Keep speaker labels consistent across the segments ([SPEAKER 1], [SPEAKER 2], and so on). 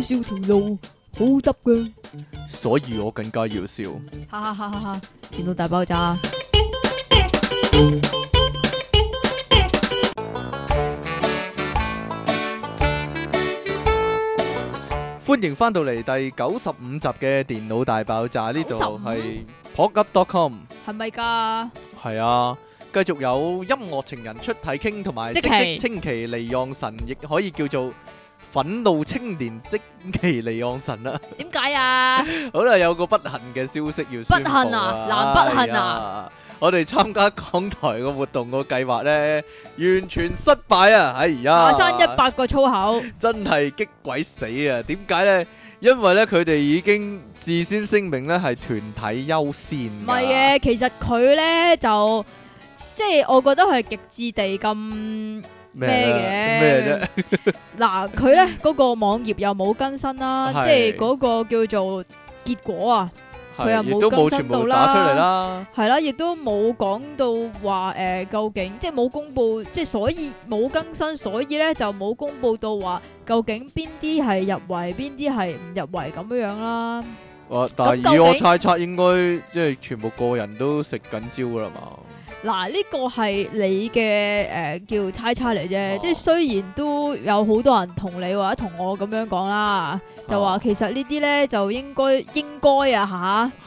[SPEAKER 1] 笑條路好執噶，
[SPEAKER 2] 所以我更加要笑。
[SPEAKER 1] 哈哈哈哈哈！電腦大爆炸，
[SPEAKER 2] 歡迎翻到嚟第九十五集嘅電腦大爆炸，呢度
[SPEAKER 1] 95
[SPEAKER 2] 係 pocket.com，
[SPEAKER 1] 係咪噶？
[SPEAKER 2] 係啊，繼續有音樂情人出體傾同埋
[SPEAKER 1] 即
[SPEAKER 2] 即
[SPEAKER 1] 期
[SPEAKER 2] 即清奇離讓神，亦可以叫做憤怒青年即奇離讓神啦。
[SPEAKER 1] 點解啊？
[SPEAKER 2] 好啦，有個不幸嘅消息要宣布
[SPEAKER 1] 不幸啊男不幸
[SPEAKER 2] 哎呀我哋參加港台個活動個計劃呢，完全失敗啊！哎呀，
[SPEAKER 1] 下山一百個粗口，
[SPEAKER 2] 真係激鬼死啊！點解呢？因為呢，佢哋已經事先聲明呢係團體優先㗎。
[SPEAKER 1] 唔
[SPEAKER 2] 啊
[SPEAKER 1] 係嘅，其實佢咧就即係我覺得係極致地咁
[SPEAKER 2] 咩
[SPEAKER 1] 咩
[SPEAKER 2] 咧
[SPEAKER 1] 嘅
[SPEAKER 2] 咩
[SPEAKER 1] 嗱，佢咧嗰個網頁又冇更新啦，
[SPEAKER 2] 嗯係
[SPEAKER 1] 即係嗰個叫做結果啊。
[SPEAKER 2] 啫？
[SPEAKER 1] 佢又
[SPEAKER 2] 係亦
[SPEAKER 1] 冇
[SPEAKER 2] 都冇
[SPEAKER 1] 更新
[SPEAKER 2] 全
[SPEAKER 1] 到
[SPEAKER 2] 部
[SPEAKER 1] 啦
[SPEAKER 2] 打出嚟啦。
[SPEAKER 1] 係啦，亦都冇講到話誒、呃究竟即係冇公佈，即係所以冇更新，所以咧就冇公佈到話究竟邊啲係入圍，邊啲係唔入圍咁樣樣啦。
[SPEAKER 2] 哇哦但
[SPEAKER 1] 咁
[SPEAKER 2] 係
[SPEAKER 1] 究
[SPEAKER 2] 以我
[SPEAKER 1] 竟
[SPEAKER 2] 猜測，應該即係全部個人都食緊蕉㗎啦嘛。
[SPEAKER 1] 嗱，呢個係你嘅誒、呃叫猜測嚟啫，
[SPEAKER 2] 哦
[SPEAKER 1] 即係雖然都有好多人同你或者同我咁樣講啦，就
[SPEAKER 2] 哦
[SPEAKER 1] 話其實呢啲咧就應該應該啊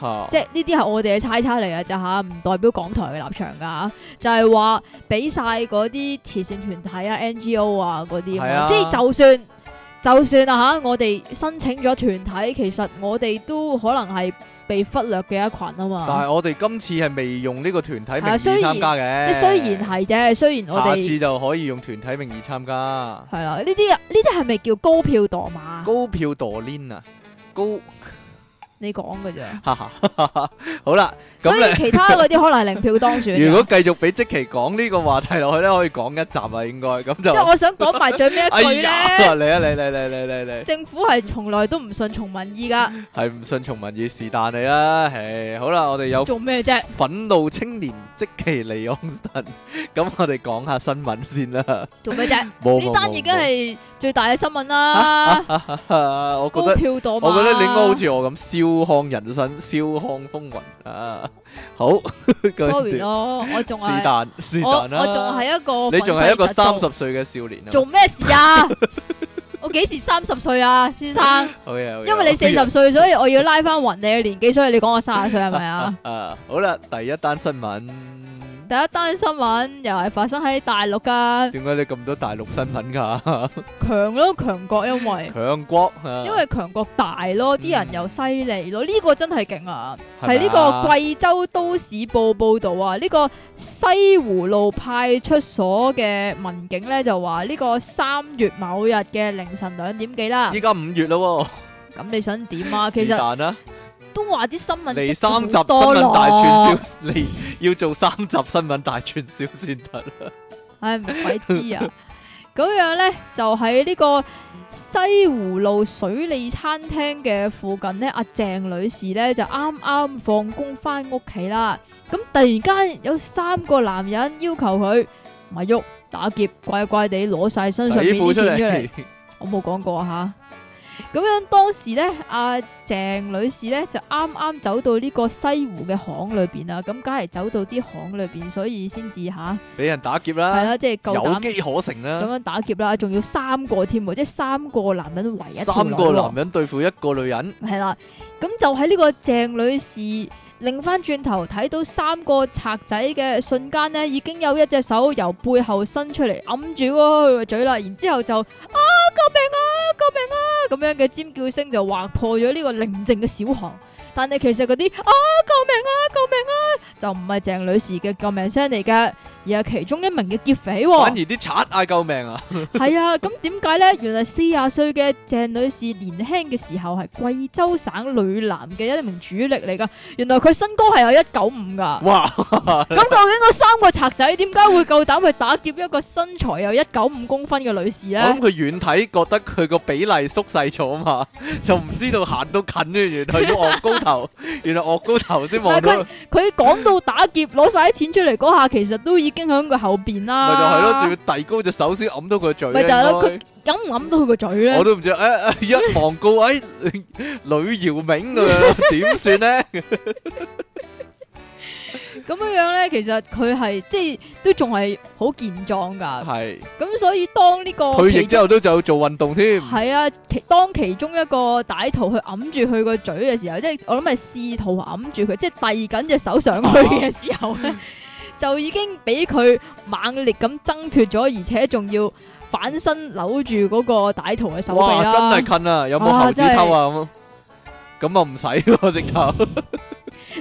[SPEAKER 1] 吓。
[SPEAKER 2] 嚇
[SPEAKER 1] 即係呢啲係我哋嘅猜測嚟嘅咋吓，唔代表港台嘅立場噶，就係話俾晒嗰啲慈善團體啊、NGO 啊嗰啲咁
[SPEAKER 2] 係啊
[SPEAKER 1] 樣，即係就算就算啊吓，我哋申請咗團體，其實我哋都可能係被忽略嘅一群啊
[SPEAKER 2] 但
[SPEAKER 1] 嘛。
[SPEAKER 2] 係我哋今次係未用呢個團體名
[SPEAKER 1] 係啊
[SPEAKER 2] 義
[SPEAKER 1] 雖然
[SPEAKER 2] 參加嘅，
[SPEAKER 1] 即係雖然係啫，雖然我
[SPEAKER 2] 下
[SPEAKER 1] 哋
[SPEAKER 2] 次就可以用團體名義參加。
[SPEAKER 1] 係啦，呢啲呢啲係咪叫高票墮馬？
[SPEAKER 2] 高票墮鏈啊，高，
[SPEAKER 1] 你講嘅啫，
[SPEAKER 2] 哈哈，好啦，咁
[SPEAKER 1] 所以
[SPEAKER 2] 咧，
[SPEAKER 1] 其他嗰啲可能係零票當選啊嘅。
[SPEAKER 2] 如果繼續俾即期講呢個話題落去咧，可以講一集啊，應該咁
[SPEAKER 1] 即係
[SPEAKER 2] 就，
[SPEAKER 1] 我想講埋最尾一句 咧，
[SPEAKER 2] 呀，嚟啊嚟嚟嚟嚟嚟嚟，
[SPEAKER 1] 政府係從來都唔順從民意噶，
[SPEAKER 2] 係唔信從民意是但你啦，唉，好啦，我哋有
[SPEAKER 1] 做咩啫？
[SPEAKER 2] 憤怒青年即期離岸神，咁我哋講下新聞先啦，
[SPEAKER 1] 做咩 啫？
[SPEAKER 2] 冇
[SPEAKER 1] 呢單已經，係最大嘅新聞啦，
[SPEAKER 2] 冇冇啊 我覺
[SPEAKER 1] 高
[SPEAKER 2] 得。
[SPEAKER 1] 票墮馬。
[SPEAKER 2] 我覺得你應該好似我咁，笑看人生，笑看風雲啊！好，跟住
[SPEAKER 1] sorry 咯，我仲
[SPEAKER 2] 是
[SPEAKER 1] 係
[SPEAKER 2] 但是
[SPEAKER 1] 我我
[SPEAKER 2] 但啦，
[SPEAKER 1] 仲係一個
[SPEAKER 2] 你仲係一個
[SPEAKER 1] 憤世嫉
[SPEAKER 2] 三
[SPEAKER 1] 俗
[SPEAKER 2] 十歲嘅少年啊！
[SPEAKER 1] 做咩事啊？ 我幾時三十歲啊，先 生？
[SPEAKER 2] 好嘢，好嘢
[SPEAKER 1] 因為你四十歲，所以我要拉翻匀你嘅年紀，所以你講我三十歲係咪 啊？
[SPEAKER 2] 啊，好啦，第一單新聞，
[SPEAKER 1] 第一單新聞又係發生喺大陸噶，
[SPEAKER 2] 點解你咁多大陸新聞㗎？
[SPEAKER 1] 強咯強國，因為
[SPEAKER 2] 強國 啊，
[SPEAKER 1] 因為強國大咯，啲人
[SPEAKER 2] 嗯
[SPEAKER 1] 又犀利咯，呢個真係勁啊！
[SPEAKER 2] 咪
[SPEAKER 1] 係呢個
[SPEAKER 2] 啊
[SPEAKER 1] 貴州都市報報導啊，呢、個西湖路派出所嘅民警咧就話呢個三月某日嘅凌晨兩點幾啦，
[SPEAKER 2] 依家五月啦喎，
[SPEAKER 1] 咁你想點啊？其
[SPEAKER 2] 是
[SPEAKER 1] 實
[SPEAKER 2] 但啦，
[SPEAKER 1] 都話啲新聞
[SPEAKER 2] 嚟
[SPEAKER 1] 即
[SPEAKER 2] 三集新
[SPEAKER 1] 好多
[SPEAKER 2] 聞大串
[SPEAKER 1] 咯，
[SPEAKER 2] 燒，嚟要做三集新聞大串燒先得。
[SPEAKER 1] 唉唔鬼知啊！咁樣咧就喺呢個西湖路水利餐廳嘅附近咧，阿鄭女士咧就啱啱放工翻屋企啦。咁突然間有三個男人要求佢咪喐打劫，乖乖地攞晒身 上
[SPEAKER 2] 底
[SPEAKER 1] 邊
[SPEAKER 2] 褲
[SPEAKER 1] 啲
[SPEAKER 2] 出
[SPEAKER 1] 錢出嚟
[SPEAKER 2] 嚟。。
[SPEAKER 1] 我冇講過啊吓。咁樣當時咧，阿、鄭女士咧就啱啱走到呢個西湖嘅巷裏邊啊啦，咁梗係走到啲巷裏邊，所以先至吓
[SPEAKER 2] 俾人打劫啦，
[SPEAKER 1] 係啦，即係夠
[SPEAKER 2] 有
[SPEAKER 1] 膽
[SPEAKER 2] 機可
[SPEAKER 1] 咁
[SPEAKER 2] 乘啦。
[SPEAKER 1] 樣打劫啦，仲要三個添喎，即係三個男人圍一條
[SPEAKER 2] 三個
[SPEAKER 1] 女喎
[SPEAKER 2] 男人對付一個女人，
[SPEAKER 1] 係啦，咁就喺呢個鄭女士擰翻轉頭睇到三個賊仔嘅瞬間呢，已經有一隻手由背後伸出嚟揞住嗰個嘴啦，然之後就啊啊救命啊救命啊咁樣嘅尖叫聲就劃破咗呢個寧靜嘅小巷。但係其實嗰啲啊救命啊救命啊就唔係鄭女士嘅救命聲嚟嘅，而係其中一名嘅劫匪喎、
[SPEAKER 2] 反而啲賊嗌救命啊！
[SPEAKER 1] 系啊，咁點解呢？原來四廿歲嘅鄭女士年輕嘅時候係貴州省女籃嘅一名主力嚟噶。原來佢身高係有一九五噶。
[SPEAKER 2] 哇，
[SPEAKER 1] 咁究竟嗰三個賊仔點解會夠膽去打劫一個身材有一九五公分嘅女士
[SPEAKER 2] 我
[SPEAKER 1] 呢
[SPEAKER 2] 諗？佢遠睇覺得佢個比例縮細咗啊嘛， 就 唔知道行到近原來要昂高頭，原來昂高頭先望到
[SPEAKER 1] 但係佢講到打劫攞晒啲錢出嚟嗰下，其實都已經喺佢後邊啦。
[SPEAKER 2] 咪就係咯，仲要遞高隻手先揞到佢嘴。
[SPEAKER 1] 咪就係咯
[SPEAKER 2] 應
[SPEAKER 1] 梗唔揞到佢個嘴
[SPEAKER 2] 該
[SPEAKER 1] 咧
[SPEAKER 2] 我。都唔知，诶、哎、一望高，哎，吕耀明咁 樣，點算咧？
[SPEAKER 1] 咁樣樣咧，其實佢係即係都仲係好健壯㗎。
[SPEAKER 2] 係
[SPEAKER 1] 咁所以當呢個
[SPEAKER 2] 退
[SPEAKER 1] 其
[SPEAKER 2] 役之後都就做運動添，
[SPEAKER 1] 係啊，其當其中一個歹徒去揞住佢個嘴嘅時候，即係我諗係試圖揞住佢，即係遞緊隻手上去
[SPEAKER 2] 哦
[SPEAKER 1] 嘅時候咧，就已經俾佢猛力咁掙脱咗，而且仲要反身扭住嗰個歹徒嘅手臂
[SPEAKER 2] 哇，
[SPEAKER 1] 啦。
[SPEAKER 2] 真係近啊！有冇
[SPEAKER 1] 哇
[SPEAKER 2] 猴子
[SPEAKER 1] 真係
[SPEAKER 2] 偷啊？咁咁啊唔使咯，直頭。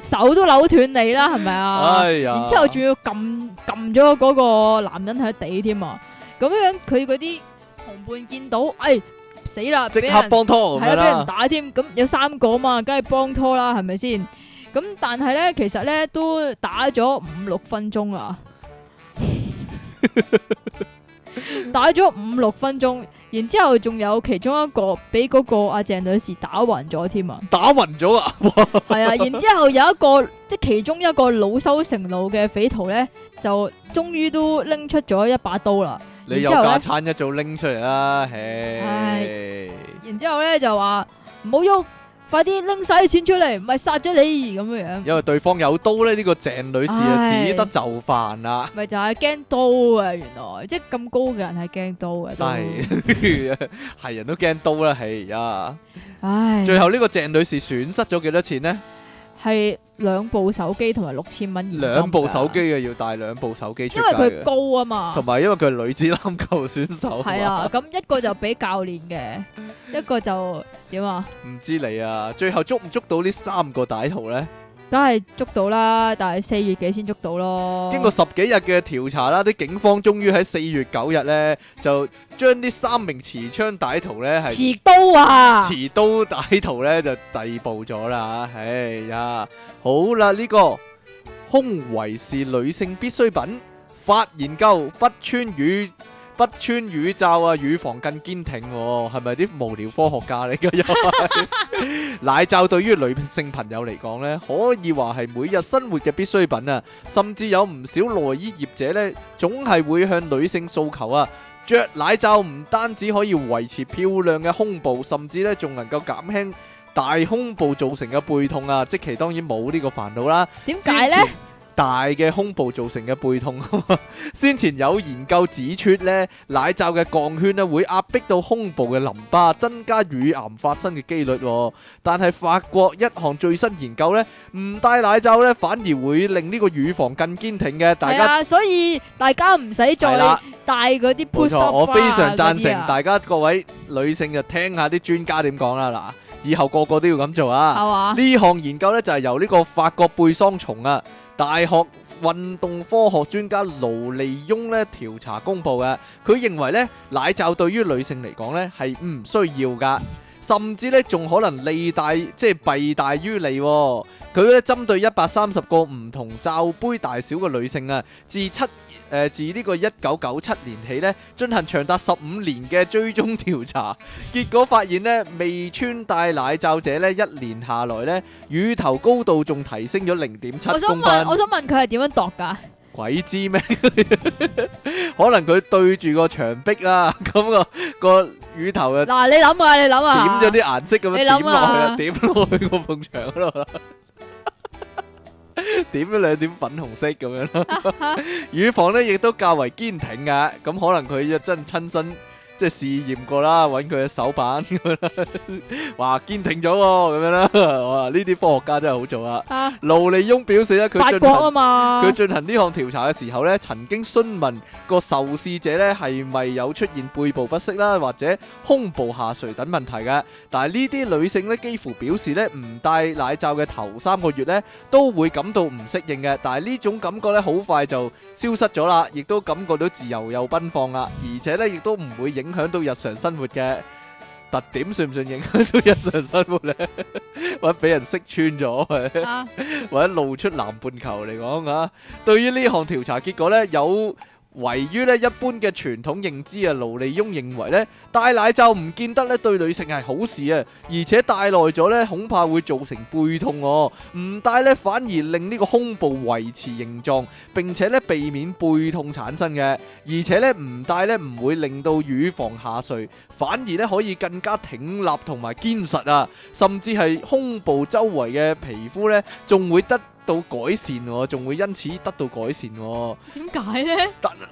[SPEAKER 1] 手都扭斷你啦，係咪啊？
[SPEAKER 2] 哎呀
[SPEAKER 1] 然之後仲要撳撳咗嗰個男人喺地添啊！咁樣佢嗰啲同伴見到，哎死啦！
[SPEAKER 2] 即
[SPEAKER 1] 俾
[SPEAKER 2] 刻
[SPEAKER 1] 人
[SPEAKER 2] 幫拖
[SPEAKER 1] 哦
[SPEAKER 2] 咁
[SPEAKER 1] 係
[SPEAKER 2] 樣
[SPEAKER 1] 啊啦，俾人
[SPEAKER 2] 啦，
[SPEAKER 1] 打添。咁有三個啊嘛，梗係幫拖啦，係咪先？咁但係咧，其實咧都打咗五六分鐘啊， 打咗五六分鐘，然之後仲有其中一個俾嗰個阿鄭女士打暈咗添啊！
[SPEAKER 2] 打暈咗啊！
[SPEAKER 1] 系 啊，然之后有一個即係其中一個老羞成怒嘅匪徒咧，就終於都拎出咗一把刀啦。
[SPEAKER 2] 你
[SPEAKER 1] 然
[SPEAKER 2] 有
[SPEAKER 1] 之後
[SPEAKER 2] 架
[SPEAKER 1] 呢
[SPEAKER 2] 餐一早拎出嚟啦，唉
[SPEAKER 1] 唉，然之后咧就話唔好喐，快啲拎晒啲錢出嚟，唔係殺咗你咁樣样，
[SPEAKER 2] 因為對方有刀咧，呢個鄭女士啊
[SPEAKER 1] 唉
[SPEAKER 2] 只得就範啦。
[SPEAKER 1] 咪就係驚刀啊！原來即係咁高嘅人係驚刀嘅，都
[SPEAKER 2] 但係 係人都驚刀啦，係啊！
[SPEAKER 1] 唉，
[SPEAKER 2] 最後呢個鄭女士損失咗幾多錢呢？
[SPEAKER 1] 係兩部手機同埋六千蚊現金㗎
[SPEAKER 2] 兩部手機，嘅要帶兩部手機出街
[SPEAKER 1] 因為佢
[SPEAKER 2] 嘅，
[SPEAKER 1] 高啊嘛，
[SPEAKER 2] 同埋因為佢係女子籃球選手，
[SPEAKER 1] 係啊，咁一個就俾教練 嘅，一個就點啊？
[SPEAKER 2] 唔知你啊，最後捉唔捉到呢三個歹徒呢？
[SPEAKER 1] 梗係捉到啦，但係四月幾先捉到咯。
[SPEAKER 2] 經過十幾日嘅調查啦，啲警方終於喺四月九日呢，就將呢三名持槍歹徒呢係
[SPEAKER 1] 持刀啊，
[SPEAKER 2] 持刀歹徒呢就逮捕咗啦。唉呀，好啦，呢、個胸圍是女性必需品，法研究不穿乳不穿乳罩啊，乳房更堅挺、喎，係咪啲無聊科學家嚟㗎？又係奶罩對於女性朋友嚟講呢，可以話係每日生活嘅必需品啊，甚至有唔少內衣業者呢，總係會向女性訴求啊。着奶罩唔單止可以維持漂亮嘅胸部，甚至咧仲能夠減輕大胸部造成嘅背痛啊！即其當然冇呢個煩惱啦。
[SPEAKER 1] 點解咧？？
[SPEAKER 2] 大嘅胸部造成嘅背痛，先前有研究指出咧，奶罩嘅鋼圈咧會壓迫到胸部嘅淋巴，增加乳癌發生嘅機率、喎。但係法國一項最新研究咧，唔戴奶罩咧反而會令呢個乳房更 堅挺嘅。大
[SPEAKER 1] 係
[SPEAKER 2] 家
[SPEAKER 1] 啊，所以大家唔使
[SPEAKER 2] 係
[SPEAKER 1] 再
[SPEAKER 2] 啦。
[SPEAKER 1] 戴嗰啲啊
[SPEAKER 2] 冇
[SPEAKER 1] push
[SPEAKER 2] 錯，
[SPEAKER 1] up
[SPEAKER 2] 我非常贊
[SPEAKER 1] 贊
[SPEAKER 2] 成大家各位女性就聽下啲專家點講啦。嗱，以後個個都要咁做啊！
[SPEAKER 1] 係嘛？
[SPEAKER 2] 呢項研究呢，就係由呢個法國貝桑松啊大學運動科學專家盧利翁呢調查公佈嘅。佢認為呢，奶罩對於女性嚟講呢係唔需要噶，甚至呢仲可能利大即係弊大於利、喎。佢咧針對一百三十個唔同罩杯大小嘅女性啊，自七誒、呃自呢個一九九七年起呢，進行長達十五年嘅追蹤調查， 結果發現呢，未穿戴奶罩者呢，一年下來呢，乳頭高度仲提升咗零點七
[SPEAKER 1] 我想
[SPEAKER 2] 公
[SPEAKER 1] 問，我
[SPEAKER 2] 分，
[SPEAKER 1] 想問佢係點樣度㗎？
[SPEAKER 2] 鬼知咩？ 可能佢對住個牆壁啊，咁、個個乳頭啊
[SPEAKER 1] 嗱，你諗下，你諗 啊
[SPEAKER 2] 點
[SPEAKER 1] 下，
[SPEAKER 2] 咗啲顏色咁樣
[SPEAKER 1] 你
[SPEAKER 2] 點落
[SPEAKER 1] 諗
[SPEAKER 2] 去啊，
[SPEAKER 1] 啊
[SPEAKER 2] 點落去個埲牆嗰度啦，啊 點咗兩點粉紅色咁樣 啦。乳房咧亦都較為堅挺嘅，咁可能佢真親身即係試驗過啦，揾佢嘅手板咁樣啦， 哇堅挺咗喎咁樣啦，哇呢啲科學家真係好做啊！
[SPEAKER 1] 啊，
[SPEAKER 2] 勞利翁表示咧，佢
[SPEAKER 1] 法
[SPEAKER 2] 進
[SPEAKER 1] 國
[SPEAKER 2] 行
[SPEAKER 1] 啊。嘛
[SPEAKER 2] 佢，進行呢項調查嘅時候咧，曾經詢問個受試者咧係咪有出現背部不適啦，或者胸部下垂等問題嘅。但係呢啲女性咧，幾乎表示咧唔戴奶罩嘅頭三個月咧，都會感到唔適應嘅。但係呢種感覺咧，好快就消失咗啦，亦都感覺到自由又奔放啦，而且咧亦都唔會影響到日常生活嘅。特點算唔算影響到日常生活 咧？或者俾人識穿咗佢？
[SPEAKER 1] 啊
[SPEAKER 2] 或者露出南半球嚟講啊，對於呢項調查結果呢，有位於咧一般嘅傳統認知啊，勞利翁認為咧戴奶罩唔見得咧對女性係好事啊，而且戴耐咗咧恐怕會造成背痛哦、唔戴咧反而令呢個胸部維持形狀，並且咧避免背痛產生嘅，而且咧唔戴咧唔會令到乳房下垂，反而咧可以更加挺立同埋堅實啊，甚至係胸部周圍嘅皮膚咧仲會得到改善喎、仲會因此得到改善喎、
[SPEAKER 1] 點解咧
[SPEAKER 2] 得？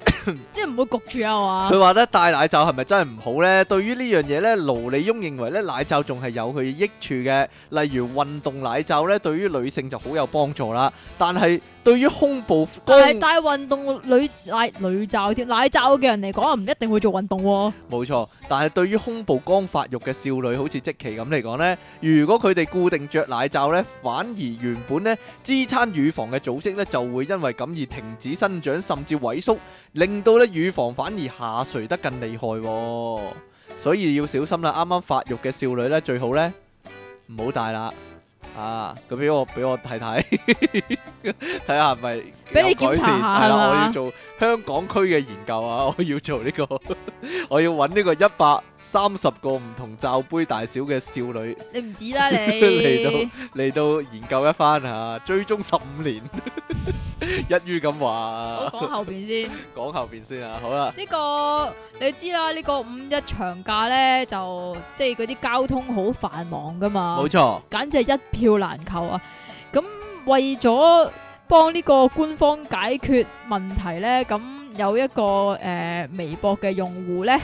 [SPEAKER 1] 即係唔會焗住啊嘛？
[SPEAKER 2] 佢話咧戴奶罩係咪真係唔好呢？對於呢樣嘢呢，勞利翁認為咧奶罩仲係有佢益處嘅，例如運動奶罩呢，對於女性就好有幫助啦。但係對於胸部
[SPEAKER 1] 但
[SPEAKER 2] 光
[SPEAKER 1] 係戴運動女奶女罩添，奶罩嘅人嚟講唔一定會做運動喎。
[SPEAKER 2] 冇錯，但係對於胸部剛發育嘅少女，好似即期咁嚟講呢，如果佢哋固定着奶罩呢，反而原本呢支撐乳房嘅組織呢，就會因為咁而停止生長，甚至萎縮，令到呢乳房反而下垂得更厲害、喎。所以要小心啦，啱啱發育嘅少女呢，最好呢唔好戴啦。啊，咁俾我俾我睇睇， 睇下係咪
[SPEAKER 1] 俾你
[SPEAKER 2] 有改
[SPEAKER 1] 檢查
[SPEAKER 2] 善
[SPEAKER 1] 下
[SPEAKER 2] 係
[SPEAKER 1] 係
[SPEAKER 2] 啦，
[SPEAKER 1] 嘛
[SPEAKER 2] 我要做香港區嘅研究啊， 我要做呢、個。我要揾呢個一百三十個唔同罩杯大小嘅少女
[SPEAKER 1] 你唔止啦你，
[SPEAKER 2] 嚟嚟到研究一番吓，追蹤十五年， 一於咁
[SPEAKER 1] 我
[SPEAKER 2] 話。
[SPEAKER 1] 講後邊先。
[SPEAKER 2] 講後邊先啊，好啦，
[SPEAKER 1] 呢、個你知啦，呢、個五一長假咧就即係嗰啲交通好繁忙噶嘛，
[SPEAKER 2] 冇錯，
[SPEAKER 1] 簡直係一票難求啊！咁為咗幫呢個官方解決問題咧，咁有一個誒、呃微博嘅用戶咧，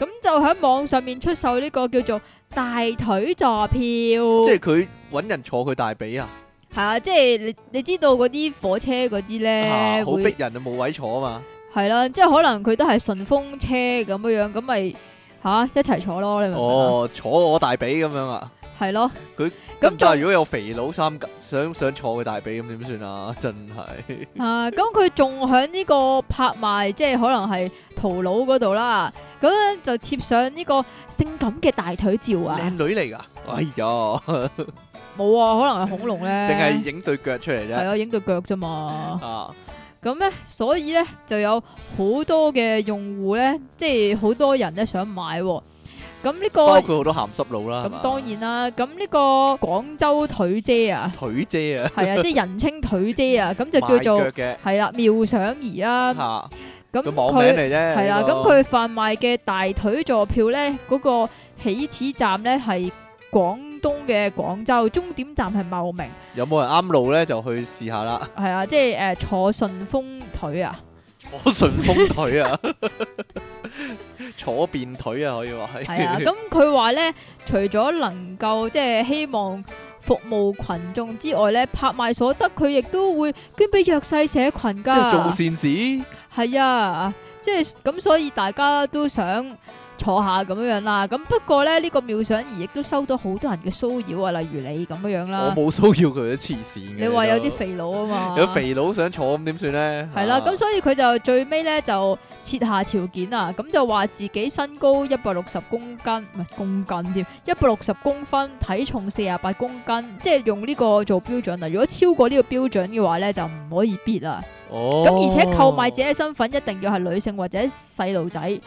[SPEAKER 1] 咁就喺網上面出售呢個叫做大腿座票，
[SPEAKER 2] 即
[SPEAKER 1] 係
[SPEAKER 2] 係佢揾人坐佢大髀啊，
[SPEAKER 1] 啊，即係你你知道嗰啲火車嗰啲咧
[SPEAKER 2] 嚇好
[SPEAKER 1] 會
[SPEAKER 2] 逼人啊，冇位坐啊嘛，
[SPEAKER 1] 係啦，即係可能佢都係順風車咁樣樣，咁咪吓一齊坐咯，你明唔明啊？
[SPEAKER 2] 哦，坐我大髀咁樣啊，
[SPEAKER 1] 係咯，
[SPEAKER 2] 佢
[SPEAKER 1] 咁
[SPEAKER 2] 咁
[SPEAKER 1] 仲
[SPEAKER 2] 但係如果有肥佬三想想坐佢大髀咁點算啊？真係
[SPEAKER 1] 啊，咁佢仲喺呢個拍賣，即係可能係淘佬嗰度啦，咁咧就貼上呢個性感嘅大腿照
[SPEAKER 2] 靚
[SPEAKER 1] 啊，
[SPEAKER 2] 女嚟㗎，哎呀，
[SPEAKER 1] 冇啊，可能係恐龍咧，
[SPEAKER 2] 淨係影對腳出嚟
[SPEAKER 1] 係
[SPEAKER 2] 啫，
[SPEAKER 1] 啊，影到腳啫嘛，
[SPEAKER 2] 啊。
[SPEAKER 1] 咁咧，所以咧就有好多嘅用戶咧，即係好多人咧想買喎，咁呢個
[SPEAKER 2] 包括好啊多鹹濕佬啦，係嘛
[SPEAKER 1] 咁當然啦，咁呢個廣州腿姐啊。
[SPEAKER 2] 腿姐啊，
[SPEAKER 1] 系啊，即系人稱腿姐啊，咁就
[SPEAKER 2] 賣
[SPEAKER 1] 叫做
[SPEAKER 2] 腳嘅
[SPEAKER 1] 係啦，妙想兒啦。
[SPEAKER 2] 嚇，
[SPEAKER 1] 咁
[SPEAKER 2] 個網名
[SPEAKER 1] 佢
[SPEAKER 2] 嚟啫，
[SPEAKER 1] 係啦，啊
[SPEAKER 2] 呢個
[SPEAKER 1] 咁佢販賣嘅大腿座票咧，嗰個起始站咧係廣東嘅廣州，終點站係茂名，
[SPEAKER 2] 有冇人啱路咧就去試 下啦，
[SPEAKER 1] 係啊，即係诶坐順風腿 啊，
[SPEAKER 2] 坐順風腿啊， 坐便腿啊可以話係，
[SPEAKER 1] 係 啊。咁佢話咧，除咗能夠即係希望。服務群眾之外咧，拍賣所得佢亦都會捐俾弱勢社群
[SPEAKER 2] 即係做
[SPEAKER 1] 㗎。
[SPEAKER 2] 善事，
[SPEAKER 1] 系啊，即係咁，所以大家都想坐下咁樣樣啦。咁不過咧，呢、個妙想兒亦都收到好多人嘅騷擾啊，例如你咁樣樣
[SPEAKER 2] 我
[SPEAKER 1] 啦。
[SPEAKER 2] 冇騷擾佢都黐線嘅。
[SPEAKER 1] 你話有
[SPEAKER 2] 都
[SPEAKER 1] 啲肥佬啊嘛，
[SPEAKER 2] 有肥佬想坐咁點算啊咧？
[SPEAKER 1] 係啦，
[SPEAKER 2] 嚇
[SPEAKER 1] 咁所以佢就最尾咧就設下條件啊，咁就話自己身高一百六十公斤，唔係公斤添，一百六十公分，體重四十八公斤，即係用呢個做標準啊。如果超過呢個標準嘅話咧，就唔可以 bid 啦。
[SPEAKER 2] 哦，
[SPEAKER 1] 咁而且購買者嘅身份一定要係女性或者細路仔，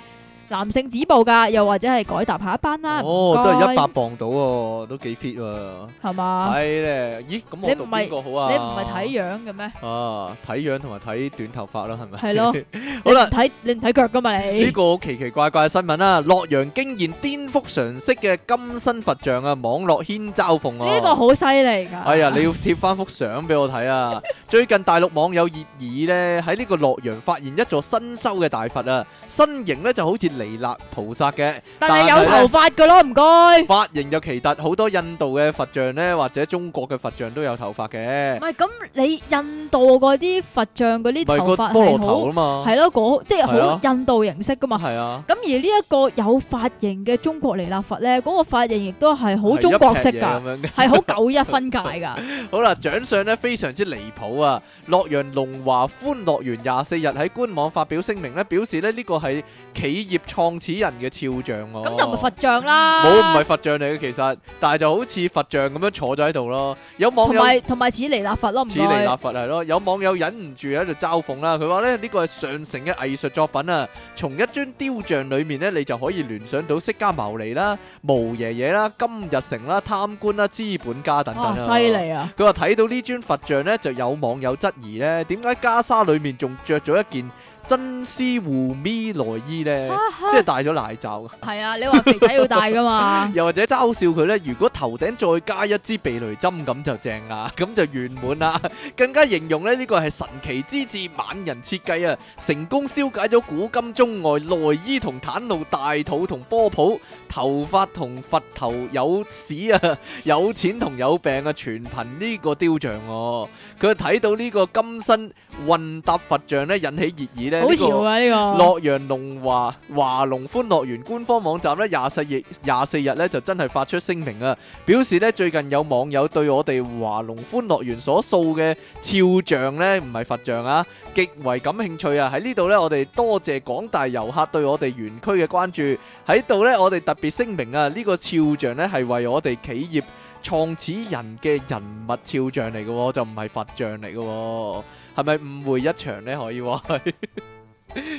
[SPEAKER 1] 男性止步噶，又或者係改搭下一班啦。
[SPEAKER 2] 哦
[SPEAKER 1] 啊唔該
[SPEAKER 2] 都係一百磅到喎，都幾 fit 喎，
[SPEAKER 1] 係嘛？
[SPEAKER 2] 係咧，咦咁
[SPEAKER 1] 啊你
[SPEAKER 2] 我
[SPEAKER 1] 唔
[SPEAKER 2] 讀
[SPEAKER 1] 係
[SPEAKER 2] 邊個好
[SPEAKER 1] 你
[SPEAKER 2] 啊？
[SPEAKER 1] 唔係睇樣嘅咩？
[SPEAKER 2] 啊，睇樣同埋睇短頭髮啦，係咪？
[SPEAKER 1] 係 咯，
[SPEAKER 2] 好啦
[SPEAKER 1] 你唔。睇你唔睇腳噶嘛你？
[SPEAKER 2] 呢個好奇奇怪怪嘅新聞啦，洛陽竟然顛覆常識嘅金身佛像啊，網絡牽嘲諷啊！
[SPEAKER 1] 呢個好犀利㗎。
[SPEAKER 2] 哎呀，你要貼翻幅相俾我睇 啊！最近大陸網友熱議呢，喺呢個洛陽發現一座新修嘅大佛啊，身形呢就好似彌勒菩薩嘅。
[SPEAKER 1] 但係
[SPEAKER 2] 但係
[SPEAKER 1] 有
[SPEAKER 2] 呢
[SPEAKER 1] 頭髮㗎咯，唔該。
[SPEAKER 2] 髮型就奇特，好多印度嘅佛像呢，或者中國嘅佛像都有頭髮嘅
[SPEAKER 1] 唔，係咁，你印度嗰啲佛像嗰啲
[SPEAKER 2] 咪
[SPEAKER 1] 頭
[SPEAKER 2] 個
[SPEAKER 1] 髮係
[SPEAKER 2] 菠蘿頭
[SPEAKER 1] 好
[SPEAKER 2] 啊嘛，
[SPEAKER 1] 係咯，嗰即係
[SPEAKER 2] 係啊
[SPEAKER 1] 好印度形式㗎嘛。
[SPEAKER 2] 係啊，
[SPEAKER 1] 咁而呢一個有髮型嘅中國彌勒佛咧，嗰個髮型亦都係好
[SPEAKER 2] 係
[SPEAKER 1] 中
[SPEAKER 2] 一
[SPEAKER 1] 國
[SPEAKER 2] 劈
[SPEAKER 1] 式㗎，
[SPEAKER 2] 嘢咁樣嘅
[SPEAKER 1] 係好九一分界㗎。
[SPEAKER 2] 好啦，獎賞咧非常之離譜啊！洛陽龍華歡樂園廿四日喺官網發表聲明咧，表示咧呢個係企業創始人嘅肖像喎。
[SPEAKER 1] 咁就咪佛像啦。
[SPEAKER 2] 哦冇唔係佛像嚟嘅，其實，但係就好似佛像咁樣坐咗喺度咯。有網
[SPEAKER 1] 同
[SPEAKER 2] 友
[SPEAKER 1] 埋同埋似尼立佛咯，唔
[SPEAKER 2] 似尼
[SPEAKER 1] 該
[SPEAKER 2] 立。佛啊係咯，有網友忍唔住喺度嘲諷啦，佢話咧呢個係上乘嘅藝術作品啊，從一尊雕像裏面咧，你就可以聯想到釋迦牟尼啦、毛爺爺啦、金日成啦、貪官啦、資本家等等
[SPEAKER 1] 哇，
[SPEAKER 2] 啊。
[SPEAKER 1] 犀！利啊！
[SPEAKER 2] 佢話睇到呢尊佛像咧，就有網友質疑咧，點解袈裟裏面仲着咗一件真絲護咪內衣咧？
[SPEAKER 1] 啊
[SPEAKER 2] 即係戴咗奶罩啊！？
[SPEAKER 1] 係啊，你話肥仔要戴噶嘛
[SPEAKER 2] 又或者嘲笑佢咧，如果頭頂再加一支避雷針咁就正啦， 咁就圓滿啦。 更加形容咧呢個係神奇之至萬人設計啊，成功消解咗古今中外內衣同袒露、大肚同波普、頭髮同佛頭有屎啊， 有錢同有病啊，全憑呢個雕像哦、佢睇到呢個金身混搭佛像咧，引起熱議咧。
[SPEAKER 1] 好
[SPEAKER 2] 哎呢個
[SPEAKER 1] 潮啊呢個！
[SPEAKER 2] 洛陽龍華華龍歡樂園官方網站咧，廿四日廿四日咧就真係發出聲明啊，表示咧最近有網友對我哋華龍歡樂園所塑嘅肖像咧，唔係佛像啊，極為感興趣啊！喺呢度咧，我哋多謝廣大遊客對我哋園區嘅關注。喺度咧，我哋特別聲明啊，呢、個肖像咧係為我哋企業創始人嘅人物肖像嚟嘅、喎，就唔係佛像嚟嘅、喎，係咪誤會一場呢？可以話係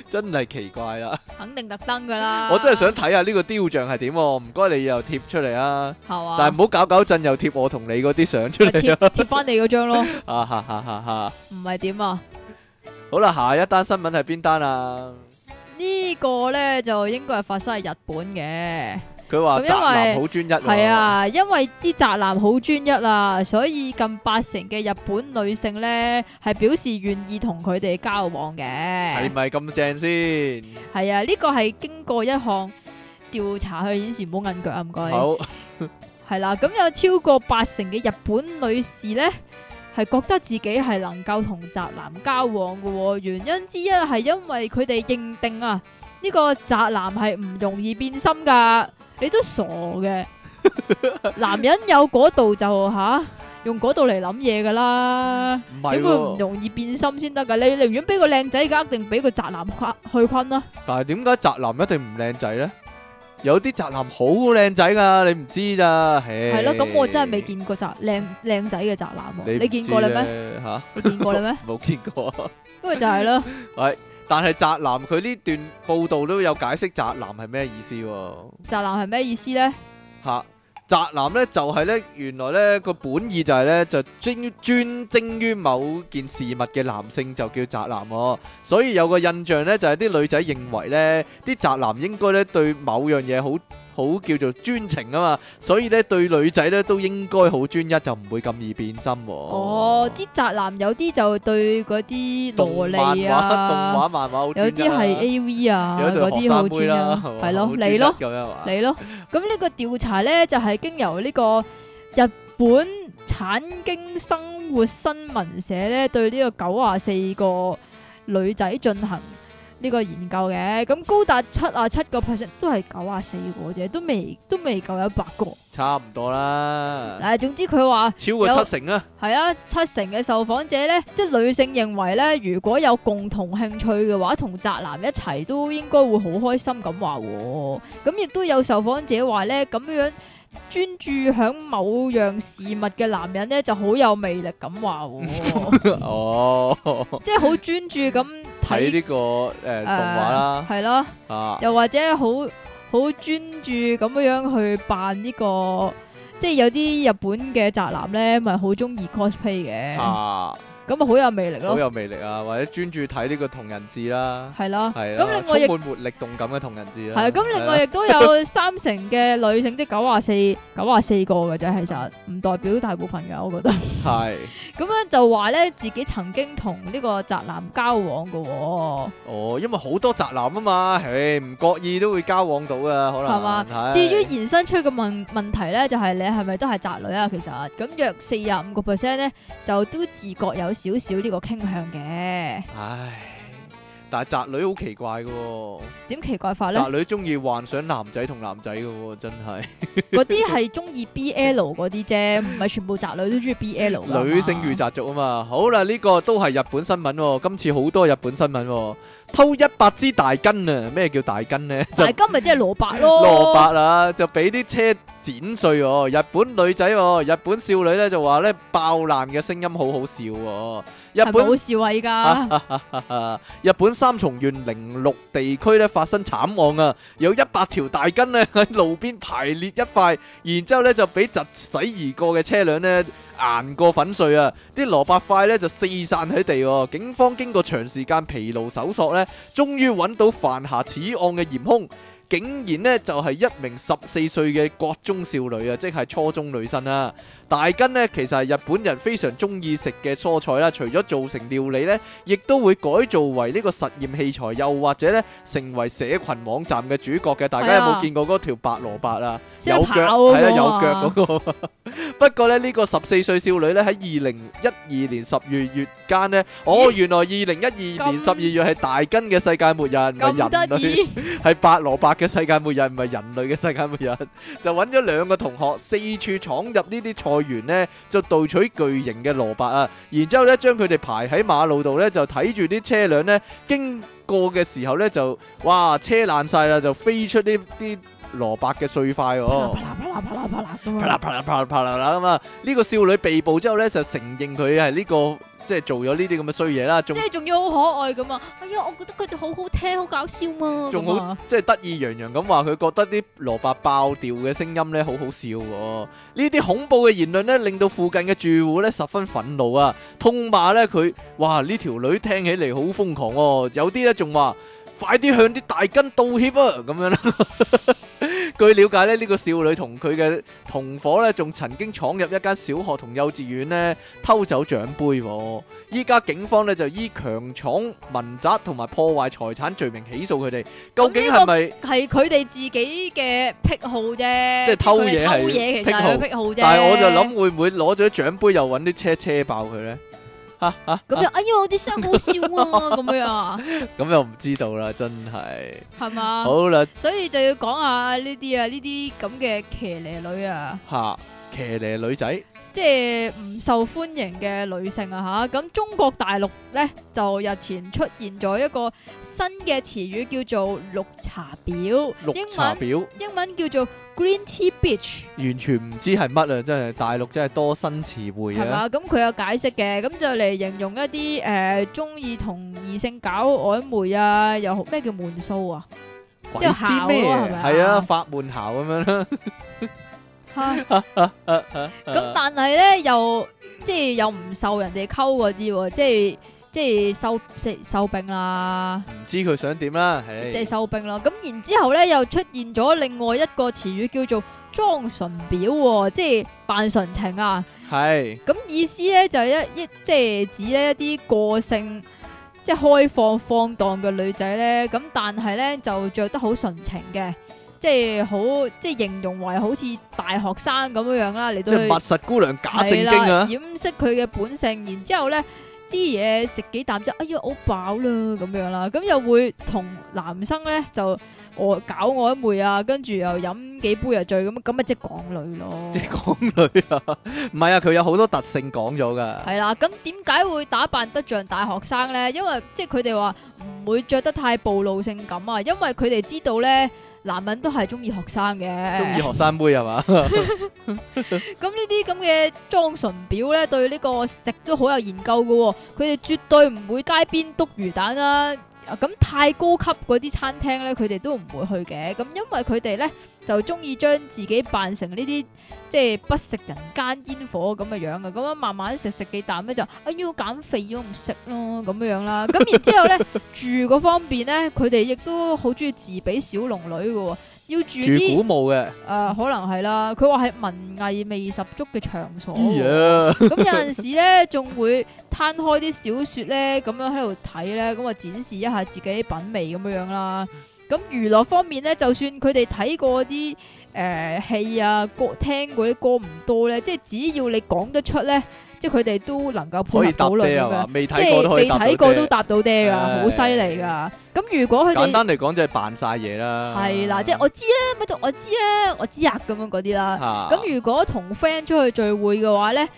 [SPEAKER 2] 真係奇怪啦！
[SPEAKER 1] 肯定特登噶啦。
[SPEAKER 2] 我真係想睇下呢個雕像係點、喎，唔該你又貼出嚟啊！
[SPEAKER 1] 係嘛？
[SPEAKER 2] 但係唔好搞搞震又貼我同你嗰啲相出 嚟
[SPEAKER 1] 咪 貼貼翻你嗰張咯，
[SPEAKER 2] 啊！哈哈哈哈！
[SPEAKER 1] 唔係點啊？
[SPEAKER 2] 好啦，下一單新聞係邊單啊？
[SPEAKER 1] 呢個咧就應該係發生喺日本嘅，
[SPEAKER 2] 佢話
[SPEAKER 1] 咁因
[SPEAKER 2] 宅男
[SPEAKER 1] 為
[SPEAKER 2] 好專一喎
[SPEAKER 1] 係，啊，因為啲宅男好專一啊，所以近八成嘅日本女性咧係表示願意同佢哋交往嘅。
[SPEAKER 2] 係咪咁正先？
[SPEAKER 1] 係啊，呢個係經過一項調查去顯示，唔好硬腳啊，唔該。
[SPEAKER 2] 好。
[SPEAKER 1] 係啦，咁有超過八成嘅日本女士呢，係覺得自己係能夠同宅男交往嘅、喎。原因之一係因為佢哋認定啊，呢、個宅男係唔容易變心噶，你都傻 嘅，男人有嗰度就吓、用嗰度嚟諗嘢噶啦，
[SPEAKER 2] 唔
[SPEAKER 1] 點
[SPEAKER 2] 係
[SPEAKER 1] 會唔
[SPEAKER 2] 喎，
[SPEAKER 1] 容易變心先得噶？你寧願俾個靚仔而家，定俾個宅男坤去坤啊啦、
[SPEAKER 2] 但係點解宅男一定唔靚仔呢？有啲宅男好靚仔噶，你唔知咋？係
[SPEAKER 1] 係咯，咁我真係未。見過宅靚靚仔嘅宅男喎、
[SPEAKER 2] 唔
[SPEAKER 1] 你見過啦咩？
[SPEAKER 2] 咩？吓，
[SPEAKER 1] 你見過啦咩？
[SPEAKER 2] 冇見過。
[SPEAKER 1] 因為就係咯。
[SPEAKER 2] 但係宅男佢呢段報道都有解釋宅男係咩意思喎？
[SPEAKER 1] 宅男係咩意思咧？
[SPEAKER 2] 吓，宅男呢就係呢，原來呢個本意就係呢，就專專精於某件事物嘅男性就叫宅男喎。所以有個印象呢，就係啲女仔認為呢啲宅男應該呢對某樣嘢好好叫做專情啊嘛，所以呢對女仔呢都應該好專一，就唔會咁易變心喎。
[SPEAKER 1] 哦，啲宅男有啲就對嗰啲蘿
[SPEAKER 2] 動漫
[SPEAKER 1] 莉
[SPEAKER 2] 畫、
[SPEAKER 1] 啊，
[SPEAKER 2] 動畫漫畫好
[SPEAKER 1] 有
[SPEAKER 2] 專一
[SPEAKER 1] 啲係
[SPEAKER 2] 啊
[SPEAKER 1] A V 啊，
[SPEAKER 2] 有
[SPEAKER 1] 嗰
[SPEAKER 2] 對學
[SPEAKER 1] 啲好
[SPEAKER 2] 生妹
[SPEAKER 1] 專
[SPEAKER 2] 啦
[SPEAKER 1] 啊，，
[SPEAKER 2] 係嘛
[SPEAKER 1] 係咯
[SPEAKER 2] 好，專
[SPEAKER 1] 你
[SPEAKER 2] 一
[SPEAKER 1] 咯，
[SPEAKER 2] 咁樣啊，
[SPEAKER 1] 你咯。咁呢個調查咧就係經由呢個日本產經生活新聞社咧對呢個九啊四個女仔進行。呢個研究嘅，咁高達七啊七個 percent 都係九啊四個啫，都未都未夠一百個。
[SPEAKER 2] 差唔多啦，
[SPEAKER 1] 但係總之佢話
[SPEAKER 2] 超過
[SPEAKER 1] 有
[SPEAKER 2] 七成啊，
[SPEAKER 1] 係啊，七成嘅受訪者咧，即係女性認為咧，如果有共同興趣嘅話，同宅男一齊都應該會好開心咁話喎。咁亦都有受訪者話咧，咁樣專注響某樣事物嘅男人咧，就好有魅力咁話喎，
[SPEAKER 2] 哦。
[SPEAKER 1] 即係好專注咁
[SPEAKER 2] 睇
[SPEAKER 1] 睇呃
[SPEAKER 2] 呢個呃誒動畫 啦，
[SPEAKER 1] 係啦，
[SPEAKER 2] 啊
[SPEAKER 1] 又或者好好專注咁樣去扮呢個，即係有啲日本嘅宅男咧，咪好中意 cosplay 嘅，
[SPEAKER 2] 啊，
[SPEAKER 1] 咁啊好有魅力咯
[SPEAKER 2] 好。有魅力啊！或者專注睇呢個同人誌啦，
[SPEAKER 1] 系啦，
[SPEAKER 2] 係
[SPEAKER 1] 咁
[SPEAKER 2] 啦，
[SPEAKER 1] 另外亦
[SPEAKER 2] 充滿活力動感嘅同人誌啦，
[SPEAKER 1] 係啊咁，另外
[SPEAKER 2] 係啦啊
[SPEAKER 1] 亦都有三成嘅女性，即九啊四九啊四個嘅啫，其實唔代表大部分嘅，我覺 得。
[SPEAKER 2] 係
[SPEAKER 1] 咁樣就話咧，自己曾經同呢個宅男交往嘅喎、
[SPEAKER 2] 哦，因為好多宅男啊嘛，唉，唔覺意都會交往到噶，可能
[SPEAKER 1] 係嘛
[SPEAKER 2] 係
[SPEAKER 1] 至於延伸出嘅問問題咧，就係、你係咪都係宅女啊？其實咁約四廿五個 percent 咧，就都自覺有少少呢個傾向嘅。
[SPEAKER 2] 唉，但係宅女好奇怪嘅喎，
[SPEAKER 1] 點奇怪法咧？
[SPEAKER 2] 宅女中意幻想男仔同男仔嘅喎，真係
[SPEAKER 1] 嗰啲係中意 BL 嗰啲啫，唔係全部宅女都中意 BL 㗎嘛
[SPEAKER 2] 女性遇宅族啊嘛。好啦，呢、個都係日本新聞喎，今次好多日本新聞喎，偷一百支大根啊！咩叫大根呢？就
[SPEAKER 1] 但係今日即係蘿蔔咯，
[SPEAKER 2] 蘿蔔啊，就俾啲車剪碎哦。日本女仔、喎，日本少女咧就話咧爆爛嘅聲音好好笑、喎。日
[SPEAKER 1] 係咪好
[SPEAKER 2] 本啊
[SPEAKER 1] 笑啊！依家
[SPEAKER 2] 日本三重縣零六地區咧發生慘案啊，有一百條大根咧喺路邊排列一塊，然之後咧就俾疾駛而過嘅車輛咧硬過粉碎啊！啲蘿蔔塊咧就四散喺地、喎。警方經過長時間疲勞搜索咧，終於揾到犯下此案嘅嫌兇。竟然呢，就係、一名十四歲嘅國中少女啊，即係初中女生啦、大根呢，其實係日本人非常中意食嘅蔬菜啦，除咗做成料理呢，亦都會改造為呢個實驗器材，又或者呢，成為社群網站嘅主角嘅。大家有
[SPEAKER 1] 係
[SPEAKER 2] 冇
[SPEAKER 1] 啊
[SPEAKER 2] 見過嗰條白蘿蔔啊？
[SPEAKER 1] 識得
[SPEAKER 2] 有腳
[SPEAKER 1] 跑嗰
[SPEAKER 2] 係啊，
[SPEAKER 1] 個
[SPEAKER 2] 有
[SPEAKER 1] 啊
[SPEAKER 2] 腳嗰、個。 不過咧，呢、個十四歲少女咧喺二零一二年十二月間呢，哦，
[SPEAKER 1] 咦
[SPEAKER 2] 原來二零一二年
[SPEAKER 1] 咁
[SPEAKER 2] 十二月係大根嘅世界末日，唔
[SPEAKER 1] 咁
[SPEAKER 2] 係人
[SPEAKER 1] 得
[SPEAKER 2] 類。
[SPEAKER 1] 意，
[SPEAKER 2] 係白蘿蔔嘅世界末日，唔係人類嘅世界末日。 就揾咗兩個同學四處闖入呢啲菜園呢，就盜取巨型嘅蘿蔔啊！然之後呢，將佢哋排喺馬路度呢，就睇住啲車輛呢經過嘅時候呢，就哇車爛晒啦，就飛出呢啲蘿蔔嘅碎塊哦
[SPEAKER 1] 啪。啦啪啦啪啦啪啦咁
[SPEAKER 2] 啪啦
[SPEAKER 1] 啊！
[SPEAKER 2] 啪啦啪啦啪啦啦咁啊！呢個少女被捕之後呢，就承認佢係呢個即係做咗呢啲咁嘅衰嘢啦，仲
[SPEAKER 1] 即係仲要好可愛咁啊！哎呀，我覺得佢哋好好聽，好搞笑嘛，
[SPEAKER 2] 仲
[SPEAKER 1] 咁啊
[SPEAKER 2] 好即係得意洋洋咁話，佢覺得啲蘿蔔爆掉嘅聲音咧好好笑喎、呢啲恐怖嘅言論咧，令到附近嘅住戶咧十分憤怒啊，痛罵咧佢，哇！呢條女聽起嚟好瘋狂喎、有啲咧仲話。快啲向啲大根道歉啊！咁樣啦。 據了解咧，呢、個少女同佢嘅同伙咧，仲曾經闖入一間小學同幼稚園咧，偷走獎杯、喎。依家警方咧就依強闖民宅同埋破壞財產罪名起訴佢哋。究竟係咪？
[SPEAKER 1] 係佢哋自己嘅癖好啫，
[SPEAKER 2] 即係偷嘢係
[SPEAKER 1] 偷嘢其實係佢癖好啫。
[SPEAKER 2] 但係我就諗會唔會攞咗獎杯又揾啲車車爆佢呢？
[SPEAKER 1] 咁
[SPEAKER 2] 啊
[SPEAKER 1] 就哎呀，我啲聲好笑啊，咁樣啊，
[SPEAKER 2] 咁又唔知道啦，真係。
[SPEAKER 1] 係嘛？
[SPEAKER 2] 好啦，
[SPEAKER 1] 所以就要講下呢啲啊，呢啲咁嘅騎呢女啊，
[SPEAKER 2] 嚇騎呢女仔
[SPEAKER 1] 即係唔受歡迎嘅女性啊吓。咁中國大陸呢，就日前出現咗一個新嘅詞語叫做綠茶婊，
[SPEAKER 2] 綠
[SPEAKER 1] 英
[SPEAKER 2] 茶
[SPEAKER 1] 文
[SPEAKER 2] 婊，
[SPEAKER 1] 英文叫做 green tea bitch。
[SPEAKER 2] 完全唔知係乜啊！真係大陸真係多新詞彙
[SPEAKER 1] 係
[SPEAKER 2] 啊！
[SPEAKER 1] 嘛？咁佢有解釋嘅，咁就嚟形容一啲誒中意同異性搞曖昧啊，又好咩叫悶騷 啊？
[SPEAKER 2] 鬼
[SPEAKER 1] 即係
[SPEAKER 2] 知咩？
[SPEAKER 1] 姣啊係咪啊
[SPEAKER 2] 係啊，發悶姣咁樣啦。
[SPEAKER 1] 嚇咁但係咧又即係又唔受人哋溝嗰啲喎，即係即係收即收兵啦，
[SPEAKER 2] 唔知佢想點啦？唉
[SPEAKER 1] 嗯即係收兵啦。咁然之後咧又出現咗另外一個詞語叫做裝純表喎，即係扮純情啊。
[SPEAKER 2] 係
[SPEAKER 1] 咁意思咧就係一一即係指咧一啲個性即係開放放蕩嘅女仔咧，咁但係咧就着得好純情嘅，即係好即係形容為好似大學生咁樣樣啦，嚟
[SPEAKER 2] 即
[SPEAKER 1] 到
[SPEAKER 2] 係密
[SPEAKER 1] 去
[SPEAKER 2] 實姑娘假正
[SPEAKER 1] 係
[SPEAKER 2] 經
[SPEAKER 1] 啦
[SPEAKER 2] 啊！
[SPEAKER 1] 掩飾佢嘅本性，然之後咧啲嘢食幾啖之後，哎呀我飽啦咁樣啦，咁又會同男生咧就我搞曖昧啊，跟住又飲幾杯又醉咁，咁咪即係港女咯。
[SPEAKER 2] 即係港女啊， 唔係啊，佢有好多特性講咗噶。
[SPEAKER 1] 系啦，咁點解會打扮得像大學生呢？因為即係佢哋話唔會着得太暴露性感啊，因為佢哋知道呢，男人都係中意學生嘅，
[SPEAKER 2] 中意學生妹 係嘛？
[SPEAKER 1] 咁呢啲咁嘅裝唇表呢，對呢個食都好有研究嘅喎、佢哋絕對唔會街邊篤魚蛋啦、啊。咁太高級嗰啲餐廳呢，佢哋都唔會去嘅。咁因為佢哋呢，就中意將自己扮成呢啲即係不食人間煙火咁嘅樣嘅。啊咁樣慢慢食食幾啖呢，就哎呀減肥咗唔食咯咁樣樣啦。咁然之後呢，住嗰方面呢，佢哋亦都好中意自比小龍女嘅喎、要住
[SPEAKER 2] 住
[SPEAKER 1] 啲
[SPEAKER 2] 古。墓嘅。
[SPEAKER 1] 誒、呃可能係啦，佢話係文藝味十足嘅場所喎。
[SPEAKER 2] 呀
[SPEAKER 1] 咁有陣時咧，仲會攤開啲小説咧，咁樣喺度睇咧，咁啊展示一下自己品味咁樣樣啦。咁娛樂方面咧，就算佢哋睇過啲誒、呃、戲啊、歌聽過啲歌唔多咧，即係只要你講得出咧，即係佢哋都能夠配
[SPEAKER 2] 可以
[SPEAKER 1] 合
[SPEAKER 2] 搭
[SPEAKER 1] 到論
[SPEAKER 2] 爹
[SPEAKER 1] 咁
[SPEAKER 2] 係嘛
[SPEAKER 1] 樣，？
[SPEAKER 2] 未
[SPEAKER 1] 即
[SPEAKER 2] 睇過
[SPEAKER 1] 啊係
[SPEAKER 2] 都可以
[SPEAKER 1] 未
[SPEAKER 2] 搭到
[SPEAKER 1] 睇過都
[SPEAKER 2] 爹。
[SPEAKER 1] 搭到爹㗎，
[SPEAKER 2] 唉
[SPEAKER 1] 好犀利㗎。咁如果佢
[SPEAKER 2] 簡
[SPEAKER 1] 哋
[SPEAKER 2] 單啊嚟講就係扮晒嘢啦。
[SPEAKER 1] 係啦，即係我知啊咧，乜都我知咧，我知啊咁樣嗰啲啦。
[SPEAKER 2] 嚇
[SPEAKER 1] 咁如果同 friend 出去聚會嘅話咧，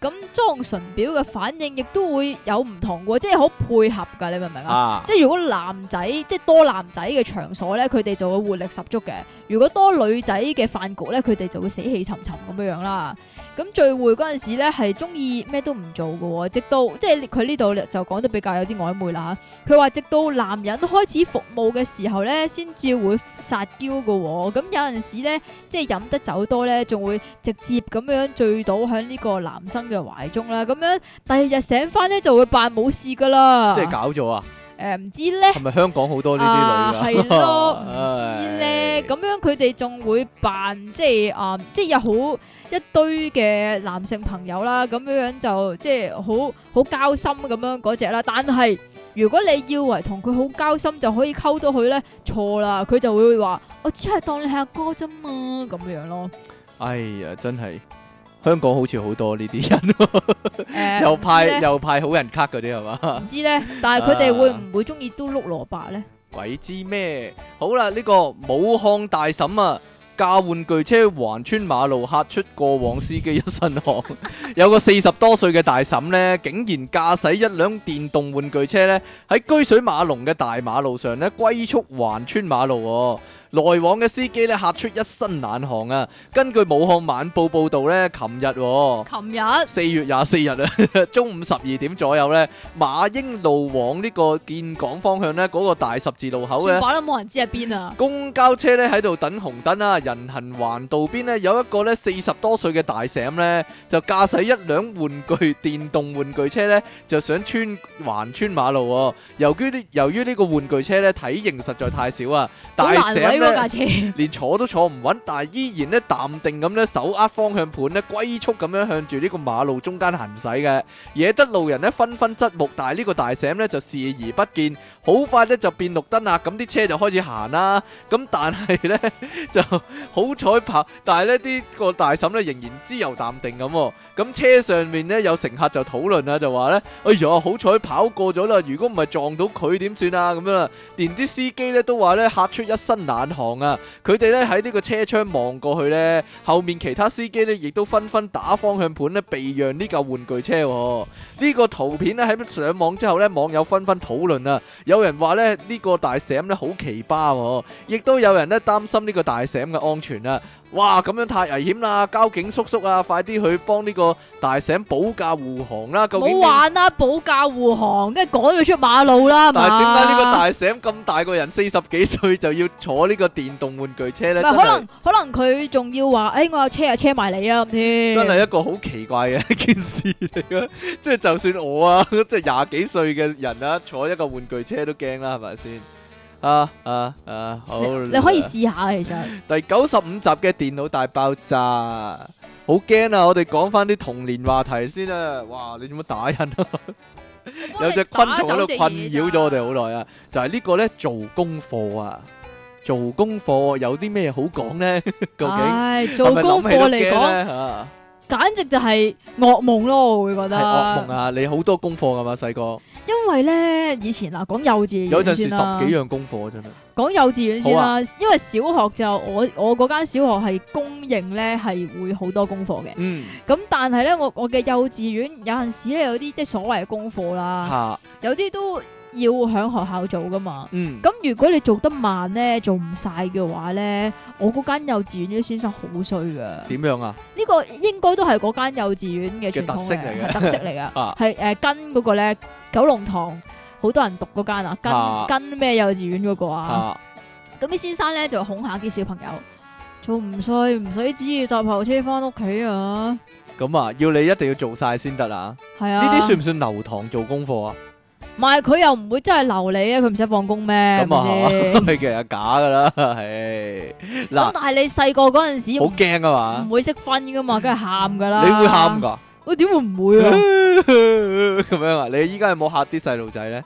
[SPEAKER 1] 咁裝唇表嘅反應亦都會有唔同嘅喎，即係好配合㗎，你明唔明啊？
[SPEAKER 2] 啊
[SPEAKER 1] 即係如果男仔即係多男仔嘅場所咧，佢哋就會活力十足嘅；如果多女仔嘅飯局咧，佢哋就會死氣沉沉咁樣樣啦。咁聚會嗰陣時咧，係中意咩都唔做嘅喎，直到即係佢呢度就講得比較有啲曖昧啦嚇。佢話直到男人開始服務嘅時候咧，先至會撒嬌嘅喎。咁有陣時咧，即係飲得酒多咧，仲會直接咁樣醉倒喺呢個男生嘅懷中啦。咁樣第二日醒翻咧，就會扮冇事噶啦。
[SPEAKER 2] 即係搞咗啊！
[SPEAKER 1] 誒唔知咧
[SPEAKER 2] 係。咪香港好多呢
[SPEAKER 1] 啊，
[SPEAKER 2] 啲女
[SPEAKER 1] 係
[SPEAKER 2] 㗎？
[SPEAKER 1] 咯，唔知
[SPEAKER 2] 唉
[SPEAKER 1] 咧，咁樣佢哋仲會扮即係啊、即係有好一堆嘅男性朋友啦，咁樣樣就即係好好交心咁樣嗰只啦。但係如果你以為同佢好交心就可以溝到佢咧，錯啦，佢就會話我只係當你係阿哥啫嘛，咁樣 咯。
[SPEAKER 2] 哎呀，真係香港好似好多呢啲人
[SPEAKER 1] 誒、
[SPEAKER 2] 喎，又
[SPEAKER 1] 唔知
[SPEAKER 2] 派
[SPEAKER 1] 咧
[SPEAKER 2] 又派好人卡嗰啲係嘛？
[SPEAKER 1] 唔知咧，但係佢哋會
[SPEAKER 2] 啊
[SPEAKER 1] 唔會中意都碌蘿蔔咧？
[SPEAKER 2] 鬼知咩？好啦，呢、個武漢大嬸啊，駕玩具車橫穿馬路，嚇出過往司機一身汗。 有個四十多歲嘅大嬸呢，竟然駕駛一輛電動玩具車呢，喺居水馬龍嘅大馬路上呢，龜速橫穿馬路、喎。來往嘅司機呢，嚇出一身冷汗啊！根據武漢晚報報導呢，琴日、喎。
[SPEAKER 1] 琴日
[SPEAKER 2] 四月廿四日啊， 中午十二點左右呢，馬英路往呢個建港方向呢，嗰、個大十字路口
[SPEAKER 1] 算
[SPEAKER 2] 呢，
[SPEAKER 1] 把啦，冇人知喺邊啊！
[SPEAKER 2] 公交車呢喺度等紅燈啦，人行環道邊呢，有一個呢四十多歲嘅大嬸呢，就駕駛一輛玩具電動玩具車呢，就想穿橫穿馬路、喎。由於呢由於呢個玩具車呢，體型實在太少啊，
[SPEAKER 1] 好
[SPEAKER 2] 大
[SPEAKER 1] 難
[SPEAKER 2] 嬸
[SPEAKER 1] 為
[SPEAKER 2] 呢
[SPEAKER 1] 嗰。架車，
[SPEAKER 2] 連坐都坐唔穩，但係依然咧淡定咁咧手握方向盤咧，龜速咁樣向住呢個馬路中間行駛嘅，惹得路人咧紛紛側目，但係呢個大嬸咧就視而不見，好快咧就變綠燈啦，咁啲車就開始行啦，咁但係咧 就好彩跑，但係呢啲個大嬸咧仍然自由淡定咁喎，咁車上面咧有乘客就討論啦，就話咧，哎呀好彩跑過咗啦，如果唔係撞到佢點算啊咁樣啦，連啲司機咧都話咧嚇出一身冷汗啊！佢哋咧喺呢個車窗望過去呢，後面其他司機呢亦都紛紛打方向盤呢，避讓呢架玩具車、喎。呢、個圖片呢，喺上網之後呢，網友紛紛討論啊，有人話呢，呢、個大閃呢好奇葩、喎，亦都有人呢擔心呢個大閃嘅安全啊。哇，咁樣太危險啦！交警叔叔啊，快啲去幫呢個大閃保駕護航啦！究
[SPEAKER 1] 冇
[SPEAKER 2] 竟點
[SPEAKER 1] 玩啦，保駕護航，跟住趕佢出馬路啦，係
[SPEAKER 2] 但
[SPEAKER 1] 嘛
[SPEAKER 2] 係點解呢個大閃咁大個人，四十幾歲就要坐呢個電動玩具車呢？
[SPEAKER 1] 唔係
[SPEAKER 2] 真
[SPEAKER 1] 可
[SPEAKER 2] 係
[SPEAKER 1] 能可能佢仲要話，誒，我有車啊，車埋你啊咁添。
[SPEAKER 2] 真係一個好奇怪嘅一件事嚟啊！ 即係就算我啊， 即係廿幾歲嘅人啊，坐一個玩具車都驚啦，係咪先？啊啊啊！好，
[SPEAKER 1] 你可以試下其實
[SPEAKER 2] 第九十五集嘅電腦大爆炸，好驚啊！我哋講翻啲童年話題先啊！哇，你做乜打人啊？ 有隻昆蟲喺度困擾咗我哋好耐啊！就係呢個呢，做功課啊，做功課有啲咩好講呢？ 究竟
[SPEAKER 1] 唉，做
[SPEAKER 2] 係咪
[SPEAKER 1] 功
[SPEAKER 2] 諗起都
[SPEAKER 1] 課嚟
[SPEAKER 2] 驚
[SPEAKER 1] 講，
[SPEAKER 2] 呢啊
[SPEAKER 1] 簡直就係噩夢咯，我會覺
[SPEAKER 2] 係噩夢
[SPEAKER 1] 得。
[SPEAKER 2] 啊！你好多功課噶嘛，細個
[SPEAKER 1] 因為咧，以前嗱講幼稚
[SPEAKER 2] 有
[SPEAKER 1] 園
[SPEAKER 2] 陣時十
[SPEAKER 1] 先啦，
[SPEAKER 2] 幾樣功課真係
[SPEAKER 1] 講幼稚園先
[SPEAKER 2] 好啊
[SPEAKER 1] 啦，因為小學就我我嗰間小學係公認咧係會好多功課嘅。
[SPEAKER 2] 嗯
[SPEAKER 1] 咁但係咧，我我嘅幼稚園有陣時咧有啲即係所謂嘅功課啦，
[SPEAKER 2] 嚇
[SPEAKER 1] 有啲都要喺學校做噶嘛。
[SPEAKER 2] 嗯
[SPEAKER 1] 咁如果你做得慢咧，做唔晒嘅話咧，我嗰間幼稚園啲先生好衰噶。呢
[SPEAKER 2] 點樣啊？
[SPEAKER 1] 個應該都係嗰間幼稚園嘅
[SPEAKER 2] 嘅
[SPEAKER 1] 傳
[SPEAKER 2] 特
[SPEAKER 1] 統
[SPEAKER 2] 色嚟嘅
[SPEAKER 1] 係特色嚟噶，
[SPEAKER 2] 啊
[SPEAKER 1] 係誒跟嗰個咧九龍塘好多人讀嗰間
[SPEAKER 2] 啊
[SPEAKER 1] 啊，跟跟咩幼稚園嗰個啊。
[SPEAKER 2] 嚇
[SPEAKER 1] 咁啲先生咧就恐嚇啲小朋友，做唔衰唔使旨意搭校車翻屋企啊，
[SPEAKER 2] 咁啊，要你一定要做晒先得啦。
[SPEAKER 1] 係
[SPEAKER 2] 呢
[SPEAKER 1] 啊。
[SPEAKER 2] 啲算唔算留堂做功課啊？
[SPEAKER 1] 唔係佢又唔會真係留你啊，佢唔使放工咩？係
[SPEAKER 2] 咁
[SPEAKER 1] 咪
[SPEAKER 2] 啊，
[SPEAKER 1] 先？
[SPEAKER 2] 係其實假噶啦，
[SPEAKER 1] 咁
[SPEAKER 2] 係嗱，
[SPEAKER 1] 但係你細個嗰陣時
[SPEAKER 2] 好驚啊
[SPEAKER 1] 唔
[SPEAKER 2] 嘛！
[SPEAKER 1] 會識分噶嘛，梗係喊噶啦。
[SPEAKER 2] 你會喊？㗎？
[SPEAKER 1] 我點會唔會啊？
[SPEAKER 2] 咁樣啊？你依家有冇嚇啲細路仔咧？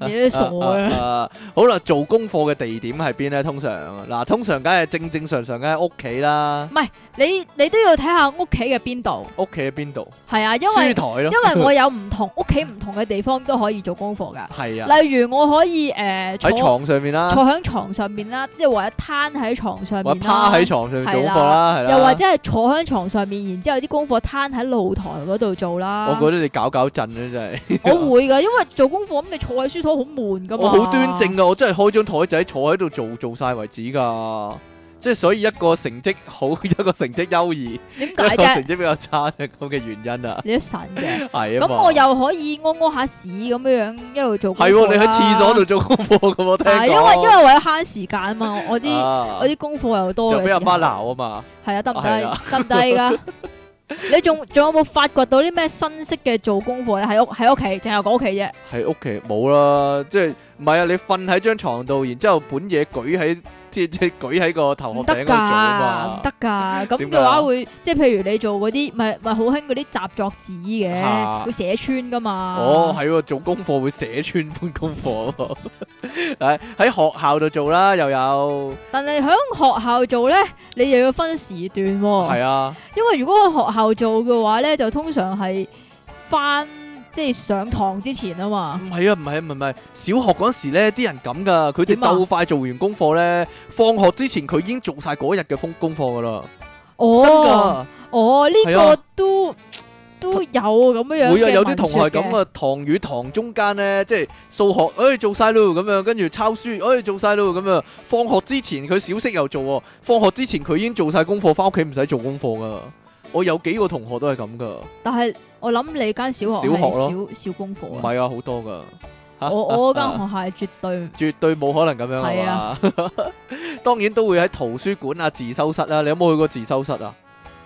[SPEAKER 1] 你都傻 嘅，
[SPEAKER 2] 啊好啦，做功課嘅地點係邊呢？通常嗱，通常梗係正正常常梗係屋企啦，
[SPEAKER 1] 你你都要睇下屋企嘅邊度，
[SPEAKER 2] 屋企喺邊度？
[SPEAKER 1] 係啊，因為
[SPEAKER 2] 書台咯，
[SPEAKER 1] 因為我有唔同屋企唔同嘅地方都可以做功課㗎。
[SPEAKER 2] 係啊，
[SPEAKER 1] 例如我可以诶、呃坐
[SPEAKER 2] 喺床上面啦，
[SPEAKER 1] 坐喺床上面啦，即係或者攤喺床上
[SPEAKER 2] 或
[SPEAKER 1] 面
[SPEAKER 2] 者
[SPEAKER 1] 啦
[SPEAKER 2] 趴喺床上面做功課啦，係啦。
[SPEAKER 1] 又或者係坐喺床上面，然之後啲功課攤喺露台嗰度做啦。
[SPEAKER 2] 我覺得你搞搞震咧，真係。
[SPEAKER 1] 我會㗎，因為做功課咁你坐喺書台好悶㗎嘛。
[SPEAKER 2] 我好端正，噶，我真係開張台仔坐喺度做做晒為止噶。即係所以一個成績好， 一個成績優異，
[SPEAKER 1] 點
[SPEAKER 2] 一
[SPEAKER 1] 解
[SPEAKER 2] 個成
[SPEAKER 1] 啫？
[SPEAKER 2] 績比較差嘅咁嘅原因啊，
[SPEAKER 1] 你都神嘅。
[SPEAKER 2] 係啊嘛。
[SPEAKER 1] 咁我又可以屙屙下屎咁樣樣一路做功
[SPEAKER 2] 係
[SPEAKER 1] 課
[SPEAKER 2] 喎，
[SPEAKER 1] 啦。
[SPEAKER 2] 你喺廁所度做功課噶，我聽
[SPEAKER 1] 係
[SPEAKER 2] 講。
[SPEAKER 1] 因為因為為咗慳時間啊嘛，我我啲
[SPEAKER 2] 啊
[SPEAKER 1] 我啲功課又多嘅
[SPEAKER 2] 就俾阿
[SPEAKER 1] 時候
[SPEAKER 2] 媽鬧啊嘛。
[SPEAKER 1] 係啊，得唔
[SPEAKER 2] 係啊
[SPEAKER 1] 低？得唔低 噶？你仲仲有冇發掘到啲咩新式嘅做功課咧？喺屋喺屋企，淨係講屋企啫。
[SPEAKER 2] 喺屋企冇啦，即係唔係啊？你瞓喺張床度，然之後本嘢舉喺即即舉喺個頭
[SPEAKER 1] 唔
[SPEAKER 2] 殼
[SPEAKER 1] 得
[SPEAKER 2] 頂嗰度
[SPEAKER 1] 㗎，
[SPEAKER 2] 做啊
[SPEAKER 1] 唔
[SPEAKER 2] 嘛
[SPEAKER 1] 得㗎。咁
[SPEAKER 2] 點解
[SPEAKER 1] 嘅
[SPEAKER 2] 啊
[SPEAKER 1] 話會即係譬如你做嗰啲，咪咪好興嗰啲習作紙
[SPEAKER 2] 嚇
[SPEAKER 1] 嘅，會寫穿㗎嘛。
[SPEAKER 2] 哦，係喎，做功課會寫穿本功課喎。喺喺學校度做啦，又有
[SPEAKER 1] 但係喺學校做咧，你又要分時段喎。
[SPEAKER 2] 係啊，
[SPEAKER 1] 因為如果喺學校做嘅話咧，就通常係翻即係上堂之前啊嘛。
[SPEAKER 2] 唔係啊，唔係唔係唔係，小學嗰時咧，啲人咁噶，佢哋
[SPEAKER 1] 點啊
[SPEAKER 2] 鬥快做完功課咧，放學之前佢已經做晒嗰日嘅功功課噶啦，真
[SPEAKER 1] 哦，
[SPEAKER 2] 㗎。
[SPEAKER 1] 哦，呢
[SPEAKER 2] 係啊
[SPEAKER 1] 個都都有咁樣樣
[SPEAKER 2] 會啊，
[SPEAKER 1] 嘅
[SPEAKER 2] 有啲
[SPEAKER 1] 文
[SPEAKER 2] 同學
[SPEAKER 1] 說
[SPEAKER 2] 係
[SPEAKER 1] 嘅
[SPEAKER 2] 咁啊，堂與堂中間咧，即係數學，誒、做晒咯咁樣，跟住抄書，誒、做晒咯咁樣。放學之前佢小息又做喎，放學之前佢已經做晒功課，翻屋企唔使做功課噶。我有幾個同學都係咁噶，
[SPEAKER 1] 但係我諗你間小學
[SPEAKER 2] 小學
[SPEAKER 1] 係
[SPEAKER 2] 咯
[SPEAKER 1] 少少功課
[SPEAKER 2] 唔
[SPEAKER 1] 啊，
[SPEAKER 2] 係啊，好多噶。嚇
[SPEAKER 1] 我我嗰間
[SPEAKER 2] 啊
[SPEAKER 1] 學校係絕對
[SPEAKER 2] 絕對冇可能咁樣啊
[SPEAKER 1] 係啊
[SPEAKER 2] 係嘛？ 當然都會喺圖書館啊、自修室啦、你有冇去過自修室啊？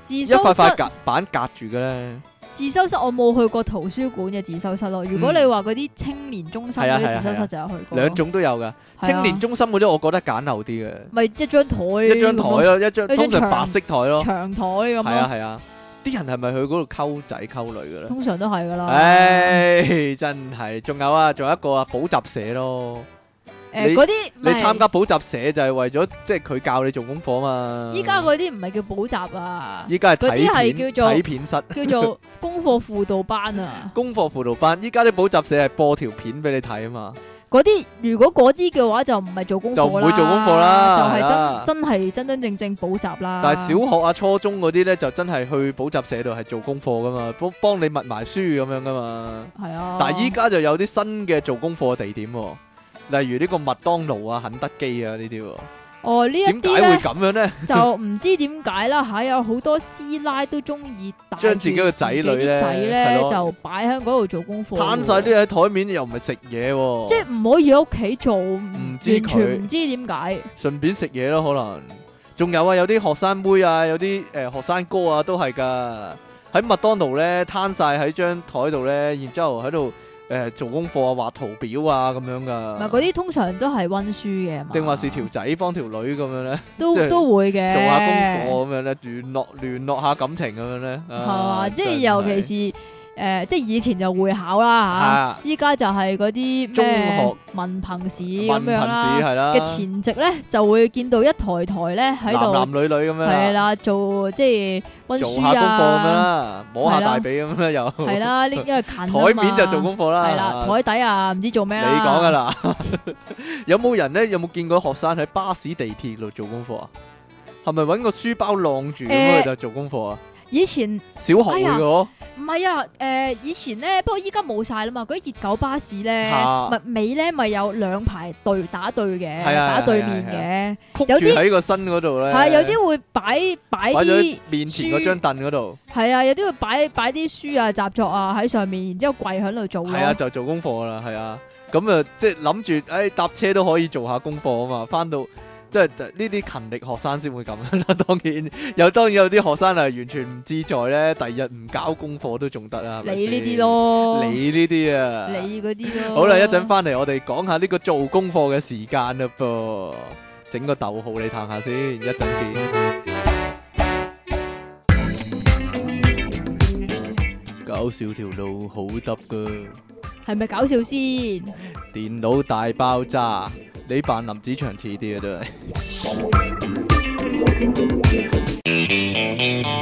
[SPEAKER 1] 自
[SPEAKER 2] 一塊
[SPEAKER 1] 修
[SPEAKER 2] 塊
[SPEAKER 1] 室。
[SPEAKER 2] 隔板隔住嘅咧，
[SPEAKER 1] 自修室我冇去過圖書館嘅自修室咯。如果
[SPEAKER 2] 嗯
[SPEAKER 1] 你話嗰啲青年中心
[SPEAKER 2] 係啊
[SPEAKER 1] 嗰
[SPEAKER 2] 係
[SPEAKER 1] 啲
[SPEAKER 2] 啊
[SPEAKER 1] 自修
[SPEAKER 2] 係啊
[SPEAKER 1] 室就有去過。
[SPEAKER 2] 兩種都有噶。
[SPEAKER 1] 哦係啊
[SPEAKER 2] 青年中心嗰啲我覺得簡陋啲嘅，
[SPEAKER 1] 咪一張台，
[SPEAKER 2] 一
[SPEAKER 1] 一
[SPEAKER 2] 張台咯，
[SPEAKER 1] 一
[SPEAKER 2] 一張
[SPEAKER 1] 張
[SPEAKER 2] 通常
[SPEAKER 1] 長
[SPEAKER 2] 白色台咯。
[SPEAKER 1] 長台咁
[SPEAKER 2] 係啊
[SPEAKER 1] 咯，
[SPEAKER 2] 係啊，啲人係咪去嗰度溝仔溝女嘅咧？
[SPEAKER 1] 通常都係噶啦。
[SPEAKER 2] 唉，真係，仲有啊，仲有一個啊，補習社咯。
[SPEAKER 1] 誒
[SPEAKER 2] 你
[SPEAKER 1] 嗰啲唔
[SPEAKER 2] 你
[SPEAKER 1] 係
[SPEAKER 2] 參加補習社就係為咗，即係佢教你做功課啊嘛。
[SPEAKER 1] 依家嗰啲唔係叫補習啊，
[SPEAKER 2] 依家係
[SPEAKER 1] 嗰啲
[SPEAKER 2] 睇
[SPEAKER 1] 係
[SPEAKER 2] 片
[SPEAKER 1] 叫做
[SPEAKER 2] 睇片室、
[SPEAKER 1] 叫做功課輔導班啊。
[SPEAKER 2] 功課輔導班。依家啲補習社係播條片俾你睇啊嘛，
[SPEAKER 1] 嗰啲如果嗰啲嘅話就唔係做功課啦，
[SPEAKER 2] 就唔會做功課啦係啦
[SPEAKER 1] 就係真真係真真正正補習啦。
[SPEAKER 2] 但係小學啊、初中嗰啲呢，就真係去補習社度係做功課噶嘛，幫幫你密埋書咁樣噶嘛。
[SPEAKER 1] 係啊，
[SPEAKER 2] 但係依家就有啲新嘅做功課嘅地點喎，例如呢個麥當勞啊、肯德基啊呢啲喎。
[SPEAKER 1] 哦呢一
[SPEAKER 2] 點解
[SPEAKER 1] 啲
[SPEAKER 2] 會
[SPEAKER 1] 咧。
[SPEAKER 2] 咁樣呢？
[SPEAKER 1] 就唔知點解啦吓，有好多師奶都中意帶
[SPEAKER 2] 將自己嘅
[SPEAKER 1] 嘅
[SPEAKER 2] 仔女呢
[SPEAKER 1] 啲仔
[SPEAKER 2] 係
[SPEAKER 1] 咧
[SPEAKER 2] 咯
[SPEAKER 1] 就擺喺嗰度做功課，
[SPEAKER 2] 攤晒啲喺台面又唔係食嘢喎，
[SPEAKER 1] 即係唔可以喺屋企做，唔
[SPEAKER 2] 知
[SPEAKER 1] 完
[SPEAKER 2] 佢
[SPEAKER 1] 全唔知點解。
[SPEAKER 2] 順便食嘢咯，可能。仲有啊，有啲學生妹啊，有啲誒、呃、學生哥啊，都係噶。喺麥當勞咧攤晒喺張台度咧，然之後喺度誒做功課啊、畫圖表啊咁樣
[SPEAKER 1] 唔係
[SPEAKER 2] 噶。
[SPEAKER 1] 嗰啲通常都係温書嘅嘛，
[SPEAKER 2] 定話是條仔幫條女咁樣咧，即
[SPEAKER 1] 都
[SPEAKER 2] 係
[SPEAKER 1] 都會嘅，
[SPEAKER 2] 做下功課啊咁樣咧，聯絡聯絡下感情咁樣咧。係
[SPEAKER 1] 係嘛？即係尤其是誒，即係以前就會考啦
[SPEAKER 2] 啊
[SPEAKER 1] 吓，依家就係嗰啲
[SPEAKER 2] 中
[SPEAKER 1] 咩
[SPEAKER 2] 學
[SPEAKER 1] 文憑試咁
[SPEAKER 2] 文
[SPEAKER 1] 樣
[SPEAKER 2] 憑試
[SPEAKER 1] 啦
[SPEAKER 2] 係啦，
[SPEAKER 1] 嘅前夕咧，就會見到一台台咧喺度
[SPEAKER 2] 男男女女咁樣啊。
[SPEAKER 1] 系啦，做即系温
[SPEAKER 2] 做
[SPEAKER 1] 书
[SPEAKER 2] 下功課咁樣
[SPEAKER 1] 啊，
[SPEAKER 2] 啦，摸下大髀咁樣啦又。
[SPEAKER 1] 系 啦，呢因为近
[SPEAKER 2] 台面就做功課啦。
[SPEAKER 1] 系啦，台底啊，唔知做咩
[SPEAKER 2] 你
[SPEAKER 1] 啦。
[SPEAKER 2] 講噶，啦。 有冇人咧？有冇見過學生喺巴士、地鐵度做功課啊？係咪揾個書包晾住咁
[SPEAKER 1] 誒
[SPEAKER 2] 佢就做功課啊？
[SPEAKER 1] 以前
[SPEAKER 2] 小學會嘅嗬，
[SPEAKER 1] 唔系啊，诶，以前咧，不过依家冇晒啦嘛，嗰啲熱狗巴士咧，
[SPEAKER 2] 嚇
[SPEAKER 1] 咪尾咧咪有兩排對打對嘅，
[SPEAKER 2] 係啊
[SPEAKER 1] 打對
[SPEAKER 2] 係啊係
[SPEAKER 1] 面
[SPEAKER 2] 曲
[SPEAKER 1] 有
[SPEAKER 2] 住
[SPEAKER 1] 啲
[SPEAKER 2] 喺個身嗰
[SPEAKER 1] 嘅，
[SPEAKER 2] 度咧。
[SPEAKER 1] 係有啲會擺擺
[SPEAKER 2] 啊擺咗喺
[SPEAKER 1] 啲。
[SPEAKER 2] 面前嗰張凳嗰度，
[SPEAKER 1] 係啊，有啲會擺擺啲書啊、習作啊喺上面，然之後跪喺度做
[SPEAKER 2] 係啊
[SPEAKER 1] 咯。
[SPEAKER 2] 就做功課啦，係啊。咁啊，即係諗住，誒搭車都可以做下功課啊嘛。翻到即係呢啲勤力學生先會咁樣啦。 當然有，當然有啲學生係完全唔自在咧，第二日唔交功課都仲得啊啦。係咪
[SPEAKER 1] 你呢啲
[SPEAKER 2] 先
[SPEAKER 1] 咯，
[SPEAKER 2] 你呢啲啊，
[SPEAKER 1] 你嗰啲咯。
[SPEAKER 2] 好啦，一陣翻嚟我哋講下呢個做功課嘅時間啦噃，整個逗號你探下先，一陣見。搞笑條路好得噶，
[SPEAKER 1] 系咪搞笑先？
[SPEAKER 2] 電腦大爆炸，你扮林子祥似啲嘅都係。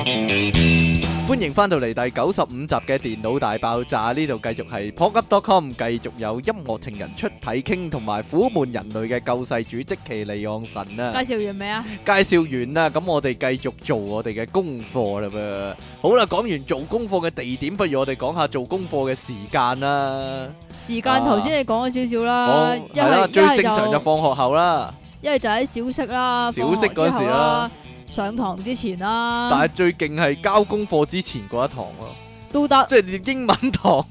[SPEAKER 2] 歡迎翻到嚟第九十五集嘅電腦大爆炸，呢度繼續係 p o c u p c o m 繼續有音樂情人出體傾同埋苦悶人類嘅救世主即其利昂神啊！
[SPEAKER 1] 介紹完未啊？
[SPEAKER 2] 介紹完啦，咁我哋繼續做我哋嘅功課啦噃。好啦，講完做功課嘅地點，不如我哋講下做功課嘅時間啦。
[SPEAKER 1] 時間頭先你講咗少少啦，
[SPEAKER 2] 講
[SPEAKER 1] 一
[SPEAKER 2] 啊係
[SPEAKER 1] 係
[SPEAKER 2] 啦，最正常
[SPEAKER 1] 一係
[SPEAKER 2] 就放學後啦。
[SPEAKER 1] 一係就喺小息啦，
[SPEAKER 2] 小息嗰
[SPEAKER 1] 放學之
[SPEAKER 2] 時啦
[SPEAKER 1] 後啦，上堂之前啦，
[SPEAKER 2] 但係最勁係交功課之前嗰一堂咯，
[SPEAKER 1] 都得。
[SPEAKER 2] 即係你英文堂、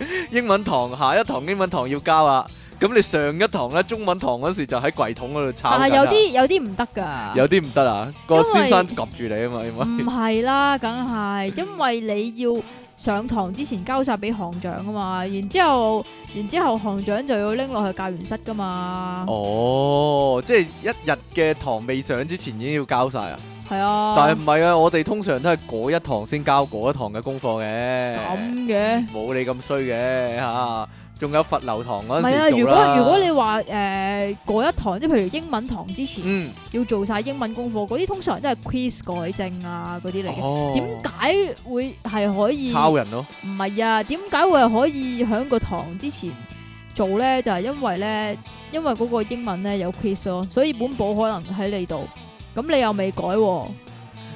[SPEAKER 2] 英文堂下一堂英文堂要交啊。咁你上一堂咧中文堂嗰時就喺櫃桶嗰度抄
[SPEAKER 1] 但
[SPEAKER 2] 緊啊。
[SPEAKER 1] 係有啲有啲唔得㗎，
[SPEAKER 2] 有啲唔得啊，個
[SPEAKER 1] 因為嗯
[SPEAKER 2] 先生及住你啊嘛，因為
[SPEAKER 1] 唔係啦，梗係因為你要上堂之前交晒俾行長啊嘛，然之後然之後行長就要拎落去教員室㗎嘛，
[SPEAKER 2] 哦，即係一日嘅堂未上之前已經要交晒啊。
[SPEAKER 1] 係啊，
[SPEAKER 2] 但係唔係啊，我哋通常都係嗰一堂先交嗰一堂嘅功課嘅，
[SPEAKER 1] 咁嘅。
[SPEAKER 2] 冇你咁衰嘅吓。仲有佛流堂
[SPEAKER 1] 唔
[SPEAKER 2] 嗰陣
[SPEAKER 1] 係啊！
[SPEAKER 2] 時做
[SPEAKER 1] 如
[SPEAKER 2] 啦
[SPEAKER 1] 果如果你話誒嗰一堂，即係譬如英文堂之前
[SPEAKER 2] 嗯，
[SPEAKER 1] 要做晒英文功課，嗰啲通常都係 quiz 改正啊嗰啲嚟嘅。
[SPEAKER 2] 哦，
[SPEAKER 1] 點解會係可以？
[SPEAKER 2] 抄人咯？
[SPEAKER 1] 唔係啊，點解會係可以喺個堂之前做咧？就係、因為咧，因為嗰個英文咧有 quiz 咯，所以本簿可能喺你度，咁你又未改喎、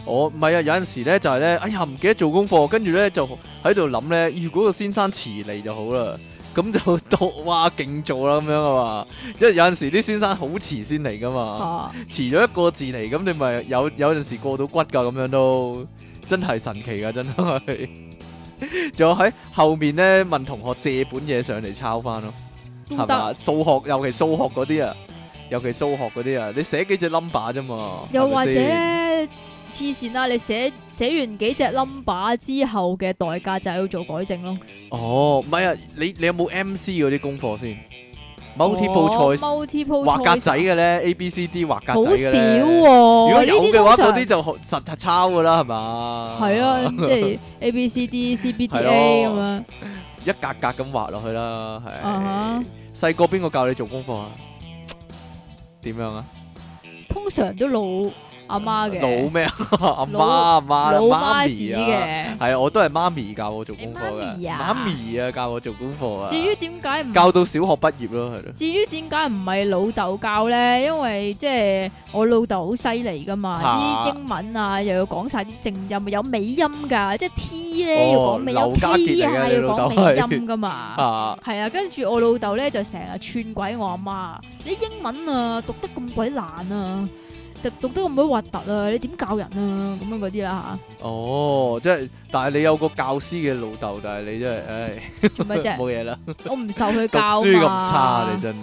[SPEAKER 2] 我唔係啊，有陣時咧就係咧，哎呀唔記得做功課，跟住咧就喺度諗咧，如果個先生遲嚟就好啦，咁就 到哇勁做啦咁樣啊嘛，因為有陣時啲先生好遲先嚟噶
[SPEAKER 1] 嚇、
[SPEAKER 2] 嘛，遲咗一個字嚟，咁你咪有有陣時過到骨噶咁樣都，真係神奇噶真係。 仲有喺後面咧問同學借本嘢上嚟抄翻咯，
[SPEAKER 1] 都
[SPEAKER 2] 係
[SPEAKER 1] 得。
[SPEAKER 2] 嘛？數學尤其數學嗰啲啊，尤其數學嗰啲啊，你寫幾隻 number 啫嘛，
[SPEAKER 1] 又
[SPEAKER 2] 係咪
[SPEAKER 1] 或者
[SPEAKER 2] 先
[SPEAKER 1] 咧，黐線啦！你寫寫完幾隻 number 之後嘅代價就係要做改正咯。
[SPEAKER 2] 哦，唔係啊，你你有冇 MC 嗰啲功課先？Multiple
[SPEAKER 1] 哦
[SPEAKER 2] choice
[SPEAKER 1] multiple
[SPEAKER 2] 畫格
[SPEAKER 1] choice 啊
[SPEAKER 2] 仔嘅咧，A、B、C、D 畫格
[SPEAKER 1] 好
[SPEAKER 2] 仔
[SPEAKER 1] 少
[SPEAKER 2] 嘅
[SPEAKER 1] 喎、
[SPEAKER 2] 咧。如果有
[SPEAKER 1] 呢啲
[SPEAKER 2] 嘅話，
[SPEAKER 1] 通
[SPEAKER 2] 嗰
[SPEAKER 1] 常
[SPEAKER 2] 啲就學實係抄噶啦，係嘛？
[SPEAKER 1] 係 啊，即係 A B C D C B D
[SPEAKER 2] 係
[SPEAKER 1] A 咁
[SPEAKER 2] 咯
[SPEAKER 1] 樣。
[SPEAKER 2] 一格格咁畫落去啦，
[SPEAKER 1] 啊
[SPEAKER 2] 係。細個邊個教你做功課啊？點樣啊？
[SPEAKER 1] 通常都老阿媽嘅，
[SPEAKER 2] 老咩 啊？阿媽
[SPEAKER 1] 老
[SPEAKER 2] 阿媽
[SPEAKER 1] 老
[SPEAKER 2] 媽
[SPEAKER 1] 媽子
[SPEAKER 2] 咪啊！
[SPEAKER 1] 嘅。
[SPEAKER 2] 係啊，我都係媽咪教我做
[SPEAKER 1] 你
[SPEAKER 2] 功課
[SPEAKER 1] 媽
[SPEAKER 2] 嘅，
[SPEAKER 1] 咪啊
[SPEAKER 2] 媽咪啊教我做功課啊，
[SPEAKER 1] 至於點解唔
[SPEAKER 2] 教到小學畢業咯，係咯。
[SPEAKER 1] 至於點解唔係老豆教咧？因為即係我老豆好犀利噶嘛，啲
[SPEAKER 2] 嚇
[SPEAKER 1] 英文啊又要講晒啲正音，有尾音㗎，即係 T
[SPEAKER 2] 哦
[SPEAKER 1] 咧要講尾
[SPEAKER 2] 劉
[SPEAKER 1] 音
[SPEAKER 2] 家
[SPEAKER 1] ，P
[SPEAKER 2] 傑嚟㗎
[SPEAKER 1] 啊
[SPEAKER 2] 你
[SPEAKER 1] 要
[SPEAKER 2] 老豆
[SPEAKER 1] 講尾音㗎 嘛。
[SPEAKER 2] 啊！
[SPEAKER 1] 係啊，跟住我老豆咧就成日串鬼我阿媽，你英文啊讀得咁鬼難啊，讀讀得咁鬼核突啊，你點教人啊咁樣嗰啲啦
[SPEAKER 2] 哦，即係，但係你有個教師嘅老豆，但係你真係，唉，
[SPEAKER 1] 吓，做咩啫？
[SPEAKER 2] 冇嘢啦，
[SPEAKER 1] 我唔受佢
[SPEAKER 2] 讀
[SPEAKER 1] 教
[SPEAKER 2] 書咁差，
[SPEAKER 1] 嘛
[SPEAKER 2] 你真係，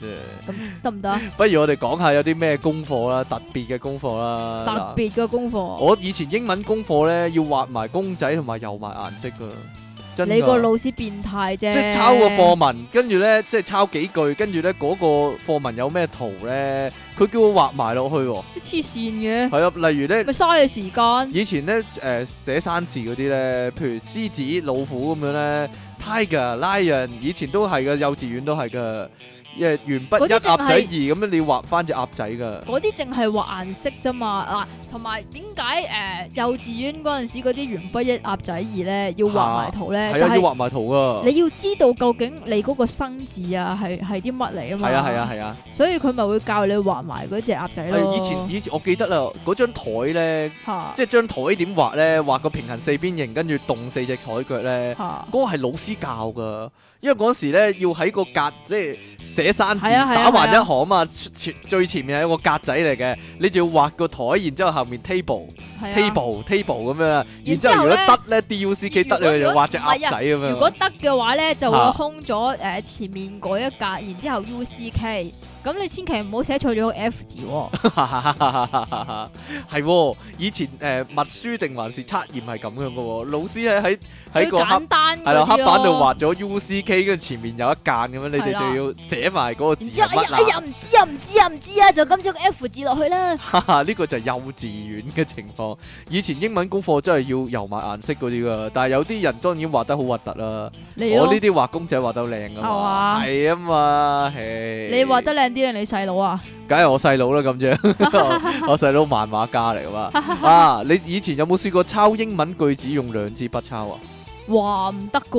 [SPEAKER 2] 真係。
[SPEAKER 1] 得唔得啊？
[SPEAKER 2] 不如我哋講下有啲咩功課啦，特別嘅功課啦。
[SPEAKER 1] 特別嘅功
[SPEAKER 2] 嗱
[SPEAKER 1] 課，
[SPEAKER 2] 我以前英文功課咧，要畫埋公仔同埋油埋顏色噶，真㗎
[SPEAKER 1] 你個老師變態啫，
[SPEAKER 2] 即係抄個課文，跟住咧即係抄幾句，跟住咧嗰個課文有咩圖咧，佢叫我畫埋落去 喎。
[SPEAKER 1] 黐線嘅，
[SPEAKER 2] 係啊，例如咧
[SPEAKER 1] 咪。嘥你時間。
[SPEAKER 2] 以前咧誒寫生字嗰啲咧，譬如獅子、老虎咁樣咧，tiger、lion，以前都係嘅，幼稚園都係嘅。誒鉛筆
[SPEAKER 1] 嗰
[SPEAKER 2] 一
[SPEAKER 1] 啲淨係
[SPEAKER 2] 鴨仔二咁樣，你要畫翻只鴨仔噶。
[SPEAKER 1] 嗰啲淨係畫顏色啫嘛，嗱，同埋點解誒幼稚園嗰陣時嗰啲鉛筆一鴨仔二咧要畫埋圖咧，
[SPEAKER 2] 係
[SPEAKER 1] 就
[SPEAKER 2] 啊，要
[SPEAKER 1] 係
[SPEAKER 2] 畫埋圖噶。
[SPEAKER 1] 你要知道究竟你嗰個生字啊係係啲乜嚟啊嘛，
[SPEAKER 2] 係啊係啊，係啊！
[SPEAKER 1] 所以佢咪會教你畫埋嗰只鴨仔
[SPEAKER 2] 誒
[SPEAKER 1] 咯，
[SPEAKER 2] 以前以前我記得啦，嗰張台咧，
[SPEAKER 1] 嚇
[SPEAKER 2] 即係張台點畫咧，畫個平行四邊形，跟住動四隻台腳咧。
[SPEAKER 1] 嚇啊
[SPEAKER 2] 嗰個係老師教噶，因為嗰時咧要喺個格即係寫生字
[SPEAKER 1] 係啊係
[SPEAKER 2] 打
[SPEAKER 1] 啊
[SPEAKER 2] 橫
[SPEAKER 1] 係
[SPEAKER 2] 一
[SPEAKER 1] 啊
[SPEAKER 2] 行啊嘛，前最前面係一個格仔嚟嘅，你就要畫個台，然之後後面 table
[SPEAKER 1] 係啊。
[SPEAKER 2] table table 咁樣啦，然
[SPEAKER 1] 然
[SPEAKER 2] 之
[SPEAKER 1] 之
[SPEAKER 2] 後
[SPEAKER 1] 後
[SPEAKER 2] 如果
[SPEAKER 1] 呢啊
[SPEAKER 2] 得咧 D U C K
[SPEAKER 1] 如果
[SPEAKER 2] 得你就
[SPEAKER 1] 如果
[SPEAKER 2] 畫隻鴨仔咁樣。
[SPEAKER 1] 如果得嘅話咧，就
[SPEAKER 2] 啊
[SPEAKER 1] 會空咗誒、呃前面嗰一格，然之後 U C K。咁你千祈唔好寫錯咗個 F 字 喎、啊
[SPEAKER 2] 係喎，以前誒默書定還是測驗係咁樣嘅喎，老師喺喺喺
[SPEAKER 1] 最
[SPEAKER 2] 個黑
[SPEAKER 1] 簡單
[SPEAKER 2] 係啦
[SPEAKER 1] 嗰
[SPEAKER 2] 黑
[SPEAKER 1] 啲
[SPEAKER 2] 板度
[SPEAKER 1] 咯。
[SPEAKER 2] 畫咗 U C K，跟住前面有一間咁樣，你哋
[SPEAKER 1] 係啦
[SPEAKER 2] 就要寫埋嗰個字
[SPEAKER 1] 然
[SPEAKER 2] 係
[SPEAKER 1] 之後，哎
[SPEAKER 2] 乜
[SPEAKER 1] 呀，哎呀，啊
[SPEAKER 2] 啦。
[SPEAKER 1] 唔知啊，唔知啊，唔知啊，就咁寫個 F 字落去啦。
[SPEAKER 2] 哈哈，呢個就係幼稚園嘅情況喎。以前英文功課真係要油埋顏色嗰啲噶，但係有啲人當然畫得好核突啦。
[SPEAKER 1] 你
[SPEAKER 2] 我
[SPEAKER 1] 咯
[SPEAKER 2] 呢，啲畫公仔畫得靚噶嘛，
[SPEAKER 1] 係嘛
[SPEAKER 2] 係啊嘛，唉
[SPEAKER 1] 你畫得靚啲定你細佬啊？
[SPEAKER 2] 梗係我細佬啦 咁樣，我細佬漫畫家嚟噶嘛。啊，你以前有冇試過抄英文句子用兩支筆抄啊？
[SPEAKER 1] 哇，唔得噶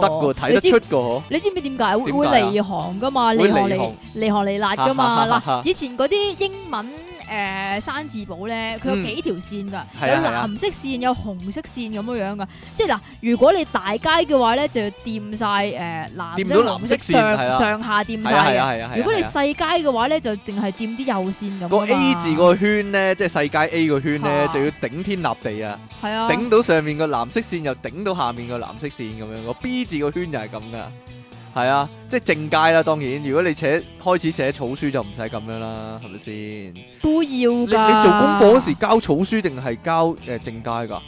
[SPEAKER 1] 喎，
[SPEAKER 2] 得噶，睇得
[SPEAKER 1] 哦你知
[SPEAKER 2] 出噶嗬。
[SPEAKER 1] 你知唔知點解會
[SPEAKER 2] 點
[SPEAKER 1] 會
[SPEAKER 2] 解啊
[SPEAKER 1] 離行噶嘛？
[SPEAKER 2] 會
[SPEAKER 1] 離行
[SPEAKER 2] 離
[SPEAKER 1] 離
[SPEAKER 2] 行
[SPEAKER 1] 離行離辣噶嘛？
[SPEAKER 2] 哈
[SPEAKER 1] 嗱，以前嗰啲英文誒生字簿咧，佢有
[SPEAKER 2] 嗯
[SPEAKER 1] 幾條線㗎，
[SPEAKER 2] 係
[SPEAKER 1] 有
[SPEAKER 2] 啊係啊
[SPEAKER 1] 藍色線，有紅色線咁樣樣㗎。即係嗱，如果你大街嘅話咧，就要掂晒誒藍
[SPEAKER 2] 掂
[SPEAKER 1] 色、
[SPEAKER 2] 到藍
[SPEAKER 1] 藍
[SPEAKER 2] 色
[SPEAKER 1] 色
[SPEAKER 2] 線係啊
[SPEAKER 1] 上上下掂
[SPEAKER 2] 係啊
[SPEAKER 1] 晒
[SPEAKER 2] 係
[SPEAKER 1] 嘅
[SPEAKER 2] 啊。係啊係啊。
[SPEAKER 1] 如果你
[SPEAKER 2] 係啊
[SPEAKER 1] 細街嘅話咧，就淨係掂啲右線咁㗎嘛。
[SPEAKER 2] 個 A 字個圈咧，即係世界 A 個圈咧，
[SPEAKER 1] 啊
[SPEAKER 2] 就要頂天立地啊！
[SPEAKER 1] 係啊，
[SPEAKER 2] 頂到上面個藍色線，又頂到下面個藍色線咁樣。個 B 字個圈又係咁噶，係啊，即係正佳啦。當然，如果你寫開始寫草書就唔使咁樣啦，係咪先？你
[SPEAKER 1] 都要㗎。
[SPEAKER 2] 你做功課嗰時交草書定係交誒、呃正佳㗎？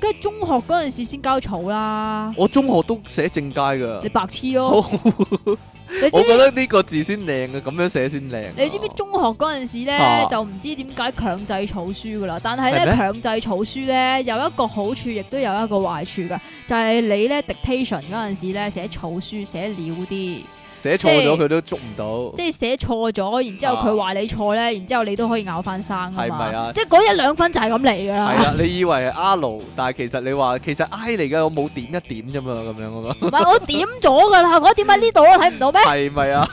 [SPEAKER 1] 梗係中學嗰陣時先交草啦，
[SPEAKER 2] 我中學都寫正佳㗎
[SPEAKER 1] 你。白痴咯。
[SPEAKER 2] 好，
[SPEAKER 1] 你知
[SPEAKER 2] 我
[SPEAKER 1] 唔知
[SPEAKER 2] 覺得呢個字先靚嘅，咁樣寫先靚啊。
[SPEAKER 1] 你知唔知中學嗰陣時咧，
[SPEAKER 2] 啊
[SPEAKER 1] 就唔知點解強制草書噶啦？但係
[SPEAKER 2] 係
[SPEAKER 1] 咧
[SPEAKER 2] 咩
[SPEAKER 1] 強制草書咧有一個好處，亦都有一個壞處噶，就係、你咧 dictation 嗰陣時咧寫草書寫潦啲，即
[SPEAKER 2] 寫錯咗
[SPEAKER 1] 即係
[SPEAKER 2] 佢都捉唔到？
[SPEAKER 1] 係寫錯咗，然之後佢話你錯咧，然之後你都可以咬翻生啊嘛
[SPEAKER 2] 啊係咪啊
[SPEAKER 1] 即係嗰一兩分就係咁嚟噶
[SPEAKER 2] 係啊
[SPEAKER 1] 啦，
[SPEAKER 2] 啦，你以為係 R，但係其實你話其實 I 嚟嘅，我冇點一點啫嘛，咁樣啊嘛。
[SPEAKER 1] 唔係我點咗噶啦，我點啊喺呢度我睇唔到 咩？
[SPEAKER 2] 係咪啊？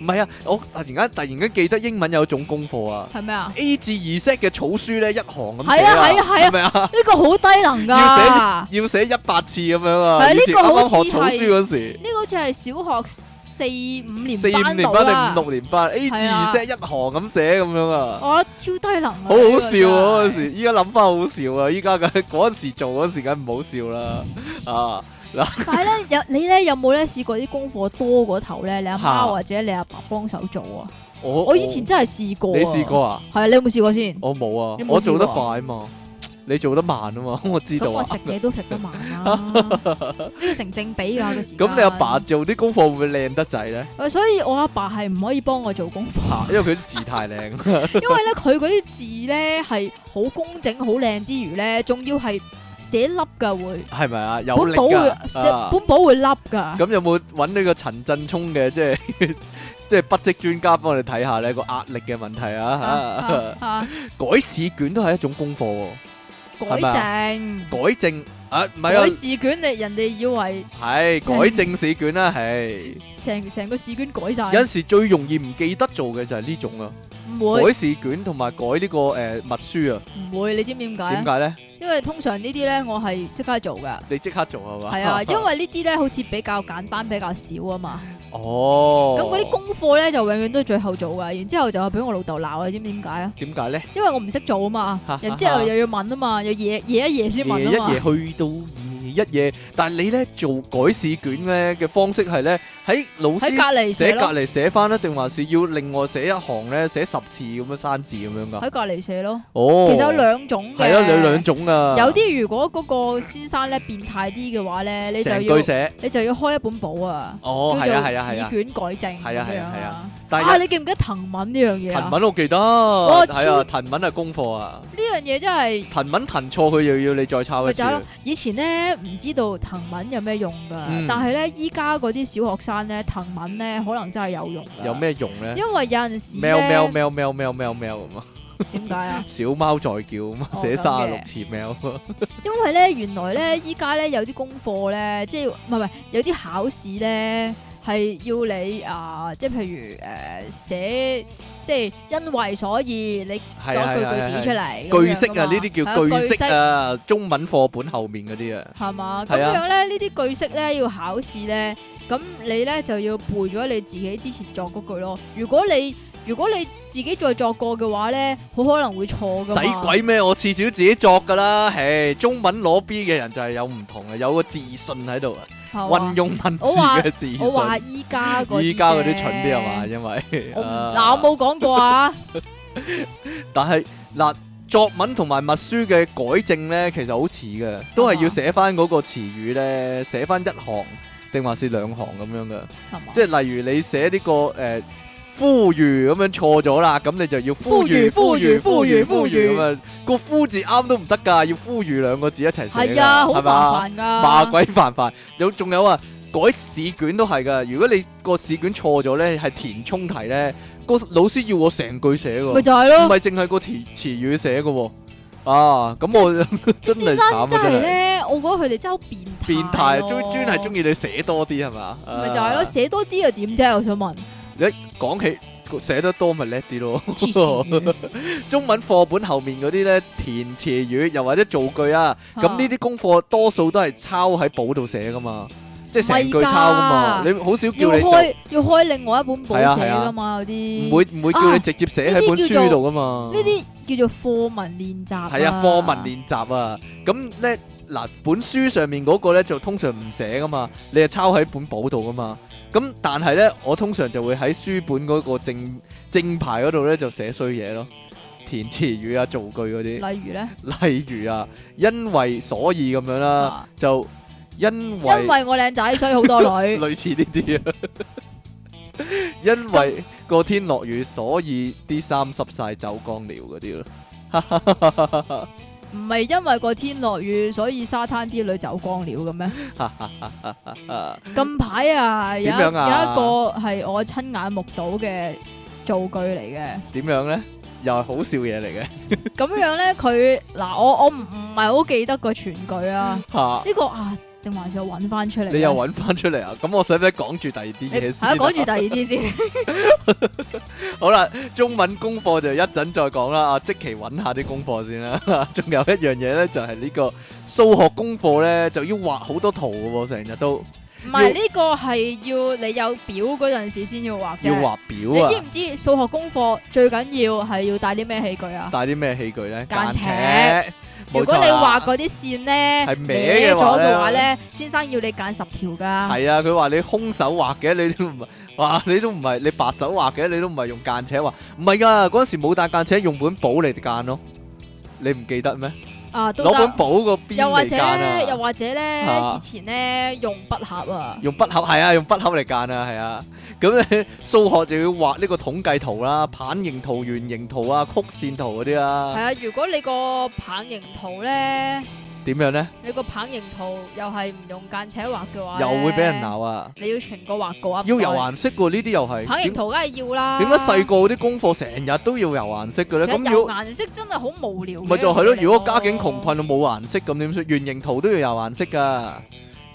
[SPEAKER 2] 唔係啊，我突然間突然間記得英文有一種功課啊
[SPEAKER 1] 係咪啊？
[SPEAKER 2] ，A 至二 set 嘅草書咧一行咁
[SPEAKER 1] 係啊係啊係啊
[SPEAKER 2] 係咪啊？
[SPEAKER 1] 呢個好低能噶，
[SPEAKER 2] 要寫一百次咁樣啊！
[SPEAKER 1] 係
[SPEAKER 2] 以
[SPEAKER 1] 呢
[SPEAKER 2] 前
[SPEAKER 1] 個
[SPEAKER 2] 啱
[SPEAKER 1] 好似
[SPEAKER 2] 啱學草書嗰時，
[SPEAKER 1] 呢個好似係小學四五年
[SPEAKER 2] 四五
[SPEAKER 1] 班
[SPEAKER 2] 年
[SPEAKER 1] 到
[SPEAKER 2] 班
[SPEAKER 1] 啦
[SPEAKER 2] 定。五六年班，A 至
[SPEAKER 1] 係
[SPEAKER 2] 二
[SPEAKER 1] 啊
[SPEAKER 2] set 一行咁寫咁樣啊！
[SPEAKER 1] 我超低能啊！
[SPEAKER 2] 好好笑啊！
[SPEAKER 1] 呢個真
[SPEAKER 2] 嗰
[SPEAKER 1] 係
[SPEAKER 2] 時，依家諗翻好笑啊！依家梗嗰陣時做嗰陣時梗唔好笑啦，啊！
[SPEAKER 1] 但係咧，有你咧有冇咧試過啲功課多過頭咧？你阿
[SPEAKER 2] 嚇
[SPEAKER 1] 媽或者你阿爸幫手做啊？
[SPEAKER 2] 我
[SPEAKER 1] 我以前真係試過。
[SPEAKER 2] 你試？過啊？
[SPEAKER 1] 係啊，你有冇試過先？
[SPEAKER 2] 我冇啊
[SPEAKER 1] 你，冇
[SPEAKER 2] 我做得
[SPEAKER 1] 試過啊
[SPEAKER 2] 快啊嘛，你做得慢啊嘛， 我知
[SPEAKER 1] 咁
[SPEAKER 2] 道
[SPEAKER 1] 我
[SPEAKER 2] 啊。
[SPEAKER 1] 食嘢都食得慢 啦，呢個成正比啊㗎個時間。
[SPEAKER 2] 咁你阿爸做啲功課會唔會靚得滯 咧？
[SPEAKER 1] 爸，所以我阿爸係唔可以幫我做功 課，
[SPEAKER 2] 嚇，因為佢啲字太靚，
[SPEAKER 1] 因為咧佢嗰啲字咧係好工整、好靚之餘咧，仲要係寫凹㗎會，
[SPEAKER 2] 係咪啊？有
[SPEAKER 1] 本
[SPEAKER 2] 力
[SPEAKER 1] 簿會
[SPEAKER 2] 㗎。
[SPEAKER 1] 本簿會凹㗎。
[SPEAKER 2] 咁有冇揾呢個陳振聰嘅即係 即係筆跡專家幫我哋睇下呢個壓力嘅問題啊？
[SPEAKER 1] 啊啊
[SPEAKER 2] 改試卷都係一種功課喎。係咪
[SPEAKER 1] 改正。
[SPEAKER 2] 改正啊，唔係啊
[SPEAKER 1] 改，試卷你人哋以為
[SPEAKER 2] 係
[SPEAKER 1] 成
[SPEAKER 2] 改正試卷啦，係
[SPEAKER 1] 成成個試卷改晒，
[SPEAKER 2] 有陣時最容易唔記得做嘅就係呢種啊，
[SPEAKER 1] 唔
[SPEAKER 2] 改
[SPEAKER 1] 會
[SPEAKER 2] 試卷同埋改呢個誒默書啊，
[SPEAKER 1] 唔會，你知唔知點解
[SPEAKER 2] 點
[SPEAKER 1] 啊？
[SPEAKER 2] 解咧？
[SPEAKER 1] 因為通常呢啲咧，我係即刻做噶，
[SPEAKER 2] 你即刻做係嘛？
[SPEAKER 1] 係啊，因為呢啲咧好似比較簡單，比較少啊嘛。
[SPEAKER 2] 哦，
[SPEAKER 1] 咁嗰啲功課咧就永遠都係最後做噶，然之後就俾我老豆鬧啊，你知唔知點解啊？
[SPEAKER 2] 點解咧？
[SPEAKER 1] 因為我唔識做啊嘛，然之後又要問啊嘛，又夜夜一夜先
[SPEAKER 2] 夜一
[SPEAKER 1] 問啊
[SPEAKER 2] 夜
[SPEAKER 1] 嘛。
[SPEAKER 2] 去到夜一夜，但係你咧做改試卷咧嘅方式係咧喺老師
[SPEAKER 1] 喺隔離
[SPEAKER 2] 寫
[SPEAKER 1] 寫咯，
[SPEAKER 2] 隔離寫翻啦，定還是要另外寫一行咧寫十次咁樣生字咁樣噶？
[SPEAKER 1] 喺隔離寫咯。
[SPEAKER 2] 哦，
[SPEAKER 1] 其實有兩種嘅，
[SPEAKER 2] 係啊，有兩種啊，
[SPEAKER 1] 有啲如果嗰個先生咧變態啲嘅話咧，你就
[SPEAKER 2] 成
[SPEAKER 1] 要
[SPEAKER 2] 句寫。
[SPEAKER 1] 你就要開一本簿啊。
[SPEAKER 2] 哦，
[SPEAKER 1] 叫
[SPEAKER 2] 係啊，
[SPEAKER 1] 做
[SPEAKER 2] 係啊，係啊
[SPEAKER 1] 試，卷改正
[SPEAKER 2] 係啊係啊
[SPEAKER 1] 咁樣
[SPEAKER 2] 係啊。但
[SPEAKER 1] 啊，
[SPEAKER 2] 係
[SPEAKER 1] 你記唔記得藤文呢樣嘢啊？
[SPEAKER 2] 騰文我記得，
[SPEAKER 1] 超
[SPEAKER 2] 係啊，騰文係功課啊，
[SPEAKER 1] 呢樣嘢真係
[SPEAKER 2] 騰文騰錯佢又要你再抄一
[SPEAKER 1] 咪
[SPEAKER 2] 次
[SPEAKER 1] 就係，咯。以前咧唔知道藤文有咩用噶，
[SPEAKER 2] 嗯
[SPEAKER 1] 但係咧依家嗰啲小學生咧藤文咧可能真係有用㗎
[SPEAKER 2] 有？咩用咧
[SPEAKER 1] 因？為有陣時
[SPEAKER 2] 喵喵
[SPEAKER 1] 咧，
[SPEAKER 2] 喵喵喵喵喵咁啊，？
[SPEAKER 1] 點解啊
[SPEAKER 2] 小貓在叫咁啊，
[SPEAKER 1] 哦咁
[SPEAKER 2] 寫三十六
[SPEAKER 1] 嘅
[SPEAKER 2] 次 喵，
[SPEAKER 1] 因為咧原來咧依家咧有啲功課咧，即係唔係唔係有啲考試咧係要你啊，即係譬如誒寫。即係因為所以你
[SPEAKER 2] 係
[SPEAKER 1] 作一
[SPEAKER 2] 啊
[SPEAKER 1] 句
[SPEAKER 2] 係啊
[SPEAKER 1] 句子出
[SPEAKER 2] 係啊。
[SPEAKER 1] 嚟，
[SPEAKER 2] 句式啊，呢啲叫句
[SPEAKER 1] 句
[SPEAKER 2] 式啊，中文課本後面嗰啲啊，
[SPEAKER 1] 係嘛？咁
[SPEAKER 2] 係啊
[SPEAKER 1] 樣咧，呢啲句式咧要考試咧，咁你咧就要背咗你自己之前作嗰句咯。如果你如果你自己再作過嘅話咧，好可能會錯噶嘛。
[SPEAKER 2] 使鬼咩？我次次都自己作噶啦，唉，中文攞 B 嘅人就係有唔同啊，有個自信喺度啊，
[SPEAKER 1] 係嘛
[SPEAKER 2] 運用文字
[SPEAKER 1] 哦我話
[SPEAKER 2] 嘅自信。
[SPEAKER 1] 我話依家嗰
[SPEAKER 2] 依家嗰啲蠢啲係啊嘛？
[SPEAKER 1] 啫？
[SPEAKER 2] 因為
[SPEAKER 1] 我唔
[SPEAKER 2] 啊
[SPEAKER 1] 嗱，我冇講過啊，
[SPEAKER 2] 但係嗱，作文同埋默書嘅改正咧，其實好似嘅，都係要寫翻嗰個詞語咧，寫翻一行定還是兩行咁樣嘅。
[SPEAKER 1] 係嘛？
[SPEAKER 2] 即係例如你寫呢、個誒、呃呼籲咁樣錯咗啦，咁你就要呼籲、
[SPEAKER 1] 呼籲
[SPEAKER 2] 呼籲、
[SPEAKER 1] 呼籲
[SPEAKER 2] 呼籲咁啊，個呼字啱都唔得㗎，要呼籲兩個字一齊寫㗎，
[SPEAKER 1] 係啊，好
[SPEAKER 2] 係嘛？
[SPEAKER 1] 麻煩噶，
[SPEAKER 2] 麻鬼煩煩，有仲有啊，改試卷都係噶。如果你個試卷錯咗咧，係填充題咧，個老師要我成句寫喎，
[SPEAKER 1] 咪
[SPEAKER 2] 唔
[SPEAKER 1] 就係咯。
[SPEAKER 2] 係淨係個詞詞語寫噶喎。啊，咁我真
[SPEAKER 1] 先生
[SPEAKER 2] 係慘啊！
[SPEAKER 1] 真
[SPEAKER 2] 真
[SPEAKER 1] 係
[SPEAKER 2] 係
[SPEAKER 1] 咧，我覺得佢哋真係好變態
[SPEAKER 2] 變態，專專係中
[SPEAKER 1] 意，
[SPEAKER 2] 意你寫多啲係嘛？
[SPEAKER 1] 咪就係咯，
[SPEAKER 2] 啊
[SPEAKER 1] 寫多啲又點啫？我想問，
[SPEAKER 2] 講起寫得多咪叻啲咯。
[SPEAKER 1] 黐線嘅
[SPEAKER 2] 中文課本後面嗰啲咧填詞語，又或者造句啊。咁呢
[SPEAKER 1] 啊
[SPEAKER 2] 啲功課多數都係抄喺簿度寫噶嘛，即係成句抄噶嘛。
[SPEAKER 1] 唔
[SPEAKER 2] 你好少叫
[SPEAKER 1] 要
[SPEAKER 2] 你就
[SPEAKER 1] 開要開另外一本簿
[SPEAKER 2] 係啊
[SPEAKER 1] 寫
[SPEAKER 2] 係啊
[SPEAKER 1] 噶嘛？有啲
[SPEAKER 2] 唔會唔會啊叫你直接寫喺本書度噶嘛。
[SPEAKER 1] 呢啲叫做課文練習，
[SPEAKER 2] 係啊，課文練習啊。咁咧嗱，本書上面嗰個咧就通常唔寫噶嘛，你係抄喺本簿度噶嘛。咁但係咧，我通常就會喺書本嗰個正正牌嗰度咧就寫衰嘢咯，填詞語啊、造句嗰啲。
[SPEAKER 1] 例如咧，
[SPEAKER 2] 例如啊，因為所以咁樣啦，
[SPEAKER 1] 啊
[SPEAKER 2] 就因為
[SPEAKER 1] 因為我靚仔，所以好多 女，
[SPEAKER 2] 類似呢啲啊。因為個天落雨，所以啲衫濕晒走光了嗰啲咯。
[SPEAKER 1] 唔係因為個天落雨，所以沙灘啲女走光了嘅 咩？近排啊，有一
[SPEAKER 2] 點樣啊
[SPEAKER 1] 有一個係我親眼目睹嘅造句嚟嘅。
[SPEAKER 2] 點樣咧？又係好笑嘢嚟嘅
[SPEAKER 1] 咁樣咧，佢嗱我我唔唔係好記得個全句 啊，
[SPEAKER 2] 吓，
[SPEAKER 1] 呢個啊定還是我揾翻出嚟啊？
[SPEAKER 2] 你又揾翻出 嚟啊？咁我使唔使講住第二啲
[SPEAKER 1] 你
[SPEAKER 2] 嘢
[SPEAKER 1] 係啊，
[SPEAKER 2] 先？
[SPEAKER 1] 講住第二啲先。
[SPEAKER 2] 好啦，中文功課就一陣再講啦。啊，即期揾下啲功課先啦。 仲有一樣嘢咧，就係呢個數學功課咧，就要畫好多圖嘅喎，成日都
[SPEAKER 1] 唔係呢個係要你有表嗰陣時先要畫啫。
[SPEAKER 2] 要畫
[SPEAKER 1] 你
[SPEAKER 2] 表啊
[SPEAKER 1] 知。唔知數學功課最緊要係要帶啲咩器具啊？
[SPEAKER 2] 帶啲咩器具咧？
[SPEAKER 1] 間尺
[SPEAKER 2] 冇
[SPEAKER 1] 如果
[SPEAKER 2] 錯
[SPEAKER 1] 你畫
[SPEAKER 2] 啦。
[SPEAKER 1] 嗰啲線咧
[SPEAKER 2] 係歪嘅
[SPEAKER 1] 咗
[SPEAKER 2] 話咧
[SPEAKER 1] 嘅話咧，先生要你揀十條噶。
[SPEAKER 2] 係啊，佢話你空手畫嘅，你都唔係， 哇！你都唔係，你白手畫嘅，你都唔係用間尺畫，唔係噶，嗰陣時冇帶間尺，用本簿嚟間咯。你唔記得咩？
[SPEAKER 1] 啊，都
[SPEAKER 2] 攞本
[SPEAKER 1] 得。
[SPEAKER 2] 簿個邊
[SPEAKER 1] 又或
[SPEAKER 2] 嚟
[SPEAKER 1] 者
[SPEAKER 2] 間啊！
[SPEAKER 1] 又或者咧，
[SPEAKER 2] 啊
[SPEAKER 1] 以前咧用筆盒啊，
[SPEAKER 2] 用筆盒係啊，用筆盒嚟間啊，係啊。咁咧 數學就要畫呢個統計圖啦、棒形圖、圓形圖啊、曲線圖嗰啲
[SPEAKER 1] 係
[SPEAKER 2] 啦。
[SPEAKER 1] 啊。如果你個棒形圖咧，
[SPEAKER 2] 點樣咧？
[SPEAKER 1] 你個棒形圖又係唔用間尺畫嘅話，
[SPEAKER 2] 又會俾人。鬧啊！
[SPEAKER 1] 你要全個畫過啊，
[SPEAKER 2] 要
[SPEAKER 1] 唔該
[SPEAKER 2] 油顏色喎，呢啲又係。
[SPEAKER 1] 棒
[SPEAKER 2] 點
[SPEAKER 1] 形圖梗啊係要啦。
[SPEAKER 2] 點解細個嗰啲功課成日都要油顏色嘅咧？
[SPEAKER 1] 其實
[SPEAKER 2] 咁
[SPEAKER 1] 油
[SPEAKER 2] 要
[SPEAKER 1] 顏色真係好無聊嘅一樣嘢嚟喎。
[SPEAKER 2] 咪就係咯。如果家境窮困到冇顏色咁點算？圓形圖都要油顏色噶，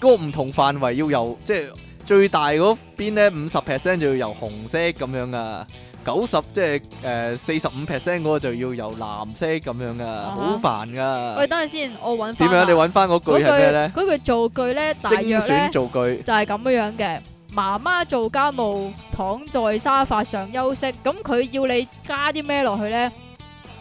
[SPEAKER 2] 嗰個唔同範圍要油，即係最大嗰邊咧五十 percent 就要油紅色咁樣噶，九十即係誒四十五 percent 嗰個就要油藍色咁樣噶，
[SPEAKER 1] 哈
[SPEAKER 2] 好煩
[SPEAKER 1] 喂，
[SPEAKER 2] 噶。
[SPEAKER 1] 等陣先，我揾
[SPEAKER 2] 點
[SPEAKER 1] 翻
[SPEAKER 2] 樣？你揾翻嗰句
[SPEAKER 1] 嗰
[SPEAKER 2] 係咩咧？
[SPEAKER 1] 句嗰句造句咧，大
[SPEAKER 2] 精
[SPEAKER 1] 約咧
[SPEAKER 2] 選造句
[SPEAKER 1] 就係咁樣樣嘅。媽媽做家務，躺在沙發上休息。咁佢要你加啲咩落去咧？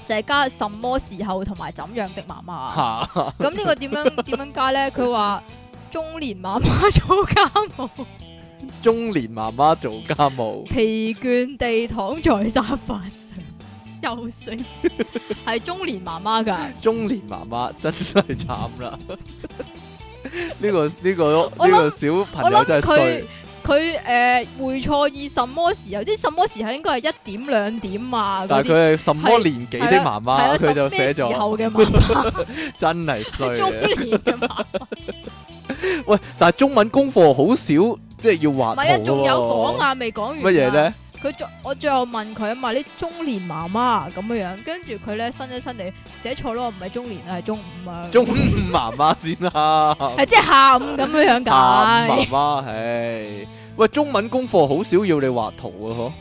[SPEAKER 1] 就係、加什麼時候同埋怎樣的媽媽。
[SPEAKER 2] 嚇，
[SPEAKER 1] 咁呢個點 樣點樣加咧？佢話中年媽媽做家務，
[SPEAKER 2] 中年媽媽做家務，
[SPEAKER 1] 疲倦地躺在沙發上休息，係中年媽媽㗎。
[SPEAKER 2] 中年媽媽真係慘啦。呢個呢個
[SPEAKER 1] 我諗
[SPEAKER 2] 呢個小
[SPEAKER 1] 我
[SPEAKER 2] 朋友
[SPEAKER 1] 諗
[SPEAKER 2] 真係衰
[SPEAKER 1] 佢。佢誒會錯意什麼時候？啲什麼時候應該係一點兩點啊？
[SPEAKER 2] 但係
[SPEAKER 1] 嗰啲
[SPEAKER 2] 佢係什麼年紀的媽
[SPEAKER 1] 係
[SPEAKER 2] 媽，
[SPEAKER 1] 啦
[SPEAKER 2] 佢
[SPEAKER 1] 什咩
[SPEAKER 2] 就寫
[SPEAKER 1] 時
[SPEAKER 2] 咗
[SPEAKER 1] 候嘅媽媽，
[SPEAKER 2] 真係衰
[SPEAKER 1] 中
[SPEAKER 2] 啊。
[SPEAKER 1] 年嘅 媽媽，
[SPEAKER 2] 喂，但係中文功課好少，即係要畫
[SPEAKER 1] 唔係啊，
[SPEAKER 2] 圖
[SPEAKER 1] 仲有
[SPEAKER 2] 喎
[SPEAKER 1] 講啊，未講完啊
[SPEAKER 2] 乜嘢？咧？
[SPEAKER 1] 佢最我最後問佢啊嘛，你中年媽媽咁樣樣，跟住佢咧伸一伸嚟寫錯咯，唔係中年啊，係中午啊，
[SPEAKER 2] 中午媽媽先啦，
[SPEAKER 1] 係即係下午咁樣樣
[SPEAKER 2] 下午啊
[SPEAKER 1] 解
[SPEAKER 2] 媽。媽，唉，喂，中文功課好少要你畫圖嘅嗬，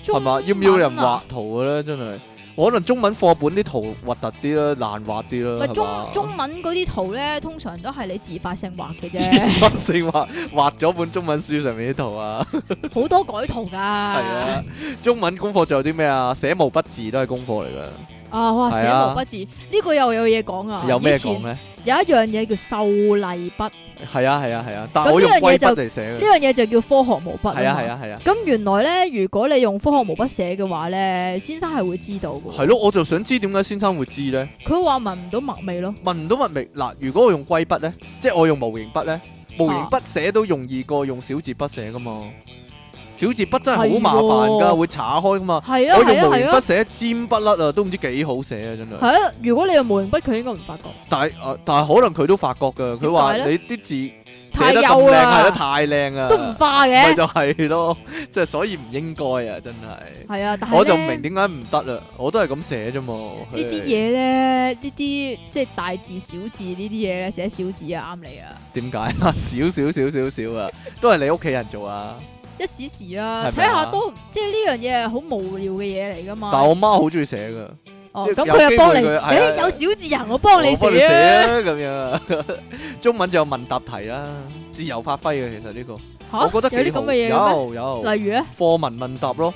[SPEAKER 2] 係
[SPEAKER 1] 中
[SPEAKER 2] 嘛？要唔要人
[SPEAKER 1] 文啊
[SPEAKER 2] 畫？圖嘅咧？真係，可能中文課本啲圖核突啲啦，難畫啲
[SPEAKER 1] 唔係
[SPEAKER 2] 啦，係嘛
[SPEAKER 1] 中？ 中文嗰啲圖咧，通常都係你自發性畫嘅 啫，
[SPEAKER 2] 葉問成畫畫咗本中文書上面啲圖啊！
[SPEAKER 1] 好多改圖㗎。係
[SPEAKER 2] 係啊，中文功課仲有啲咩啊？寫毛筆字都係功課嚟噶，
[SPEAKER 1] 啊！哇，
[SPEAKER 2] 係
[SPEAKER 1] 寫
[SPEAKER 2] 啊
[SPEAKER 1] 毛筆字呢個又有嘢講啊！
[SPEAKER 2] 有咩
[SPEAKER 1] 以前
[SPEAKER 2] 講咧？
[SPEAKER 1] 有一樣嘢叫秀麗筆，呢
[SPEAKER 2] 係啊係啊係啊，但
[SPEAKER 1] 咁
[SPEAKER 2] 我用
[SPEAKER 1] 呢樣
[SPEAKER 2] 龜
[SPEAKER 1] 嘢
[SPEAKER 2] 筆
[SPEAKER 1] 就
[SPEAKER 2] 嚟寫嘅，
[SPEAKER 1] 樣嘢就叫科學毛筆。
[SPEAKER 2] 嗯係啊係。啊係啊，
[SPEAKER 1] 咁原來咧，如果你用科學毛筆寫嘅話咧，先生係會知道嘅。
[SPEAKER 2] 係咯，我就想知點解先生會知咧？
[SPEAKER 1] 佢話聞唔到墨味咯。
[SPEAKER 2] 問唔到問明嗱，如果我用龜筆咧，即係我用模型筆咧，模型
[SPEAKER 1] 啊
[SPEAKER 2] 筆寫都容易過用小字筆寫噶嘛，小字筆真係好麻煩
[SPEAKER 1] 係
[SPEAKER 2] 㗎，
[SPEAKER 1] 喎
[SPEAKER 2] 會查開㗎嘛。
[SPEAKER 1] 係啊
[SPEAKER 2] 我用
[SPEAKER 1] 係啊
[SPEAKER 2] 毛
[SPEAKER 1] 係
[SPEAKER 2] 鉛
[SPEAKER 1] 啊
[SPEAKER 2] 筆，寫尖不甩啊，都唔知幾好寫啊，真係。
[SPEAKER 1] 係啊！如果你用毛形筆，佢應該唔發覺。
[SPEAKER 2] 但係啊，但係可能佢都發覺㗎，佢話
[SPEAKER 1] 點解
[SPEAKER 2] 你啲字
[SPEAKER 1] 太
[SPEAKER 2] 寫得咁
[SPEAKER 1] 幼
[SPEAKER 2] 靚，係
[SPEAKER 1] 啦
[SPEAKER 2] 得太靚啊啦，
[SPEAKER 1] 都唔化
[SPEAKER 2] 咪
[SPEAKER 1] 嘅。
[SPEAKER 2] 就係咯，即係所以唔應該啊，真係。
[SPEAKER 1] 係啊，但係
[SPEAKER 2] 我就
[SPEAKER 1] 呢
[SPEAKER 2] 明點解唔得啦，我都係咁寫啫嘛。
[SPEAKER 1] 呢啲
[SPEAKER 2] 唉
[SPEAKER 1] 嘢咧，呢啲即係大字小字呢啲嘢咧，寫小字啊啱你啊，
[SPEAKER 2] 點解啊？ 少少少少少啊，都係你屋企人做啊。
[SPEAKER 1] 一時時啦，
[SPEAKER 2] 係
[SPEAKER 1] 睇
[SPEAKER 2] 咪啊
[SPEAKER 1] 下都即係呢樣嘢係好無聊嘅嘢嚟噶嘛。
[SPEAKER 2] 但我媽好中意寫㗎。
[SPEAKER 1] 哦
[SPEAKER 2] 即係
[SPEAKER 1] 咁
[SPEAKER 2] 有
[SPEAKER 1] 佢
[SPEAKER 2] 機
[SPEAKER 1] 又幫
[SPEAKER 2] 會
[SPEAKER 1] 你，
[SPEAKER 2] 佢係啊
[SPEAKER 1] 誒有小字人，我幫你
[SPEAKER 2] 我幫
[SPEAKER 1] 寫啊。
[SPEAKER 2] 啊咁樣啊。 中文就有問答題啦，自由發揮嘅其實呢個，
[SPEAKER 1] 嚇
[SPEAKER 2] 我覺得
[SPEAKER 1] 有
[SPEAKER 2] 幾
[SPEAKER 1] 啲咁嘅嘢嘅
[SPEAKER 2] 好。
[SPEAKER 1] 咩
[SPEAKER 2] 有嗯有
[SPEAKER 1] 例如咧，
[SPEAKER 2] 課文問答咯，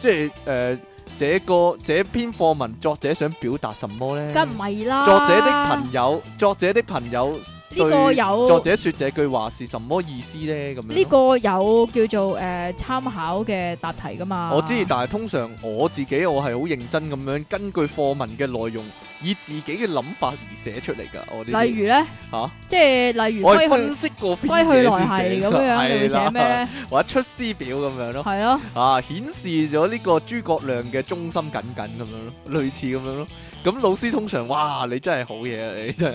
[SPEAKER 2] 即係誒，這個這篇課文作者想表達什麼呢？
[SPEAKER 1] 梗唔啊係啦。
[SPEAKER 2] 作者的朋友，作者的朋友，
[SPEAKER 1] 呢個
[SPEAKER 2] 對
[SPEAKER 1] 有
[SPEAKER 2] 作者說這句話是什麼意思呢？咁樣
[SPEAKER 1] 哦呢個有叫做誒參考嘅答題噶嘛。
[SPEAKER 2] 我知，但係通常我自己我係好認真咁樣根據課文嘅內容，以自己嘅諗法而寫出嚟㗎。我呢啲
[SPEAKER 1] 例如咧，
[SPEAKER 2] 嚇
[SPEAKER 1] 即係例如
[SPEAKER 2] 我
[SPEAKER 1] 歸
[SPEAKER 2] 係分
[SPEAKER 1] 去
[SPEAKER 2] 析過篇
[SPEAKER 1] 歸去來
[SPEAKER 2] 嘢
[SPEAKER 1] 係
[SPEAKER 2] 先
[SPEAKER 1] 咁
[SPEAKER 2] 寫
[SPEAKER 1] 樣，你會寫咩？
[SPEAKER 2] 係啦
[SPEAKER 1] 咧？
[SPEAKER 2] 或者出師表咁樣咯，
[SPEAKER 1] 係咯，
[SPEAKER 2] 啊，顯示咗呢個諸葛亮嘅忠心耿耿咁樣咯，類似咁樣咯。咁老師通常哇，你真係好嘢啊，你真係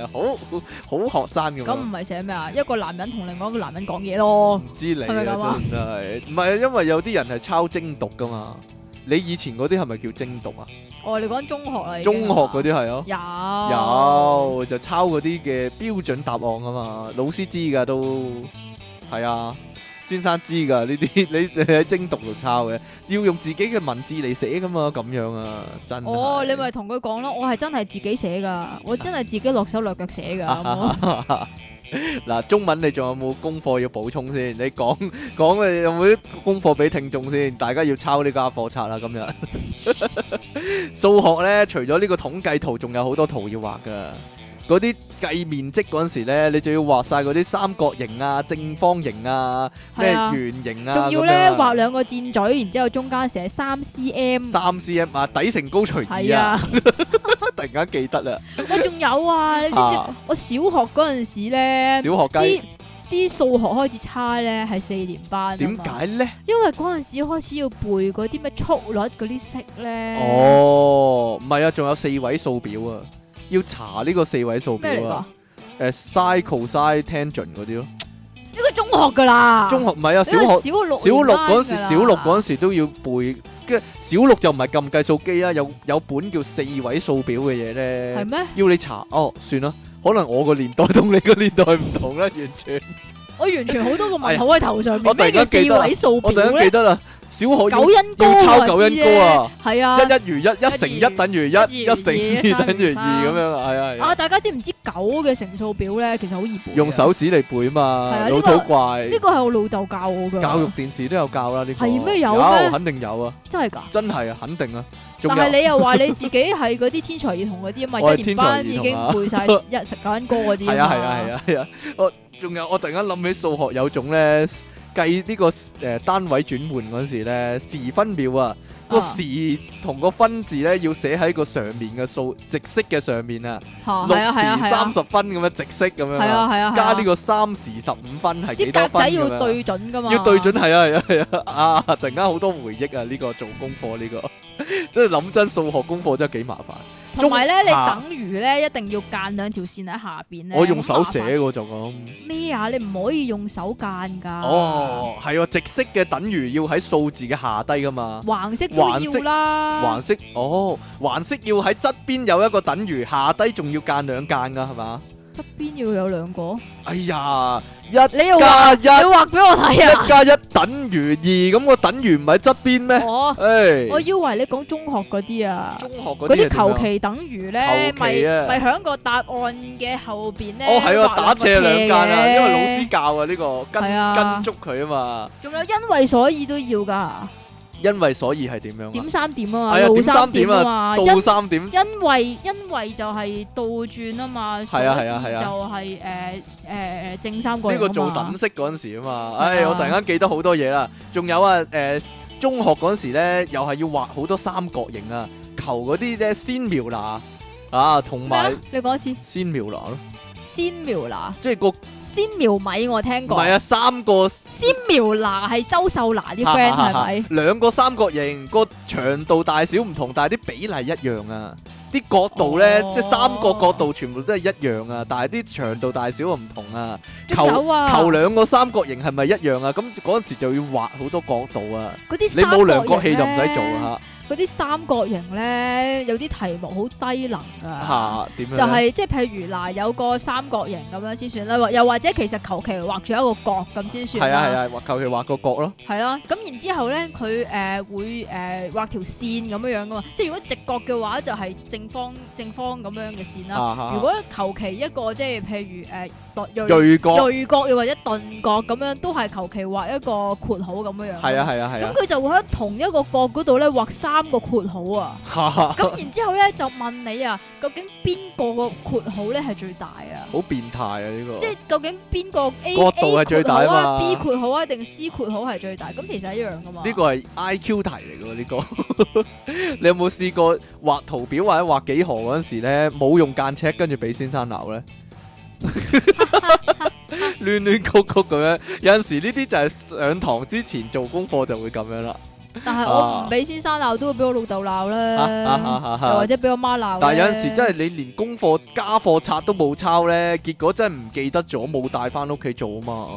[SPEAKER 2] 好好學生咁
[SPEAKER 1] 咁
[SPEAKER 2] 樣。
[SPEAKER 1] 唔係寫咩啊？一個男人同另外一個男人講嘢咯。
[SPEAKER 2] 唔知你啊，
[SPEAKER 1] 係咪咁啊
[SPEAKER 2] 真係唔係啊？因為有啲人係抄精讀噶嘛。你以前嗰啲係咪叫精讀啊？
[SPEAKER 1] 哦，你哦講中學啦，已經
[SPEAKER 2] 中學嗰啲係咯。
[SPEAKER 1] 有
[SPEAKER 2] 有就抄嗰啲嘅標準答案啊嘛，老師知噶都係啊，先生知噶呢啲， 你你喺精讀度抄嘅，要用自己嘅文字嚟寫噶嘛，咁樣啊，真係
[SPEAKER 1] 哦，你咪同佢講咯，我係真係自己寫噶，我真係自己落手落腳寫 噶。咁啊
[SPEAKER 2] 嗱，中文你仲有冇功課要補充先？你講講你有冇啲功課俾聽眾先？大家要抄呢家課冊啦，今 日數學呢，除咗呢個統計圖，仲有好多圖要畫噶。嗰啲計面積嗰陣時咧，你就要畫晒嗰啲三角形啊、正方形啊、咩
[SPEAKER 1] 係啊
[SPEAKER 2] 圓形啊，
[SPEAKER 1] 仲要
[SPEAKER 2] 咁
[SPEAKER 1] 咧
[SPEAKER 2] 樣啊
[SPEAKER 1] 畫兩個箭嘴，然之後中間寫三 cm。
[SPEAKER 2] 三 cm 啊，底乘高除二
[SPEAKER 1] 係
[SPEAKER 2] 啊
[SPEAKER 1] 啊，，
[SPEAKER 2] 突然間記得啦，
[SPEAKER 1] 我仲有 啊，你知唔知？
[SPEAKER 2] 啊，
[SPEAKER 1] 我小學嗰陣時咧，
[SPEAKER 2] 小學雞
[SPEAKER 1] 啲啲數學開始差咧，係四年班。啊
[SPEAKER 2] 點？解呢？
[SPEAKER 1] 因為嗰陣時開始要背嗰啲咩速率嗰啲式咧。。
[SPEAKER 2] 哦，唔係啊，仲有四位數表啊，要查呢個四位數
[SPEAKER 1] 咩嚟㗎？
[SPEAKER 2] 表啊，誒 sin、cosine、tangent 嗰啲咯。
[SPEAKER 1] 呢個中學㗎啦。
[SPEAKER 2] 中學唔係啊，
[SPEAKER 1] 呢
[SPEAKER 2] 小
[SPEAKER 1] 個
[SPEAKER 2] 學
[SPEAKER 1] 小六
[SPEAKER 2] 小
[SPEAKER 1] 年
[SPEAKER 2] 六
[SPEAKER 1] 班
[SPEAKER 2] 嗰陣時，
[SPEAKER 1] 㗎啦
[SPEAKER 2] 小六嗰陣時都要背，跟住小六就唔係撳計數機啊，有有本叫四位數表嘅嘢咧
[SPEAKER 1] 係，咩？
[SPEAKER 2] 要你查。哦，算啦，可能我個年代同你個年代唔同啦，完全。
[SPEAKER 1] 我完全好多個
[SPEAKER 2] 哎
[SPEAKER 1] 問號喺頭上
[SPEAKER 2] 我
[SPEAKER 1] 面，
[SPEAKER 2] 突
[SPEAKER 1] 咩
[SPEAKER 2] 然
[SPEAKER 1] 叫
[SPEAKER 2] 間
[SPEAKER 1] 四
[SPEAKER 2] 記得啦啊
[SPEAKER 1] 位數
[SPEAKER 2] 我
[SPEAKER 1] 表
[SPEAKER 2] 突然間記
[SPEAKER 1] 咧？
[SPEAKER 2] 得啦，小學要
[SPEAKER 1] 九因高
[SPEAKER 2] 要抄
[SPEAKER 1] 我
[SPEAKER 2] 九
[SPEAKER 1] 就
[SPEAKER 2] 因
[SPEAKER 1] 知
[SPEAKER 2] 高啊，
[SPEAKER 1] 啫，係啊。
[SPEAKER 2] 一一如一，一乘一等於一，
[SPEAKER 1] 一
[SPEAKER 2] 一
[SPEAKER 1] 如
[SPEAKER 2] 乘
[SPEAKER 1] 二
[SPEAKER 2] 二等於
[SPEAKER 1] 三
[SPEAKER 2] 二
[SPEAKER 1] 如
[SPEAKER 2] 咁樣啊，係啊係啊。
[SPEAKER 1] 啊！大家知唔知九嘅乘數表咧？其實好易背。
[SPEAKER 2] 用。手指嚟背嘛，
[SPEAKER 1] 係啊
[SPEAKER 2] 老
[SPEAKER 1] 呢個
[SPEAKER 2] 土怪。
[SPEAKER 1] 呢個係我老豆教我㗎。
[SPEAKER 2] 教育電視都有教啦，呢個
[SPEAKER 1] 係咩有咩
[SPEAKER 2] 有肯定有啊，
[SPEAKER 1] 真係㗎。
[SPEAKER 2] 真係啊，肯定啊。仲
[SPEAKER 1] 但係
[SPEAKER 2] 有
[SPEAKER 1] 你又話你自己係嗰啲天才兒童嗰啲啊嘛，
[SPEAKER 2] 我係
[SPEAKER 1] 一年班已經
[SPEAKER 2] 天才兒
[SPEAKER 1] 背 晒一十九音歌嗰啲
[SPEAKER 2] 係啊係啊係
[SPEAKER 1] 啊
[SPEAKER 2] 啊係啊， 我仲有我突然間諗起數學有種咧計呢個誒單位轉換嗰時咧時分秒啊，個
[SPEAKER 1] 啊
[SPEAKER 2] 時同個分字咧要寫喺個上面嘅數直式嘅上面啊，
[SPEAKER 1] 嘛，嚇
[SPEAKER 2] 六
[SPEAKER 1] 係啊
[SPEAKER 2] 時
[SPEAKER 1] 係啊係
[SPEAKER 2] 三
[SPEAKER 1] 啊
[SPEAKER 2] 十分咁樣直式咁樣
[SPEAKER 1] 係啊
[SPEAKER 2] 啊，
[SPEAKER 1] 係啊，
[SPEAKER 2] 加呢個三時十五分係幾
[SPEAKER 1] 啲
[SPEAKER 2] 多
[SPEAKER 1] 格
[SPEAKER 2] 分
[SPEAKER 1] 仔
[SPEAKER 2] 咁
[SPEAKER 1] 要
[SPEAKER 2] 樣啊？
[SPEAKER 1] 對準㗎嘛，
[SPEAKER 2] 要對準係啊係啊係啊啊！突然間好多回憶啊！呢、個做功課呢、個， 即係諗真數學功課真係幾麻煩。
[SPEAKER 1] 同埋咧，你
[SPEAKER 2] 中下
[SPEAKER 1] 等於咧一定要間兩條線喺下邊咧。
[SPEAKER 2] 我
[SPEAKER 1] 好
[SPEAKER 2] 用手
[SPEAKER 1] 麻煩
[SPEAKER 2] 寫喎就咁。
[SPEAKER 1] 咩啊？你唔可以用手間㗎。，
[SPEAKER 2] 哦，
[SPEAKER 1] 啊
[SPEAKER 2] 係喎，直式嘅等於要喺數字嘅下低噶嘛。
[SPEAKER 1] 橫式都
[SPEAKER 2] 橫式
[SPEAKER 1] 要啦。
[SPEAKER 2] 橫式哦，橫式要喺側邊有一個等於，下低仲要間兩間噶係嘛？
[SPEAKER 1] 側邊要有兩個，
[SPEAKER 2] 哎呀，一
[SPEAKER 1] 你要畫，
[SPEAKER 2] 加一，
[SPEAKER 1] 你畫俾我睇啊！
[SPEAKER 2] 一加一等於二，咁個等於唔喺側邊 咩？
[SPEAKER 1] 我
[SPEAKER 2] 誒，
[SPEAKER 1] 我以為你講中學嗰啲啊，
[SPEAKER 2] 中學嗰
[SPEAKER 1] 嗰
[SPEAKER 2] 啲係
[SPEAKER 1] 啲
[SPEAKER 2] 點啊
[SPEAKER 1] 求其等於咧，
[SPEAKER 2] 求
[SPEAKER 1] 咪
[SPEAKER 2] 其啊
[SPEAKER 1] 咪響個答案嘅後邊咧，
[SPEAKER 2] 哦，係喎，
[SPEAKER 1] 畫
[SPEAKER 2] 打斜兩間啊，
[SPEAKER 1] 嘅
[SPEAKER 2] 因為老師教啊，呢個跟
[SPEAKER 1] 係啊
[SPEAKER 2] 跟足佢啊嘛，
[SPEAKER 1] 仲有因為所以都要㗎，
[SPEAKER 2] 因為所以係點樣啊
[SPEAKER 1] 點？三點啊嘛，
[SPEAKER 2] 係啊
[SPEAKER 1] 路
[SPEAKER 2] 點三
[SPEAKER 1] 三
[SPEAKER 2] 點
[SPEAKER 1] 點
[SPEAKER 2] 啊
[SPEAKER 1] 啊嘛，因
[SPEAKER 2] 到三點
[SPEAKER 1] 因為因為就係倒轉啊嘛，所以
[SPEAKER 2] 係
[SPEAKER 1] 就
[SPEAKER 2] 啊係啊係啊
[SPEAKER 1] 係誒誒誒正三角啊
[SPEAKER 2] 呢個
[SPEAKER 1] 個
[SPEAKER 2] 做等
[SPEAKER 1] 等
[SPEAKER 2] 式嗰陣時啊嘛，
[SPEAKER 1] 係啊
[SPEAKER 2] 唉，我突然間記得好多嘢啦，仲有啊誒，中學嗰陣時咧，又係要畫好多三角形啊，求嗰啲咧鮮苗拿啊，同
[SPEAKER 1] 咩啊
[SPEAKER 2] 埋？
[SPEAKER 1] 你講一次
[SPEAKER 2] 鮮苗拿咯，
[SPEAKER 1] 鮮苗娜，
[SPEAKER 2] 即係個
[SPEAKER 1] 鮮苗米我聽
[SPEAKER 2] 唔
[SPEAKER 1] 過。
[SPEAKER 2] 係啊，三個
[SPEAKER 1] 鮮苗娜係周秀娜啲 friend 係咪？
[SPEAKER 2] 兩個三角形個長度大小唔同，但係啲比例一樣啊。啲角度咧，
[SPEAKER 1] 哦
[SPEAKER 2] 即係三個角度全部都係一樣啊，但係啲長度大小唔同啊。
[SPEAKER 1] 仲有啊，
[SPEAKER 2] 頭兩個三角形係咪一樣啊？咁嗰陣時就要畫好多角度啊。
[SPEAKER 1] 嗰啲
[SPEAKER 2] 你
[SPEAKER 1] 三
[SPEAKER 2] 冇量
[SPEAKER 1] 角
[SPEAKER 2] 角
[SPEAKER 1] 形
[SPEAKER 2] 器就唔使做
[SPEAKER 1] 咧
[SPEAKER 2] 啊
[SPEAKER 1] 嗰啲三角形咧，有啲題目好低能
[SPEAKER 2] 嚇
[SPEAKER 1] 啊。
[SPEAKER 2] 嚇點樣
[SPEAKER 1] 就
[SPEAKER 2] 呢？
[SPEAKER 1] 係即係譬如嗱，有個三角形咁樣先算啦，或又或者其實求其畫住一個角咁先算
[SPEAKER 2] 係啊係
[SPEAKER 1] 啦，
[SPEAKER 2] 啊，畫求其畫個角咯。
[SPEAKER 1] 係啦。咁然之後咧，佢誒、呃、會誒、呃、畫條線咁樣樣噶嘛，即係如果直角嘅話就係正方正方咁樣嘅線啦。
[SPEAKER 2] 啊嚇
[SPEAKER 1] 如果求其一個即係譬如誒度鋭
[SPEAKER 2] 鋭角
[SPEAKER 1] 鋭角又或者鈍角咁樣，都係求其畫一個括號咁樣樣。
[SPEAKER 2] 係啊係啊係
[SPEAKER 1] 咁
[SPEAKER 2] 啊
[SPEAKER 1] 佢就會喺同一個角嗰度咧畫三個括號 啊！
[SPEAKER 2] 哈哈，
[SPEAKER 1] 咁然之後咧就問你啊，究竟邊個個括號咧係最大啊？
[SPEAKER 2] 好變態啊呢個
[SPEAKER 1] 即係究竟邊個 A
[SPEAKER 2] 角度係最大啊
[SPEAKER 1] A 括號
[SPEAKER 2] 嘛
[SPEAKER 1] b 括號啊定 C 括號係最大？咁其實一樣噶嘛。
[SPEAKER 2] 呢個係 I Q 題嚟㗎喎，呢個 你有冇試過畫圖表或者畫幾何嗰陣時咧，冇用間尺，跟住俾先 生鬧咧？ 亂亂曲曲咁樣，有陣時呢啲就係上堂之前做功課就會咁樣啦。
[SPEAKER 1] 但
[SPEAKER 2] 啊
[SPEAKER 1] 係我唔俾先生鬧，都會俾我老豆鬧啦，又或
[SPEAKER 2] 啊但
[SPEAKER 1] 者俾我媽鬧咧。
[SPEAKER 2] 係有陣時真係你連功課家課冊都冇抄咧，結果真係唔記得咗，冇帶翻屋企做啊嘛。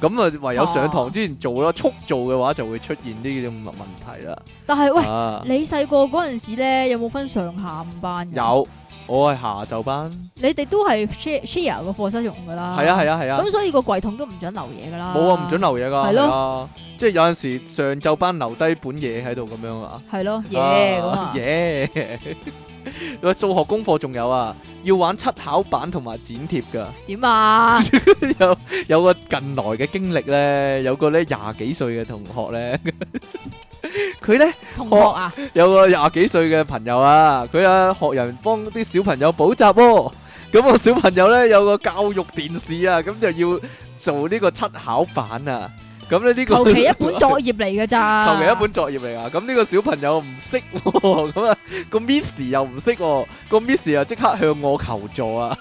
[SPEAKER 2] 咁啊，唯有上堂之前做啦，速做嘅話就會出現呢啲咁嘅問題啦。
[SPEAKER 1] 但係喂，
[SPEAKER 2] 啊，
[SPEAKER 1] 你細個嗰陣時咧，有冇分上下午班？。
[SPEAKER 2] 有我係下晝班，
[SPEAKER 1] 你哋都係 share share 個課室用噶啦。
[SPEAKER 2] 係啊係啊係啊。
[SPEAKER 1] 咁所以個櫃桶都唔准留嘢噶啦。
[SPEAKER 2] 冇啊，唔准。留嘢噶，
[SPEAKER 1] 係
[SPEAKER 2] 係
[SPEAKER 1] 咯
[SPEAKER 2] 啊，即係有陣時上晝班留低本嘢喺度咁樣啊，
[SPEAKER 1] 係咯，嘢咁啊。
[SPEAKER 2] 耶！喂，數學功課仲有啊，要玩七巧板同埋剪貼噶，
[SPEAKER 1] 點 啊？
[SPEAKER 2] 有有個近來嘅經歷咧，有個咧廿幾歲嘅同學咧， 佢咧
[SPEAKER 1] 同學啊，
[SPEAKER 2] 有個廿幾歲嘅朋友啊，佢啊學人幫啲小朋友補習喎、咁個小朋友咧有個教育電視啊，咁就要做呢個七巧板啊，咁咧呢個
[SPEAKER 1] 求其一本作業嚟嘅咋。
[SPEAKER 2] 求其一本作業嚟啊！咁呢個小朋友唔識喎，咁啊個 Miss 又唔識喎，個 Miss 又即刻向我求助啊！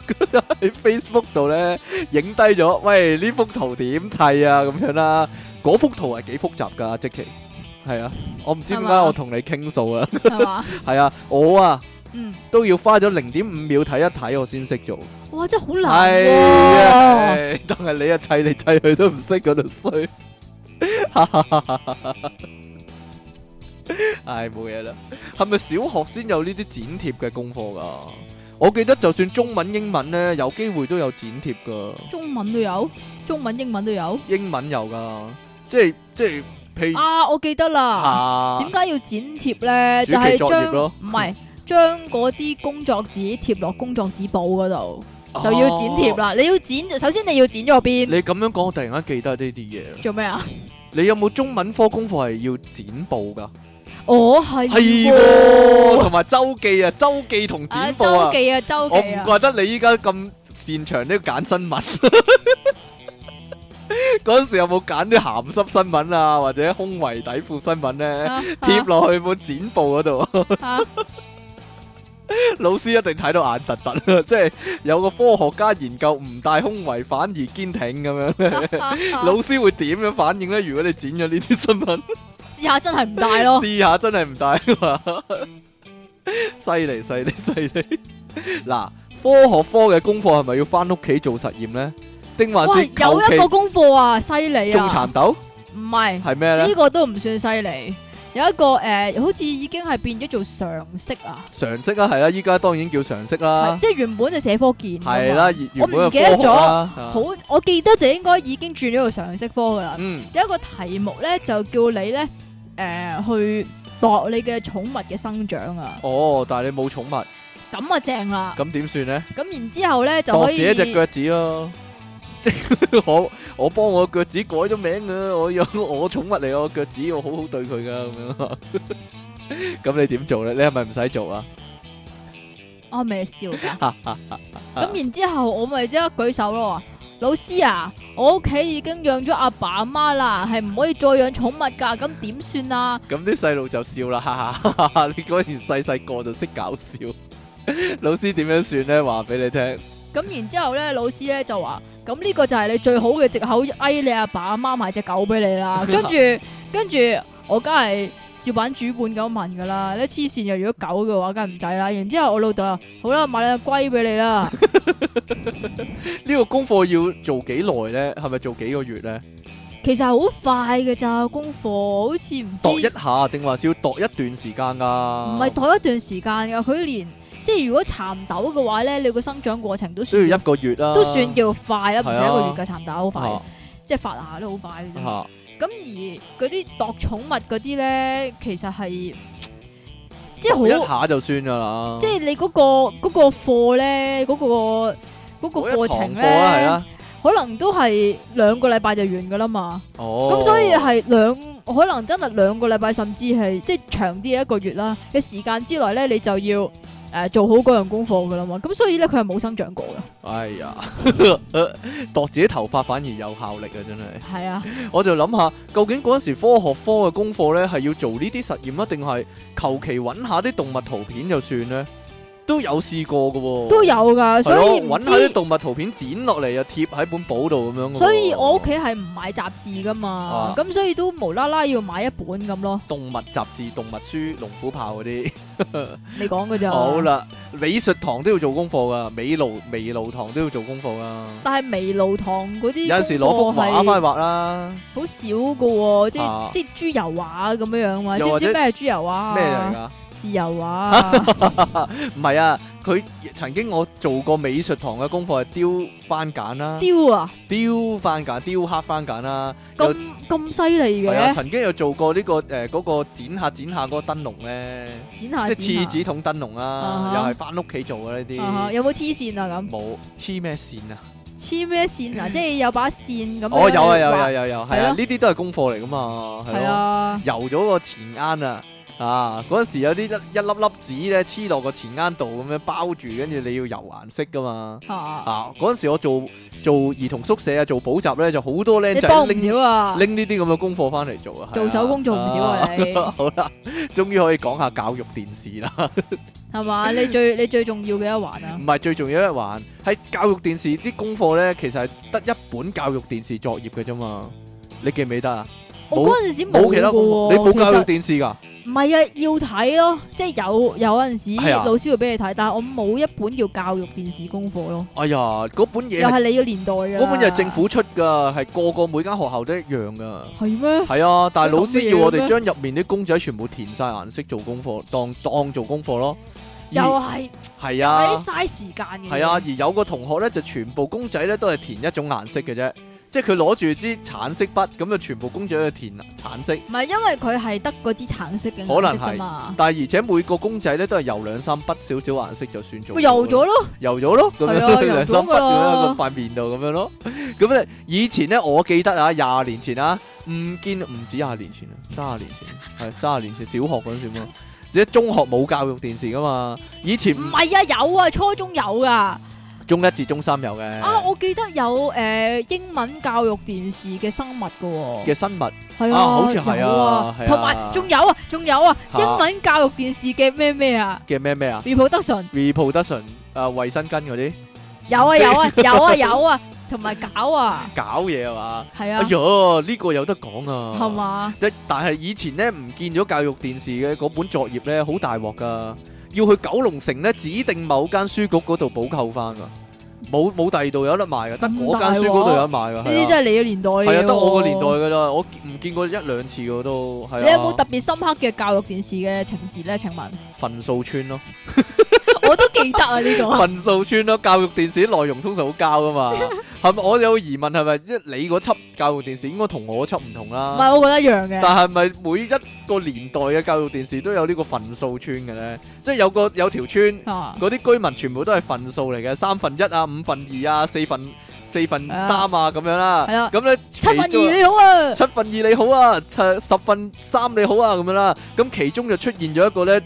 [SPEAKER 2] 喺 Facebook 度咧影低咗，喂呢幅圖點砌啊？咁樣啦，嗰幅圖係幾複雜㗎，即其係啊，我唔知點
[SPEAKER 1] 係
[SPEAKER 2] 解
[SPEAKER 1] 嘛
[SPEAKER 2] 我同你傾訴啊，
[SPEAKER 1] 係嘛？
[SPEAKER 2] 係啊，我啊
[SPEAKER 1] 嗯，
[SPEAKER 2] 都要花咗零點五秒睇一睇我先識做，
[SPEAKER 1] 哇，真係好
[SPEAKER 2] 係
[SPEAKER 1] 難喎。
[SPEAKER 2] 啊，但係你啊砌嚟砌去都唔識嗰度 衰，唉冇嘢啦。係咪小學先有呢啲剪貼嘅功課噶？我記得就算中文、英文呢，有機會都有剪貼噶，
[SPEAKER 1] 中文都有，中文、英文都 有。
[SPEAKER 2] 英文有噶，即係即係譬如
[SPEAKER 1] 啊，我記得啦。
[SPEAKER 2] 啊
[SPEAKER 1] 點解要剪貼咧？
[SPEAKER 2] 暑期
[SPEAKER 1] 就係
[SPEAKER 2] 作業
[SPEAKER 1] 將
[SPEAKER 2] 咯
[SPEAKER 1] 唔 係將嗰啲工作紙貼落工作紙簿嗰度，就要剪貼。
[SPEAKER 2] 哦
[SPEAKER 1] 啦。你要剪，首先你要剪咗邊
[SPEAKER 2] 你咁樣講，我突然間記得呢啲嘢啦。
[SPEAKER 1] 做咩啊？
[SPEAKER 2] 你有冇中文科功課係要剪報噶？
[SPEAKER 1] 哦，係
[SPEAKER 2] 係喎，
[SPEAKER 1] 喎。
[SPEAKER 2] 同埋周記啊，周記同
[SPEAKER 1] 啊，
[SPEAKER 2] 剪報啊
[SPEAKER 1] 周。記啊，周
[SPEAKER 2] 我
[SPEAKER 1] 記
[SPEAKER 2] 唔
[SPEAKER 1] 啊。
[SPEAKER 2] 怪得你依家咁擅長呢個揀新聞。 嗰陣時有冇揀啲鹹濕新聞啊，或者胸圍底褲新聞咧？
[SPEAKER 1] 啊
[SPEAKER 2] 貼落去本剪報嗰度，
[SPEAKER 1] 啊
[SPEAKER 2] 老師一定睇到眼突突， 即係有個科學家研究唔戴胸圍反而堅挺咁樣
[SPEAKER 1] 啊
[SPEAKER 2] 咧， 老師會點樣反應咧？如果你剪咗呢啲新聞？
[SPEAKER 1] 試下真係唔大咯。
[SPEAKER 2] 試下真係唔大啊嘛，犀利犀利犀利！嗱，科學科嘅功課係咪要翻屋企做實驗呢？定還
[SPEAKER 1] 喂，
[SPEAKER 2] 是求
[SPEAKER 1] 有一個
[SPEAKER 2] 其
[SPEAKER 1] 功課啊，犀利
[SPEAKER 2] 種
[SPEAKER 1] 啊
[SPEAKER 2] 蠶！豆
[SPEAKER 1] 唔係
[SPEAKER 2] 係咩呢
[SPEAKER 1] 呢？個都唔算犀利，有一個誒，好似已經係變咗做常識啊，
[SPEAKER 2] 常識啊，係啦，依家當然叫常識
[SPEAKER 1] 係
[SPEAKER 2] 啦，
[SPEAKER 1] 即係原本就社科健㗎嘛
[SPEAKER 2] 啊係啦，，原原本
[SPEAKER 1] 唔記
[SPEAKER 2] 嘅
[SPEAKER 1] 得
[SPEAKER 2] 科學啦，啊
[SPEAKER 1] 好，我記得就應該已經轉咗做常識科噶啦。
[SPEAKER 2] 嗯，
[SPEAKER 1] 有一個題目咧就叫你咧誒去度你嘅寵物嘅生長啊，
[SPEAKER 2] 哦，但係你冇寵物，
[SPEAKER 1] 咁啊正啦，
[SPEAKER 2] 咁點算呢？
[SPEAKER 1] 咁然之後咧就
[SPEAKER 2] 度
[SPEAKER 1] 可
[SPEAKER 2] 自
[SPEAKER 1] 以
[SPEAKER 2] 己隻腳趾咯。 即係我我幫我腳趾改咗名噶，我有我寵物嚟，我腳趾我好好對佢噶咁樣。 咁你點做咧？你係咪唔使做啊？
[SPEAKER 1] 我係啊咪笑 噶？咁然之後我咪即刻舉手咯，話老師啊，我屋企已經養咗阿爸阿媽啦，係唔可以再養寵物噶，咁點算啊？
[SPEAKER 2] 咁啲細路就笑啦，哈哈哈 哈！你果然細細個就識搞笑。老師點樣算咧？話俾你聽，
[SPEAKER 1] 咁然之後咧，老師咧就話：咁呢個就係你最好嘅藉口，哎你阿爸阿媽買只狗俾你
[SPEAKER 2] 啊
[SPEAKER 1] 啦。跟住跟住我梗係照版主本咁問噶啦，你黐線又如果狗嘅話，梗係唔制啦。然之後我老豆話：好啦，買兩隻龜俾你啦。
[SPEAKER 2] 呢個功課要做幾耐咧？係咪做幾個月咧？
[SPEAKER 1] 其實好快嘅咋功課，好似唔
[SPEAKER 2] 度一
[SPEAKER 1] 知
[SPEAKER 2] 下定還是要度一段時間啊噶？
[SPEAKER 1] 唔係度一段時間㗎。佢連即係如果蠶豆嘅話咧，你個生長過程都算
[SPEAKER 2] 需要一啊個月啊啦，
[SPEAKER 1] 都算叫快啦，唔
[SPEAKER 2] 係
[SPEAKER 1] 使
[SPEAKER 2] 啊
[SPEAKER 1] 一個月嘅蠶豆好快，
[SPEAKER 2] 嚇
[SPEAKER 1] 即係發芽都好快嘅啫。
[SPEAKER 2] 嚇
[SPEAKER 1] 咁而嗰啲度寵物嗰啲咧，其實係即係
[SPEAKER 2] 度一啊
[SPEAKER 1] 好，
[SPEAKER 2] 下就算噶啦。
[SPEAKER 1] 即係你嗰、個嗰、個課咧，嗰、個嗰、個課程
[SPEAKER 2] 嗰一堂課啊係
[SPEAKER 1] 咧，
[SPEAKER 2] 啦，
[SPEAKER 1] 可能都係兩個禮拜就完噶啦嘛。
[SPEAKER 2] 哦，
[SPEAKER 1] 咁、所以係兩，可能真係兩個禮拜，甚至係即係長啲嘅一個月啦嘅時間之內咧，你就要誒、呃做好嗰樣功課噶啦嘛。咁所以咧，佢係冇生長過嘅。
[SPEAKER 2] 哎呀， 度自己頭髮反而有效力啊！真係。
[SPEAKER 1] 係啊，
[SPEAKER 2] 我就諗下，究竟嗰陣時科學科嘅功課呢係要做呢啲實驗啊，定係求其揾下啲動物圖片就算呢？都有試過嘅喎、
[SPEAKER 1] 都有㗎，
[SPEAKER 2] 係
[SPEAKER 1] 所
[SPEAKER 2] 咯，
[SPEAKER 1] 以唔
[SPEAKER 2] 揾下啲
[SPEAKER 1] 知。
[SPEAKER 2] 動物圖片剪落嚟啊，貼喺本簿度咁樣嘅喎。
[SPEAKER 1] 所以我屋企係唔買雜誌噶嘛
[SPEAKER 2] 哦啊，
[SPEAKER 1] 咁、所以都無啦啦要買一本咁咯。
[SPEAKER 2] 動物雜誌、動物書、龍虎豹嗰 啲。
[SPEAKER 1] 你講嘅咋？
[SPEAKER 2] 好。啦，美術堂都要做功課噶，美勞美勞堂都要做功課噶。
[SPEAKER 1] 但係微露堂嗰啲
[SPEAKER 2] 有陣時攞幅畫
[SPEAKER 1] 功課係
[SPEAKER 2] 翻去畫啦，
[SPEAKER 1] 好少嘅喎，即
[SPEAKER 2] 啊
[SPEAKER 1] 係即係豬油畫咁樣樣嘛。
[SPEAKER 2] 又
[SPEAKER 1] 知唔
[SPEAKER 2] 或
[SPEAKER 1] 知
[SPEAKER 2] 者
[SPEAKER 1] 咩係豬油畫啊？
[SPEAKER 2] 咩嚟㗎？
[SPEAKER 1] 自由 畫啊
[SPEAKER 2] 唔係啊，佢曾經我做過美術堂嘅功課係雕番簡啦。
[SPEAKER 1] 雕啊，
[SPEAKER 2] 雕番簡、雕刻番簡啦，
[SPEAKER 1] 咁咁犀利
[SPEAKER 2] 係啊，
[SPEAKER 1] 嘅，
[SPEAKER 2] 曾經有做過呢、個誒嗰、個剪下剪下嗰個燈籠咧，
[SPEAKER 1] 剪下
[SPEAKER 2] 即係
[SPEAKER 1] 剪
[SPEAKER 2] 廁
[SPEAKER 1] 下
[SPEAKER 2] 紙筒燈籠啦
[SPEAKER 1] 啊，
[SPEAKER 2] 又
[SPEAKER 1] 哈
[SPEAKER 2] 係翻屋企做嘅呢
[SPEAKER 1] 啊哈
[SPEAKER 2] 啲，
[SPEAKER 1] 有冇黐線啊咁？
[SPEAKER 2] 冇黐咩線啊？
[SPEAKER 1] 黐咩線啊？即係有把線咁樣。
[SPEAKER 2] 嗯哦，有啊，有有
[SPEAKER 1] 畫
[SPEAKER 2] 有有，係
[SPEAKER 1] 係
[SPEAKER 2] 啊，
[SPEAKER 1] 咯
[SPEAKER 2] 呢啲都係功課嚟噶嘛，係
[SPEAKER 1] 係
[SPEAKER 2] 咯，
[SPEAKER 1] 啊，
[SPEAKER 2] 油咗個前啱啊！啊！嗰陣時有啲一一粒粒紙咧黐落個前啱度咁樣包住，跟住你要油顏色噶嘛。
[SPEAKER 1] 嚇
[SPEAKER 2] 啊！嗰陣時我做做兒童宿舍啊，做補習咧就好多僆
[SPEAKER 1] 你
[SPEAKER 2] 仔
[SPEAKER 1] 幫唔
[SPEAKER 2] 拎
[SPEAKER 1] 少啊，
[SPEAKER 2] 拎呢啲咁嘅功課翻嚟做啊，係啊
[SPEAKER 1] 做手工做唔少啊你
[SPEAKER 2] 好啦，終於可以講下教育電 視啦，
[SPEAKER 1] 係嘛？你最你最重要嘅一環啊
[SPEAKER 2] 唔，係最重要一環，喺教育電視啲功課咧，其實係得一本教育電視作業嘅啫嘛，你記唔記得啊？
[SPEAKER 1] 我
[SPEAKER 2] 冇
[SPEAKER 1] 嗰陣時
[SPEAKER 2] 冇
[SPEAKER 1] 嘅
[SPEAKER 2] 其他功課，
[SPEAKER 1] 喎，
[SPEAKER 2] 你冇
[SPEAKER 1] 其
[SPEAKER 2] 教
[SPEAKER 1] 實
[SPEAKER 2] 育電視㗎？
[SPEAKER 1] 唔係啊，要睇咯，即係有有陣時
[SPEAKER 2] 係啊
[SPEAKER 1] 老師會俾你睇，但係我冇一本叫教育電視功課咯，
[SPEAKER 2] 哎呀，嗰本嘢
[SPEAKER 1] 又
[SPEAKER 2] 係
[SPEAKER 1] 係啊你個年代嘅。
[SPEAKER 2] 嗰本嘢係政府出㗎，係個個每間學校都一樣㗎。
[SPEAKER 1] 係咩？
[SPEAKER 2] 係啊，但係
[SPEAKER 1] 有
[SPEAKER 2] 老
[SPEAKER 1] 咁嘅
[SPEAKER 2] 師
[SPEAKER 1] 嘢
[SPEAKER 2] 要我
[SPEAKER 1] 嘅
[SPEAKER 2] 哋
[SPEAKER 1] 咩
[SPEAKER 2] 將入面啲公仔全部填晒顏色做功課，當當做功課咯。而
[SPEAKER 1] 又係
[SPEAKER 2] 係
[SPEAKER 1] 係
[SPEAKER 2] 啊
[SPEAKER 1] 啲。嘥時間嘅。
[SPEAKER 2] 係啊，而有個同學咧就全部公仔咧都係填一種顏色嘅啫，即係佢攞住支橙色筆，咁就全部公仔都係填橙色。
[SPEAKER 1] 唔係因為佢係得嗰支橙色嘅
[SPEAKER 2] 可能
[SPEAKER 1] 顏色啫嘛，
[SPEAKER 2] 但係而且每個公仔咧都係油兩三筆少少顏色就算做。
[SPEAKER 1] 咪油咗
[SPEAKER 2] 咯，
[SPEAKER 1] 咯，
[SPEAKER 2] 油咗咯，咁
[SPEAKER 1] 係啊
[SPEAKER 2] 樣
[SPEAKER 1] 油
[SPEAKER 2] 兩
[SPEAKER 1] 咗
[SPEAKER 2] 三
[SPEAKER 1] 㗎
[SPEAKER 2] 筆咁樣
[SPEAKER 1] 啦
[SPEAKER 2] 喺塊面度咁樣咯。咁咧以前咧我記得啊，廿年前啊，唔見唔止廿年前啊，卅年前係卅年前小學嗰陣時嘛，即係中學冇教育電視噶嘛，以前
[SPEAKER 1] 唔係啊有啊，初中有噶，
[SPEAKER 2] 中一至中三有嘅
[SPEAKER 1] 啊我記得有誒英文教育電視嘅生物嘅喎，
[SPEAKER 2] 嘅生物。
[SPEAKER 1] 係啊，
[SPEAKER 2] 啊好似係啊
[SPEAKER 1] 有
[SPEAKER 2] 係啊
[SPEAKER 1] 同埋仲有啊，仲有啊，
[SPEAKER 2] 嚇
[SPEAKER 1] 英文教育電視嘅咩咩啊
[SPEAKER 2] 嘅咩咩啊
[SPEAKER 1] reproduction
[SPEAKER 2] ，reproduction 啊，衛生巾嗰啲
[SPEAKER 1] 有啊有啊有啊有啊，同埋搞啊，
[SPEAKER 2] 搞嘢啊嘛，
[SPEAKER 1] 係
[SPEAKER 2] 哎
[SPEAKER 1] 啊，
[SPEAKER 2] 呀呢個有得講啊，
[SPEAKER 1] 係？嘛？
[SPEAKER 2] 但但係以前咧唔見咗教育電視嘅嗰本作業咧，好大鑊噶，要去九龍城咧指定某間書局嗰度補購翻噶，冇冇第二度有得賣噶，得嗰間書局嗰度有得賣噶，
[SPEAKER 1] 呢啲
[SPEAKER 2] 係啊，
[SPEAKER 1] 真係你嘅年代嘅
[SPEAKER 2] 係啊，
[SPEAKER 1] 喎
[SPEAKER 2] 得我個年代噶啦，我唔見過一兩次噶都，係啊，
[SPEAKER 1] 你有冇特別深刻嘅教育電視嘅情節咧？請問
[SPEAKER 2] 份數村咯？
[SPEAKER 1] 我都記得啊呢 個。
[SPEAKER 2] 份數村咯，教育電視內容通常好交 噶嘛，係咪？我有個疑問係咪，即係你嗰輯教育電視應該同我嗰輯唔同
[SPEAKER 1] 唔
[SPEAKER 2] 啦。
[SPEAKER 1] 係，我覺得一樣嘅。
[SPEAKER 2] 但係咪每一個年代嘅教育電視都有呢個份數村嘅咧？即係有個有條村，
[SPEAKER 1] 啊，
[SPEAKER 2] 嗰啲居民全部都係份數嚟嘅，三分一啊、五分二啊、四分四分
[SPEAKER 1] 係啊
[SPEAKER 2] 三啊咁樣啦。
[SPEAKER 1] 係啦
[SPEAKER 2] 咁咧
[SPEAKER 1] 七分
[SPEAKER 2] 其中
[SPEAKER 1] 二你好啊，
[SPEAKER 2] 七分二你好啊，七十分三你好啊，咁樣啦。咁其中就出現咗一個咧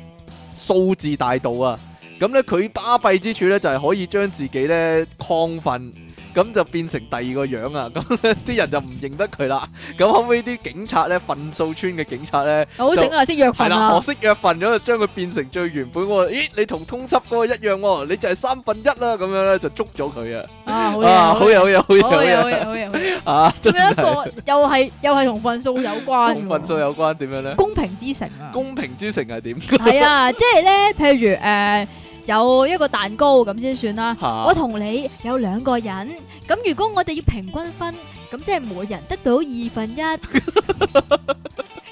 [SPEAKER 2] 數字大道啊。咁咧佢巴閉之處咧就係、可以將自己咧亢奮，咁就變成第二個樣啊！咁呢啲人就唔認得佢啦。咁後尾啲警察咧，份數村嘅警察咧，
[SPEAKER 1] 好整啊，識約
[SPEAKER 2] 係
[SPEAKER 1] 份
[SPEAKER 2] 啦，
[SPEAKER 1] 啊
[SPEAKER 2] 學，識約份咗，就將佢變成最原本嗰個。咦，你同通緝嗰個一樣喎，你就係三分一啦。咁樣咧就捉咗佢啊！
[SPEAKER 1] 啊，好
[SPEAKER 2] 啊，好
[SPEAKER 1] 嘢，
[SPEAKER 2] 嘢，好嘢，好
[SPEAKER 1] 好嘢，好嘢，
[SPEAKER 2] 嘢，
[SPEAKER 1] 好嘢，好嘢。
[SPEAKER 2] 好嘢 啊！
[SPEAKER 1] 仲有一個又係又係同份數有關喎，
[SPEAKER 2] 同份數有關點樣咧？
[SPEAKER 1] 公平之城啊，
[SPEAKER 2] 公平之城係點？
[SPEAKER 1] 係啊，即係咧，譬如诶有一個蛋糕咁先算啦。
[SPEAKER 2] 嚇
[SPEAKER 1] 我同你有兩個人，咁如果我哋要平均分，咁即係每人得到二分一。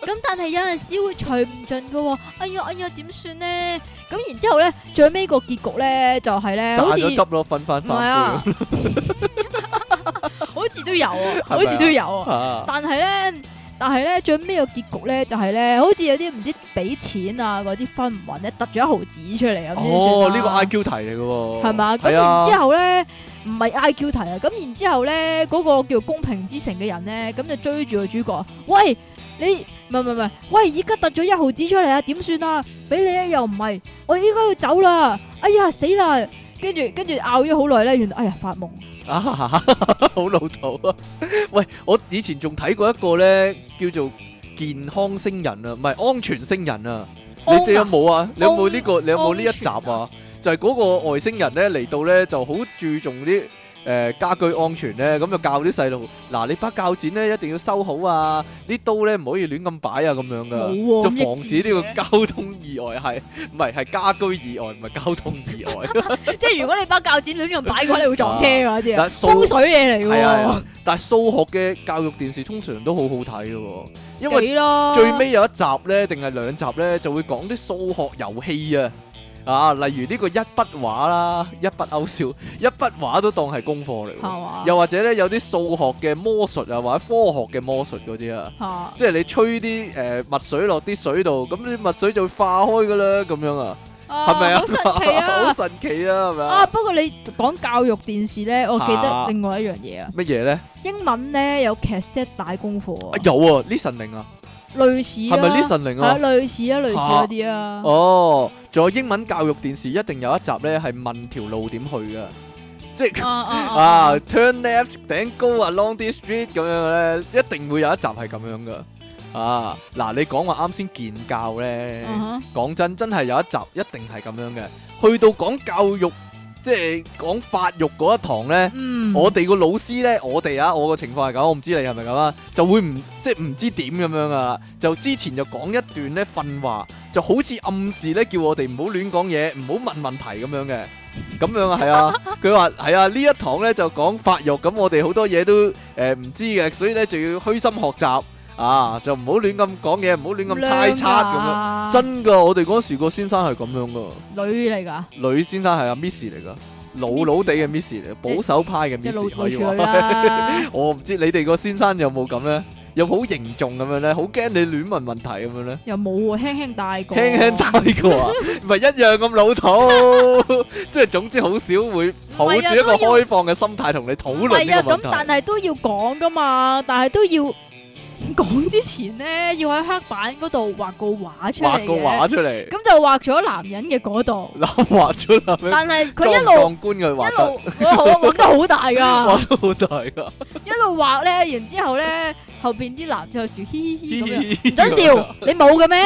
[SPEAKER 1] 咁但係有陣時會除唔盡噶喎，哎呀哎呀點算呢？咁然之後咧，最尾個結局咧就係呢，好
[SPEAKER 2] 賺
[SPEAKER 1] 似
[SPEAKER 2] 咗
[SPEAKER 1] 唔
[SPEAKER 2] 執咯，分翻
[SPEAKER 1] 係
[SPEAKER 2] 三
[SPEAKER 1] 啊
[SPEAKER 2] 杯，
[SPEAKER 1] 好似都有啊，好似都有啊。
[SPEAKER 2] 啊！
[SPEAKER 1] 但係咧，但係咧最尾個結局咧就係咧，好似有啲唔知俾錢啊嗰啲分唔匀咧，突咗一毫子出嚟咁先
[SPEAKER 2] 哦，
[SPEAKER 1] 算
[SPEAKER 2] 呢個
[SPEAKER 1] 啦
[SPEAKER 2] I Q 題嚟嘅喎，
[SPEAKER 1] 係嘛？咁
[SPEAKER 2] 係啊
[SPEAKER 1] 然之後咧，唔係 I Q 題啊，咁然之後咧，嗰、個叫公平之城嘅人咧，咁就追住個主角，喂，你唔係唔係唔係，喂，依家突咗一毫子出嚟啊，點算啊？俾你啊，又唔係，我依家要走啦，哎呀死啦！跟住跟住拗咗好耐咧，原來哎呀發夢，
[SPEAKER 2] 啊，好老土啊！ 喂，我以前仲睇過一個咧，叫做健康星人啊，唔係安全星人啊。你
[SPEAKER 1] 哦
[SPEAKER 2] 哋
[SPEAKER 1] à?
[SPEAKER 2] 有冇啊？你有冇呢、個？你有冇呢一集
[SPEAKER 1] 安全
[SPEAKER 2] 啊
[SPEAKER 1] 啊？
[SPEAKER 2] 就係嗰個外星人咧嚟到咧，就好注重啲誒、呃家居安全咧，咁就教啲細路嗱，你把鉸剪咧一定要收好啊，啲刀咧唔可以亂咁擺啊，咁樣噶。
[SPEAKER 1] 冇
[SPEAKER 2] 就
[SPEAKER 1] 喎，
[SPEAKER 2] 防止
[SPEAKER 1] 咁益
[SPEAKER 2] 呢
[SPEAKER 1] 智
[SPEAKER 2] 個交通意外係唔係係家居意外，唔係交通意外。
[SPEAKER 1] 嘅，即係如果你把鉸剪亂咁擺嘅話，你會撞車㗎嗰啲啊，
[SPEAKER 2] 但係數
[SPEAKER 1] 風水嘢嚟
[SPEAKER 2] 係
[SPEAKER 1] 嘅
[SPEAKER 2] 啊，但係數學嘅教育電視通常都好好睇嘅喎，因
[SPEAKER 1] 喎，
[SPEAKER 2] 為
[SPEAKER 1] 幾咯，
[SPEAKER 2] 最尾有一集咧，定係兩集咧，就會講啲數學遊戲啊。啊，例如呢個一筆畫啦，一筆勾銷，一筆畫都當係功課嚟
[SPEAKER 1] 係
[SPEAKER 2] 喎。
[SPEAKER 1] 嘛，
[SPEAKER 2] 又或者咧，有啲數學嘅魔術啊，或者科學嘅魔術嗰啲啊，
[SPEAKER 1] 嚇
[SPEAKER 2] 即係你吹啲誒墨水落啲水度，咁啲墨水就會化開噶啦，咁樣啊，係
[SPEAKER 1] 係
[SPEAKER 2] 咪啊？
[SPEAKER 1] 好神奇啊
[SPEAKER 2] 好！神奇啊，係咪
[SPEAKER 1] 啊！
[SPEAKER 2] 啊？
[SPEAKER 1] 不過你講教育電視咧，我記
[SPEAKER 2] 啊
[SPEAKER 1] 得另外一樣嘢啊，
[SPEAKER 2] 乜嘢咧？
[SPEAKER 1] 英文咧有 cassette 帶功課
[SPEAKER 2] 啊
[SPEAKER 1] 啊，
[SPEAKER 2] 有啊，呢神靈啊，
[SPEAKER 1] 類似
[SPEAKER 2] 係
[SPEAKER 1] 啦，
[SPEAKER 2] 咪呢神靈
[SPEAKER 1] 係啊
[SPEAKER 2] 啊？
[SPEAKER 1] 類似啊，類似嗰啲啊，
[SPEAKER 2] 哦，仲有英文教育電視一定有一集咧，係問條路點去噶，即係
[SPEAKER 1] 啊啊
[SPEAKER 2] 啊
[SPEAKER 1] 啊！
[SPEAKER 2] turn left then go along this street 咁樣咧，一定會有一集係咁樣噶。啊，嗱，你講話啱先建教咧，
[SPEAKER 1] 啊
[SPEAKER 2] 講、真真係有一集一定係咁樣嘅。去到講教育，即係講法育嗰一堂咧。
[SPEAKER 1] 嗯，
[SPEAKER 2] 我哋個老師呢，我哋啊，我個情況係咁，我唔知你係咪咁啊，就會唔即係唔知點咁樣啊，就之前就講一段呢訓話，就好似暗示呢，叫我哋唔好亂講嘢，唔好問問題咁樣嘅，咁樣啊係啊，佢話係啊，呢一堂呢就講發育，咁我哋好多嘢都誒唔、知嘅，所以呢就要虛心學習啊，就唔好亂咁講嘢，唔好亂咁猜測咁樣，
[SPEAKER 1] 樣
[SPEAKER 2] 真噶，我哋嗰時個先生係咁樣噶，
[SPEAKER 1] 啊女嚟㗎，
[SPEAKER 2] 女先生係啊 Miss 嚟噶。老老地嘅 Miss 嚟，保守派嘅
[SPEAKER 1] 即係
[SPEAKER 2] Miss
[SPEAKER 1] 老
[SPEAKER 2] 可
[SPEAKER 1] 老
[SPEAKER 2] 以
[SPEAKER 1] 處
[SPEAKER 2] 話
[SPEAKER 1] 女。 啦，
[SPEAKER 2] 我唔知你哋個先生有冇咁咧，有冇好凝重咁樣咧，好驚你亂問問題咁樣咧，
[SPEAKER 1] 又冇喎，輕輕帶過，
[SPEAKER 2] 輕輕大 個啊，唔係一樣咁老土， 即係總之好少會抱住一個開放嘅心態同你討
[SPEAKER 1] 唔
[SPEAKER 2] 論
[SPEAKER 1] 係
[SPEAKER 2] 呢
[SPEAKER 1] 啊，
[SPEAKER 2] 個
[SPEAKER 1] 咁
[SPEAKER 2] 問
[SPEAKER 1] 但
[SPEAKER 2] 題。
[SPEAKER 1] 係都要講㗎嘛，但係都要 講之前咧，要喺黑板嗰度畫個畫出嚟
[SPEAKER 2] 畫個畫
[SPEAKER 1] 嘅，
[SPEAKER 2] 出
[SPEAKER 1] 咁，
[SPEAKER 2] 嚟
[SPEAKER 1] 就畫咗男人嘅嗰度。
[SPEAKER 2] 嗱畫出嚟咩，
[SPEAKER 1] 但係佢一
[SPEAKER 2] 壯
[SPEAKER 1] 路
[SPEAKER 2] 壯觀佢
[SPEAKER 1] 一
[SPEAKER 2] 畫得，
[SPEAKER 1] 路我好畫得好大 噶，
[SPEAKER 2] 畫得好大噶，
[SPEAKER 1] 一路畫咧，然之後咧後邊啲男仔就笑嘻嘻嘻咁樣，
[SPEAKER 2] 唔
[SPEAKER 1] 唔准 笑，你冇嘅咩？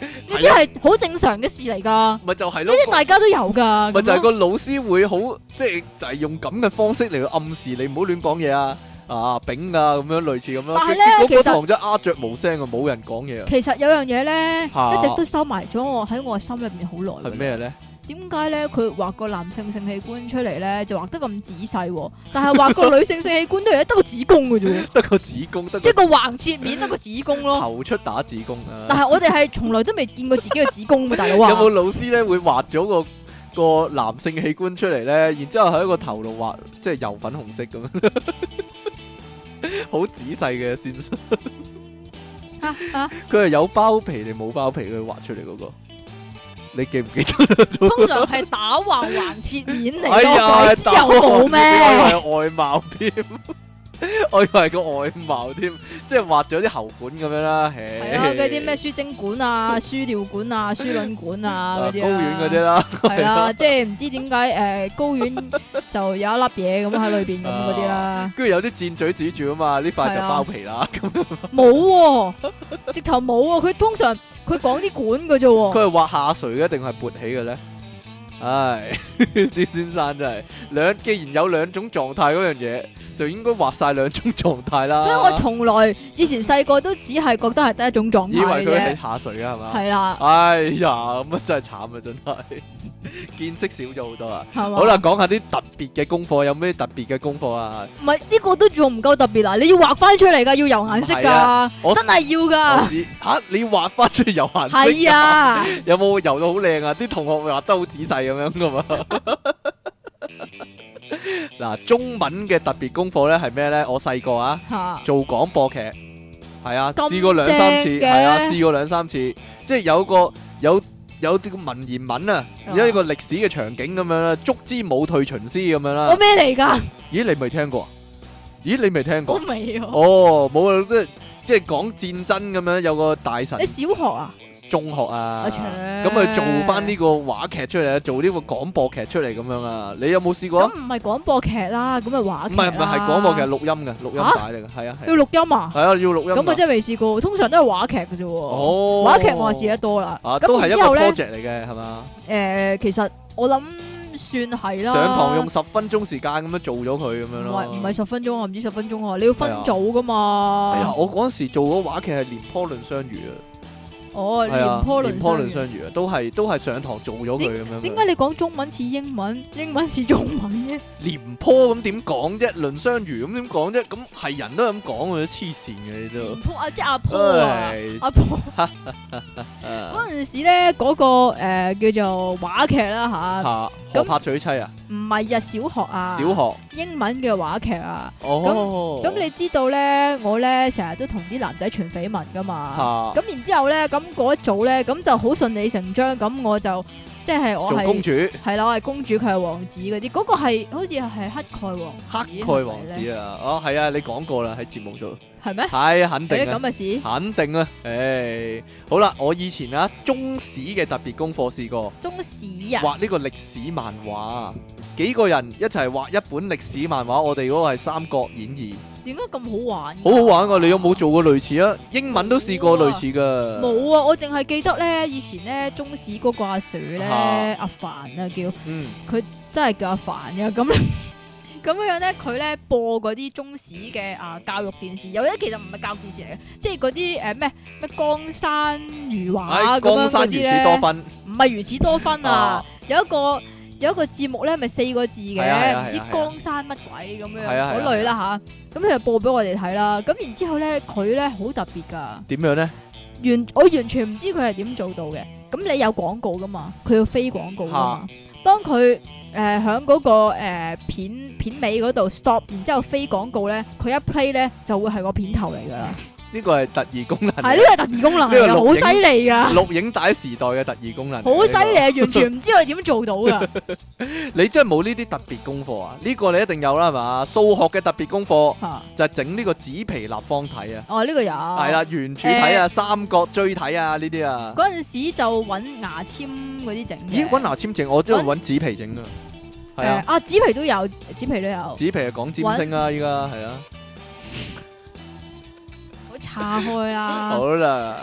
[SPEAKER 1] 呢
[SPEAKER 2] 啊
[SPEAKER 1] 啲係好正常嘅事嚟噶，
[SPEAKER 2] 咪就係
[SPEAKER 1] 呢
[SPEAKER 2] 咯。
[SPEAKER 1] 啲大家都有噶。
[SPEAKER 2] 咪就係
[SPEAKER 1] 啊咁咯
[SPEAKER 2] 個老師會好，即係就係用咁嘅方式嚟到暗示你唔好亂講嘢啊，啊丙啊咁樣類似咁咯。
[SPEAKER 1] 但係呢
[SPEAKER 2] 結果嗰
[SPEAKER 1] 其實
[SPEAKER 2] 堂真係鴉雀無聲啊，冇人講嘢啊，
[SPEAKER 1] 其實有樣嘢咧，
[SPEAKER 2] 嚇
[SPEAKER 1] 一直都收埋咗我喺我心入面好耐㗎
[SPEAKER 2] 係
[SPEAKER 1] 啦。
[SPEAKER 2] 咩咧？
[SPEAKER 1] 點解咧？佢畫個男性性器官出嚟咧，就畫得咁仔細喎，但係畫個女性性器官都係得個子宮嘅啫 喎，
[SPEAKER 2] 得個子宮，得
[SPEAKER 1] 即係
[SPEAKER 2] 個
[SPEAKER 1] 個橫切面得個子宮 咯。
[SPEAKER 2] 頭出打子宮
[SPEAKER 1] 但
[SPEAKER 2] 啊！
[SPEAKER 1] 係我哋係從來都未見過自己嘅子宮㗎，大佬啊！
[SPEAKER 2] 有冇老師咧會畫咗個？個男性器官出嚟咧，然之後喺個頭度畫，即係油粉紅色咁樣， 好仔細嘅先生。
[SPEAKER 1] 啊啊
[SPEAKER 2] 佢係有包皮定冇包皮？佢畫出嚟嗰、個，你記唔記得？
[SPEAKER 1] 通常係打橫橫切面嚟
[SPEAKER 2] 哎呀
[SPEAKER 1] 咯，鬼知有冇啊
[SPEAKER 2] 打橫切面我以
[SPEAKER 1] 咩？
[SPEAKER 2] 為係外貌添。 我以為個外貌添，即係畫咗啲喉管咁樣啦，唉
[SPEAKER 1] 係啊，嗰啲咩輸精管啊、輸尿管啊、輸卵管啊
[SPEAKER 2] 啊
[SPEAKER 1] 嗰
[SPEAKER 2] 高
[SPEAKER 1] 啲
[SPEAKER 2] 遠嗰啲
[SPEAKER 1] 啦，
[SPEAKER 2] 啦，
[SPEAKER 1] 係 啦，即係唔知點解誒高遠就有一粒嘢咁喺裏邊
[SPEAKER 2] 啊
[SPEAKER 1] 咁嗰啲啦，
[SPEAKER 2] 跟住有啲箭嘴指住啊嘛，呢塊
[SPEAKER 1] 係
[SPEAKER 2] 就
[SPEAKER 1] 啊
[SPEAKER 2] 包皮啦，咁
[SPEAKER 1] 冇喎，直頭冇喎，佢通常佢講啲管嘅啫喎，
[SPEAKER 2] 佢係畫下垂嘅定係勃起嘅咧？唉， 啲先生真係兩，既然有兩種狀態嗰樣嘢，就應該畫晒兩種狀態啦。
[SPEAKER 1] 所以我從來以前細個都只係覺得係得一種狀
[SPEAKER 2] 以為
[SPEAKER 1] 態
[SPEAKER 2] 佢
[SPEAKER 1] 嘅啫
[SPEAKER 2] 係，下垂啊，係嘛？
[SPEAKER 1] 係啦，
[SPEAKER 2] 哎呀，咁啊真係慘啊，真係 見識少咗好多啊！
[SPEAKER 1] 係嘛？
[SPEAKER 2] 好啦，，講下啲特別嘅功課，有咩特別嘅功課啊？
[SPEAKER 1] 唔係呢個都仲唔夠特別嗱，你要畫翻出嚟㗎，要有顏色
[SPEAKER 2] 唔係啊
[SPEAKER 1] 㗎，
[SPEAKER 2] 我
[SPEAKER 1] 真係要
[SPEAKER 2] 我
[SPEAKER 1] 㗎，
[SPEAKER 2] 知吓，你畫翻出嚟有顏色㗎
[SPEAKER 1] 係，啊。
[SPEAKER 2] 有冇油到好靚啊？啲同學畫得好仔細咁樣噶嘛？ 嗱，中文嘅特別功課咧係咩咧？我細個啊，
[SPEAKER 1] 吓
[SPEAKER 2] 做廣播劇係啊，
[SPEAKER 1] 咁
[SPEAKER 2] 試過兩三次，
[SPEAKER 1] 正嘅
[SPEAKER 2] 係啊，試過兩三次，即係有個有有啲文言文啊，
[SPEAKER 1] 啊
[SPEAKER 2] 有一個歷史嘅場景咁樣啦，足之舞退秦師咁樣
[SPEAKER 1] 我
[SPEAKER 2] 啦。
[SPEAKER 1] 咩嚟噶？
[SPEAKER 2] 咦，你未聽過啊？咦，你未聽
[SPEAKER 1] 我
[SPEAKER 2] 過？
[SPEAKER 1] 未喎。
[SPEAKER 2] 哦，冇啊，即係即係講戰爭咁樣，有個大臣
[SPEAKER 1] 你。小學啊？
[SPEAKER 2] 中學啊，
[SPEAKER 1] 我切
[SPEAKER 2] 咁佢做翻呢個話劇出嚟，做呢個廣播劇出嚟咁樣啊！你有冇試過
[SPEAKER 1] 咁
[SPEAKER 2] 啊？
[SPEAKER 1] 唔係廣播劇啦，咁咪話
[SPEAKER 2] 唔
[SPEAKER 1] 劇
[SPEAKER 2] 係唔係，係廣播劇
[SPEAKER 1] 啦，
[SPEAKER 2] 錄音嘅，錄音
[SPEAKER 1] 嚇
[SPEAKER 2] 帶嚟嘅，係啊係
[SPEAKER 1] 要
[SPEAKER 2] 啊
[SPEAKER 1] 錄音啊？
[SPEAKER 2] 係啊，要錄音㗎。
[SPEAKER 1] 咁我真係未試過，通常都係話劇嘅啫喎。
[SPEAKER 2] 哦，
[SPEAKER 1] 話劇我係試得多啦。
[SPEAKER 2] 啊，都
[SPEAKER 1] 咁
[SPEAKER 2] 係
[SPEAKER 1] 然
[SPEAKER 2] 一
[SPEAKER 1] 之
[SPEAKER 2] 個
[SPEAKER 1] 後咧，
[SPEAKER 2] project 嚟嘅，係嘛？
[SPEAKER 1] 誒，其實我諗算係啦。
[SPEAKER 2] 上堂用十分鐘時間咁樣做咗佢咁樣
[SPEAKER 1] 唔
[SPEAKER 2] 咯。
[SPEAKER 1] 係唔係十分鐘啊？唔知十分鐘啊？你要分
[SPEAKER 2] 係啊
[SPEAKER 1] 組噶
[SPEAKER 2] 哎呀，
[SPEAKER 1] 嘛？
[SPEAKER 2] 我嗰陣時做嗰話劇係《廉頗論相遇》啊，
[SPEAKER 1] 哦，廉
[SPEAKER 2] 係啊，
[SPEAKER 1] 頗
[SPEAKER 2] 廉
[SPEAKER 1] 論
[SPEAKER 2] 頗
[SPEAKER 1] 相
[SPEAKER 2] 論
[SPEAKER 1] 遇。
[SPEAKER 2] 相遇》啊，都係都係上堂做咗佢咁樣。啊
[SPEAKER 1] 點解你講中文似英文，英文似中文 嘅？
[SPEAKER 2] 廉頗咁點講啫？論相遇咁點講啫？咁係人都係咁講嘅，黐線嘅你
[SPEAKER 1] 廉
[SPEAKER 2] 都。
[SPEAKER 1] 頗啊，即係阿婆啊，
[SPEAKER 2] 唉
[SPEAKER 1] 阿婆。
[SPEAKER 2] 啊
[SPEAKER 1] 嗰陣時咧，嗰、個、呃、叫做話劇啦吓，
[SPEAKER 2] 吓，
[SPEAKER 1] 咁
[SPEAKER 2] 何拍娶妻啊？
[SPEAKER 1] 唔係啊小學啊，
[SPEAKER 2] 小學
[SPEAKER 1] 英文嘅話劇啊。
[SPEAKER 2] 哦，
[SPEAKER 1] 咁你知道咧，我咧成日都同啲男仔傳緋聞噶嘛。
[SPEAKER 2] 吓
[SPEAKER 1] 啊咁然之後咧，咁嗰一組咧，咁就好順理成章，咁我就即係我
[SPEAKER 2] 做公
[SPEAKER 1] 係
[SPEAKER 2] 主
[SPEAKER 1] 係啦，我係公主，佢係王子嗰啲，嗰、個係好似係乞丐王子，
[SPEAKER 2] 黑蓋王子啊！哦，係啊，你講過啦喺節目度，
[SPEAKER 1] 係咩？
[SPEAKER 2] 係啊肯
[SPEAKER 1] 有啲
[SPEAKER 2] 定
[SPEAKER 1] 咁
[SPEAKER 2] 啊，
[SPEAKER 1] 嘅事，
[SPEAKER 2] 肯定啊！唉，好啦，我以前啊中史嘅特別功課試過
[SPEAKER 1] 中史啊，
[SPEAKER 2] 畫呢個歷史漫畫，幾個人一齊畫一本歷史漫畫，我哋嗰個係《三國演義》，
[SPEAKER 1] 點解咁好玩？
[SPEAKER 2] 好好玩噶！你有冇？做過類似啊？英文都試過類似噶，
[SPEAKER 1] 冇啊！我淨係記得咧，以前咧中史嗰個阿 Sir 咧，
[SPEAKER 2] 啊
[SPEAKER 1] 阿凡啊叫，
[SPEAKER 2] 嗯，
[SPEAKER 1] 真係叫阿凡嘅咁。 咁樣樣咧，佢咧播嗰啲中史嘅啊教育電視，有啲其實唔係教育電視嚟嘅，即係嗰啲誒咩咩江山如畫
[SPEAKER 2] 唉，
[SPEAKER 1] 咁樣
[SPEAKER 2] 江
[SPEAKER 1] 嗰
[SPEAKER 2] 山
[SPEAKER 1] 啲
[SPEAKER 2] 如此多
[SPEAKER 1] 咧，
[SPEAKER 2] 分
[SPEAKER 1] 唔係如此多分啊
[SPEAKER 2] 啊！！
[SPEAKER 1] 有一個有一個節目咧，咪四個字
[SPEAKER 2] 係啊係啊
[SPEAKER 1] 嘅，唔知
[SPEAKER 2] 係啊係啊
[SPEAKER 1] 江山乜鬼咁樣
[SPEAKER 2] 係啊係啊
[SPEAKER 1] 嗰類啦吓，咁佢就播俾我哋睇啦。咁然之後咧，佢咧好特別㗎。
[SPEAKER 2] 點樣咧？
[SPEAKER 1] 完我完全唔知佢係點做到嘅。咁你有廣告噶嘛？佢要飛廣告噶嘛？當佢誒喺嗰個、呃、片片尾嗰度 stop，然之後飛廣告咧，佢一 play 咧就會係個片頭嚟噶啦。
[SPEAKER 2] 呢個係特異功能
[SPEAKER 1] 係
[SPEAKER 2] 嚟
[SPEAKER 1] 呢個係特異功能嚟
[SPEAKER 2] 呢
[SPEAKER 1] 嘅，
[SPEAKER 2] 個
[SPEAKER 1] 好
[SPEAKER 2] 錄影
[SPEAKER 1] 犀利
[SPEAKER 2] 嘅，
[SPEAKER 1] 噶，
[SPEAKER 2] 錄影帶時代嘅特異功能嚟嘅。
[SPEAKER 1] 好犀利啊！完全唔知佢點做到 噶。
[SPEAKER 2] 呢個！你真係冇呢啲特別功課啊？呢個你一定有啦，係嘛？數學嘅特別功課
[SPEAKER 1] 嚇！
[SPEAKER 2] 就係整呢個紙皮立方體啊，
[SPEAKER 1] 哦，呢個有
[SPEAKER 2] 係
[SPEAKER 1] 係
[SPEAKER 2] 啦，。圓柱體啊、三角錐體啊呢啲啊。
[SPEAKER 1] 嗰陣時就揾牙籤嗰啲整嘅
[SPEAKER 2] 咦？揾牙籤整，我真係
[SPEAKER 1] 搵
[SPEAKER 2] 揾紙皮整啊。係
[SPEAKER 1] 誒
[SPEAKER 2] 啊，
[SPEAKER 1] 啊，紙皮都有，紙皮都有，好
[SPEAKER 2] 紙皮係講占星啊，依家係啊。
[SPEAKER 1] 岔開啦。
[SPEAKER 2] 好啦，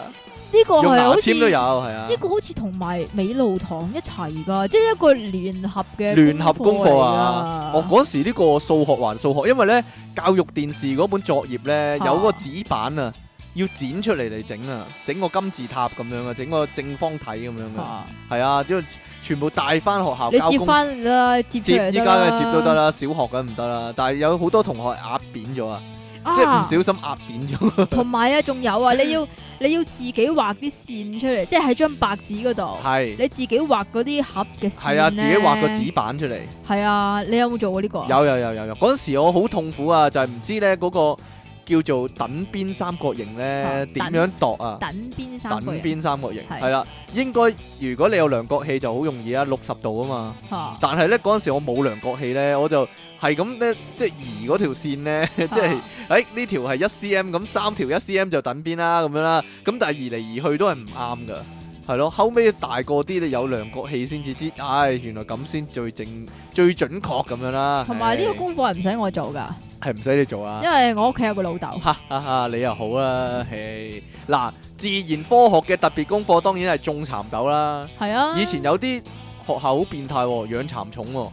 [SPEAKER 1] 呢個
[SPEAKER 2] 用
[SPEAKER 1] 係
[SPEAKER 2] 牙
[SPEAKER 1] 好似
[SPEAKER 2] 籤都有，係啊
[SPEAKER 1] 呢。個好似同埋美露堂一齊噶，即係一個聯合嘅
[SPEAKER 2] 聯合功課啊！我
[SPEAKER 1] 功課嚟㗎
[SPEAKER 2] 嗰時呢個數學還數學，因為咧教育電視嗰本作業咧
[SPEAKER 1] 啊
[SPEAKER 2] 有個紙板啊，要剪出嚟嚟整啊，整個金字塔咁樣啊，整個正方體咁樣啊，
[SPEAKER 1] 啊
[SPEAKER 2] 係啊，因為全部帶翻學校
[SPEAKER 1] 你
[SPEAKER 2] 交
[SPEAKER 1] 接
[SPEAKER 2] 功。
[SPEAKER 1] 翻啦，接出
[SPEAKER 2] 接
[SPEAKER 1] 嚟
[SPEAKER 2] 依
[SPEAKER 1] 得
[SPEAKER 2] 家
[SPEAKER 1] 啦
[SPEAKER 2] 嘅接都得，啦，小學咁唔得啦，但係有好多同學壓扁咗啊，即
[SPEAKER 1] 啊
[SPEAKER 2] 係唔小心壓扁咗，
[SPEAKER 1] 同埋啊，仲有啊，你要你要自己畫啲線出嚟，即係喺張白紙嗰度，
[SPEAKER 2] 係
[SPEAKER 1] 你自己畫嗰啲盒嘅線
[SPEAKER 2] 係啊，自己畫個
[SPEAKER 1] 咧
[SPEAKER 2] 紙，板出嚟。
[SPEAKER 1] 係啊，你有冇做過呢個啊？
[SPEAKER 2] 有有有有有，嗰陣時我好痛苦啊，就係、唔知咧嗰、個叫做等邊三角形咧
[SPEAKER 1] 啊，
[SPEAKER 2] 點
[SPEAKER 1] 等
[SPEAKER 2] 樣度啊？
[SPEAKER 1] 等邊三
[SPEAKER 2] 等
[SPEAKER 1] 個人
[SPEAKER 2] 邊三角形
[SPEAKER 1] 係
[SPEAKER 2] 係啦，應該如果你有量角器就好容易啊，六十度啊嘛。
[SPEAKER 1] 嚇
[SPEAKER 2] 但係咧嗰陣時我冇量角器咧，我就係咁咧，即係移嗰條線 咧，即係
[SPEAKER 1] 嚇
[SPEAKER 2] 誒呢條係一 cm，咁三條一 cm 就等邊啦咁樣啦。咁但係移嚟移去都係唔啱噶，係咯。後尾大個啲你有量角器先至知，唉，原來咁先最正最準確咁樣啦。
[SPEAKER 1] 同埋呢個
[SPEAKER 2] 唉
[SPEAKER 1] 功課係唔使我做㗎，
[SPEAKER 2] 係唔使你做啊。
[SPEAKER 1] 因為我屋企有個老豆。
[SPEAKER 2] 哈哈哈！你又好啦，嘿嗱，自然科學嘅特別功課當然係種蠶豆啦。
[SPEAKER 1] 係啊，
[SPEAKER 2] 以前有啲學校好變態喎，養蠶蟲喎，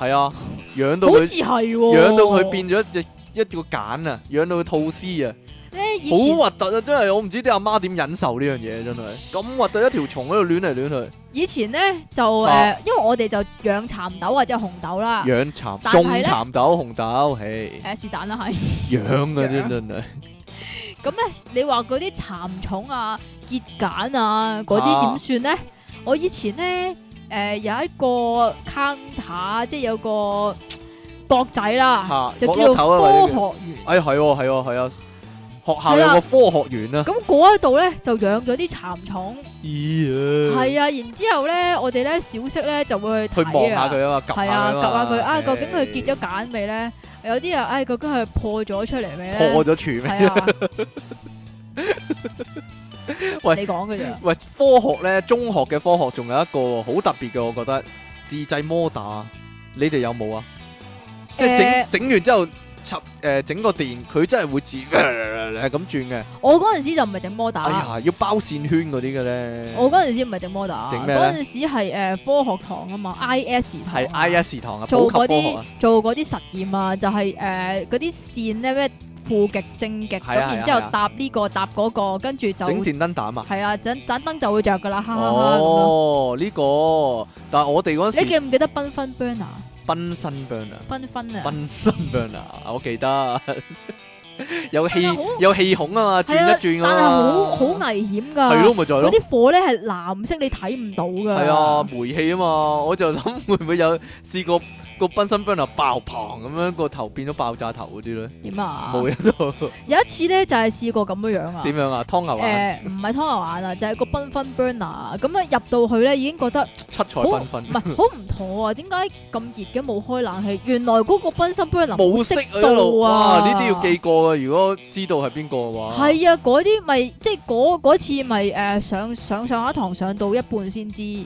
[SPEAKER 2] 係啊，養到
[SPEAKER 1] 好
[SPEAKER 2] 佢
[SPEAKER 1] 似係喎，
[SPEAKER 2] 養到佢變咗一隻一個揀啊，養到佢吐絲啊，
[SPEAKER 1] 咧，以
[SPEAKER 2] 好
[SPEAKER 1] 前
[SPEAKER 2] 核突啊！真係我唔知啲阿媽點忍受呢樣嘢，真係咁核突一條蟲喺度亂嚟亂
[SPEAKER 1] 以前咧就誒
[SPEAKER 2] 啊，
[SPEAKER 1] 因為我哋就養蠶豆或者紅豆啦
[SPEAKER 2] 去，養蠶
[SPEAKER 1] 啊但
[SPEAKER 2] 種
[SPEAKER 1] 係呢
[SPEAKER 2] 蠶豆紅豆，嘿
[SPEAKER 1] 誒是但啦係。
[SPEAKER 2] 養啊真
[SPEAKER 1] 養
[SPEAKER 2] 真係
[SPEAKER 1] 咁咧，你話嗰啲蠶蟲啊、結繭啊嗰
[SPEAKER 2] 啊
[SPEAKER 1] 啲點算咧？我以前咧誒、呃有一個 counter，即係有個度仔啦，
[SPEAKER 2] 嚇
[SPEAKER 1] 就
[SPEAKER 2] 角
[SPEAKER 1] 叫做
[SPEAKER 2] 落頭啊！或
[SPEAKER 1] 科
[SPEAKER 2] 者
[SPEAKER 1] 學
[SPEAKER 2] 叫
[SPEAKER 1] 園。
[SPEAKER 2] 哎係喎係喎係啊，學校
[SPEAKER 1] 係啦
[SPEAKER 2] 有個科學園啊。
[SPEAKER 1] 咁嗰一度咧就養咗啲蠶蟲，
[SPEAKER 2] 咦啊
[SPEAKER 1] 係啊，然之後咧我哋咧小息咧就會
[SPEAKER 2] 去
[SPEAKER 1] 去
[SPEAKER 2] 望
[SPEAKER 1] 睇
[SPEAKER 2] 下
[SPEAKER 1] 啊，
[SPEAKER 2] 佢啊嘛，及
[SPEAKER 1] 係啊，及下佢啊，
[SPEAKER 2] 嘛
[SPEAKER 1] 究竟佢結咗
[SPEAKER 2] 唉
[SPEAKER 1] 繭未咧？有啲人唉，究竟佢破咗出嚟未咧
[SPEAKER 2] 破？咗柱咩？，
[SPEAKER 1] 係啊
[SPEAKER 2] 喂
[SPEAKER 1] 你講嘅咋？
[SPEAKER 2] 喂，科學咧，中學嘅科學仲有一個好特別嘅，我覺得自製摩打，你哋有冇啊？即係
[SPEAKER 1] 誒
[SPEAKER 2] 整整完之後插誒整個電，佢真係會自係咁轉嘅。
[SPEAKER 1] 我嗰陣時就唔係整摩打。
[SPEAKER 2] 哎呀，要包線圈嗰啲嘅咧，
[SPEAKER 1] 啊我嗰陣時唔係整 model，
[SPEAKER 2] 整咩呢
[SPEAKER 1] 嗰陣時係誒科學堂啊嘛，IS 堂
[SPEAKER 2] 係
[SPEAKER 1] 啊
[SPEAKER 2] I S 堂啊，
[SPEAKER 1] 做
[SPEAKER 2] 普及科
[SPEAKER 1] 嗰
[SPEAKER 2] 學
[SPEAKER 1] 啲
[SPEAKER 2] 啊，
[SPEAKER 1] 做嗰啲實驗啊，就係誒嗰啲線咧咩負極正極咁，
[SPEAKER 2] 係啊係啊
[SPEAKER 1] 然之後
[SPEAKER 2] 係啊
[SPEAKER 1] 搭呢個搭嗰個，跟住就啊
[SPEAKER 2] 整電燈膽啊。
[SPEAKER 1] 係啊，盞盞燈就會着噶啦，哈哈哈咁樣。
[SPEAKER 2] 哦，呢個，但係我哋嗰陣
[SPEAKER 1] 你
[SPEAKER 2] 時
[SPEAKER 1] 記唔記得繽紛 burner？
[SPEAKER 2] 奔身 burn 啊。
[SPEAKER 1] 繽 紛啊，
[SPEAKER 2] 奔身 burn 啊！我記得 有氣
[SPEAKER 1] 但係好
[SPEAKER 2] 有氣孔啊嘛，轉
[SPEAKER 1] 係啊，
[SPEAKER 2] 一轉啊
[SPEAKER 1] 但係好
[SPEAKER 2] 嘛，
[SPEAKER 1] 好危險
[SPEAKER 2] 係
[SPEAKER 1] 㗎。
[SPEAKER 2] 咯，咪就係
[SPEAKER 1] 嗰
[SPEAKER 2] 咯，
[SPEAKER 1] 啲火咧係藍色，你睇唔到㗎。
[SPEAKER 2] 係啊，煤氣啊嘛，我就諗 會唔會有試過個奔身 burn 啊爆棚咁樣個頭變咗爆炸頭嗰啲咧，
[SPEAKER 1] 點啊？
[SPEAKER 2] 冇嘢咯，
[SPEAKER 1] 有一次咧就係試過咁樣樣啊。
[SPEAKER 2] 點樣啊？湯牛啊，
[SPEAKER 1] 誒唔係湯牛眼啊，就係、個繽紛 burner 咁啊入到去咧已經覺 得
[SPEAKER 2] 七彩
[SPEAKER 1] 好
[SPEAKER 2] 繽紛
[SPEAKER 1] 唔，係好唔妥啊！點解咁熱嘅冇開冷氣？原來嗰個繽紛 burner
[SPEAKER 2] 冇色啊一路，
[SPEAKER 1] 到啊！
[SPEAKER 2] 哇！呢啲要記過啊，如果知道係邊個嘅話，
[SPEAKER 1] 係啊，嗰啲咪即係嗰嗰次咪誒、上上上下堂上到一半先知，即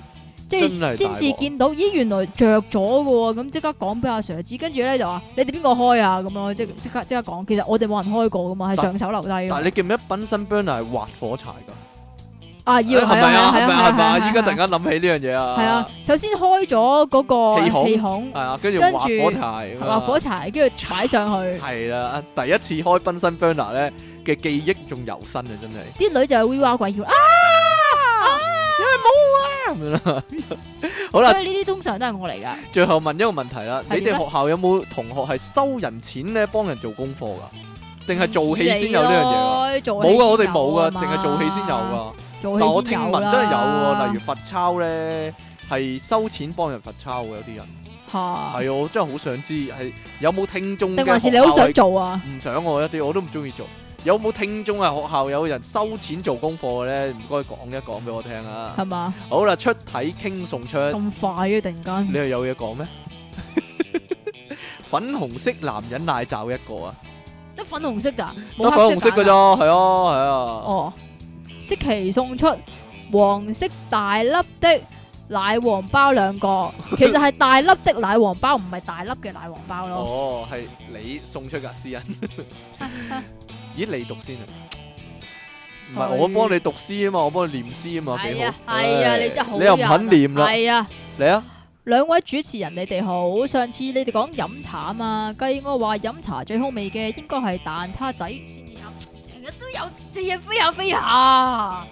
[SPEAKER 1] 係
[SPEAKER 2] 真係大鑊
[SPEAKER 1] 先至見到，咦原來着咗嘅喎，咁即刻講俾阿 Sir 知，跟住咧就話你哋邊個開啊咁樣，即即刻即刻講，其實我哋冇人開過噶嘛，係上
[SPEAKER 2] 但
[SPEAKER 1] 手留低㗎
[SPEAKER 2] 但係你記唔記得奔身 burn 係劃火柴㗎？
[SPEAKER 1] 啊要
[SPEAKER 2] 係咪啊？係咪啊？係咪啊？依家突然
[SPEAKER 1] 間
[SPEAKER 2] 間諗起呢樣嘢啊！
[SPEAKER 1] 係啊，首先開咗嗰
[SPEAKER 2] 氣
[SPEAKER 1] 個
[SPEAKER 2] 孔
[SPEAKER 1] 氣孔
[SPEAKER 2] 系。啊，跟住
[SPEAKER 1] 跟住
[SPEAKER 2] 劃火柴，
[SPEAKER 1] 畫火柴，跟住踩上去，
[SPEAKER 2] 系啦，第一次開奔身 burner 咧嘅記憶仲猶新啊，真係
[SPEAKER 1] 啲女就係會哇鬼叫啊！啊
[SPEAKER 2] 咁樣啦。啊好啦，
[SPEAKER 1] 所以呢啲通常都係我嚟噶，
[SPEAKER 2] 最後問一個問題啦，你
[SPEAKER 1] 係點
[SPEAKER 2] 哋
[SPEAKER 1] 咧啊
[SPEAKER 2] 學校有冇同學係收人錢咧幫人做功課噶？定係做戲先有呢樣嘢啊？
[SPEAKER 1] 嘢做戲
[SPEAKER 2] 冇噶，我哋
[SPEAKER 1] 先有
[SPEAKER 2] 冇噶，
[SPEAKER 1] 嘛
[SPEAKER 2] 淨係做戲先有。噶。
[SPEAKER 1] 做
[SPEAKER 2] 但我
[SPEAKER 1] 戲
[SPEAKER 2] 聽
[SPEAKER 1] 先有
[SPEAKER 2] 聞真係有喎，例如罰抄咧係收錢幫人罰抄嘅，有啲人
[SPEAKER 1] 如嚇，
[SPEAKER 2] 係啊我真係好想知係有冇聽眾嘅
[SPEAKER 1] 定還是你
[SPEAKER 2] 學
[SPEAKER 1] 好
[SPEAKER 2] 校係
[SPEAKER 1] 想做啊？
[SPEAKER 2] 唔想我一啲，我都唔中意做。有冇聽眾啊？學校有人收錢做功課嘅咧？唔該講一講俾我聽 啊！
[SPEAKER 1] 係嘛？
[SPEAKER 2] 好啦，出體傾送出，
[SPEAKER 1] 咁快嘅突然
[SPEAKER 2] 你
[SPEAKER 1] 間，
[SPEAKER 2] 又有嘢 講咩？粉紅色男人奶罩一個啊，
[SPEAKER 1] 得粉紅色㗎，
[SPEAKER 2] 得
[SPEAKER 1] 冇
[SPEAKER 2] 粉
[SPEAKER 1] 黑
[SPEAKER 2] 紅色
[SPEAKER 1] 㗎
[SPEAKER 2] 嘅咋，。係啊，係啊，
[SPEAKER 1] 哦，即期送出黃色大粒的奶黃包兩 個，其實係大粒的奶黃包，唔係大粒嘅奶黃包咯。
[SPEAKER 2] 哦，係你送出噶私 隱，咦你讀先啊？唔係我幫你讀詩啊嘛，我幫你念詩啊嘛，幾
[SPEAKER 1] 系
[SPEAKER 2] 好
[SPEAKER 1] 啊，系啊，
[SPEAKER 2] 唉
[SPEAKER 1] 你真係好
[SPEAKER 2] 你又唔肯念啦，
[SPEAKER 1] 系啊，
[SPEAKER 2] 嚟啊！
[SPEAKER 1] 兩位主持人你哋好，上次你哋講飲茶啊嘛，計我話飲茶最好味嘅應該係蛋撻仔先至飲，成日都有隻嘢飛下飛下。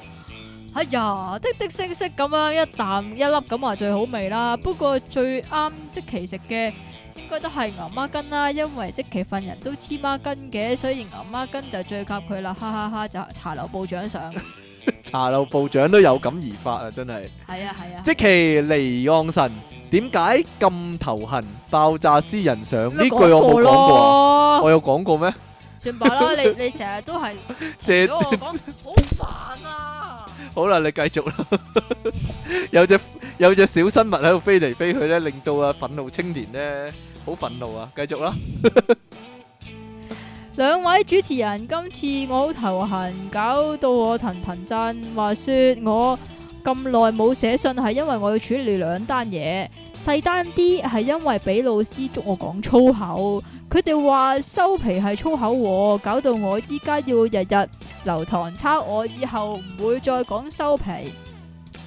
[SPEAKER 1] 哎呀，滴滴聲聲咁樣一啖一粒咁話最好味啦。不過最啱即期食嘅應該都係牛孖筋啦，因為即期份人都黐孖筋嘅，所以牛孖筋就最夾佢啦，哈哈哈！就茶樓部長 上，
[SPEAKER 2] 茶樓部長都有感而發啊，真係。
[SPEAKER 1] 係啊係啊，
[SPEAKER 2] 即其離岸神點解咁頭痕？爆炸私人相呢
[SPEAKER 1] 咪
[SPEAKER 2] 句我冇講過啊，
[SPEAKER 1] 咯
[SPEAKER 2] 我有講過咩？
[SPEAKER 1] 算吧啦，你你成日都係
[SPEAKER 2] 借
[SPEAKER 1] 如果我講好煩啊，
[SPEAKER 2] 好啦，你繼續啦。 有隻有隻小生物喺度飛嚟飛去咧，令到啊憤怒青年咧好憤怒啊！繼續啦，
[SPEAKER 1] 兩位主持人，今次我好頭痕，搞到我騰騰震。話說我咁耐冇寫信，係因為我要處理兩單嘢。細單啲係因為俾老師捉我講粗口，佢哋話收皮係粗口喎，搞到我依家要日日留堂抄我，以後唔會再講收皮。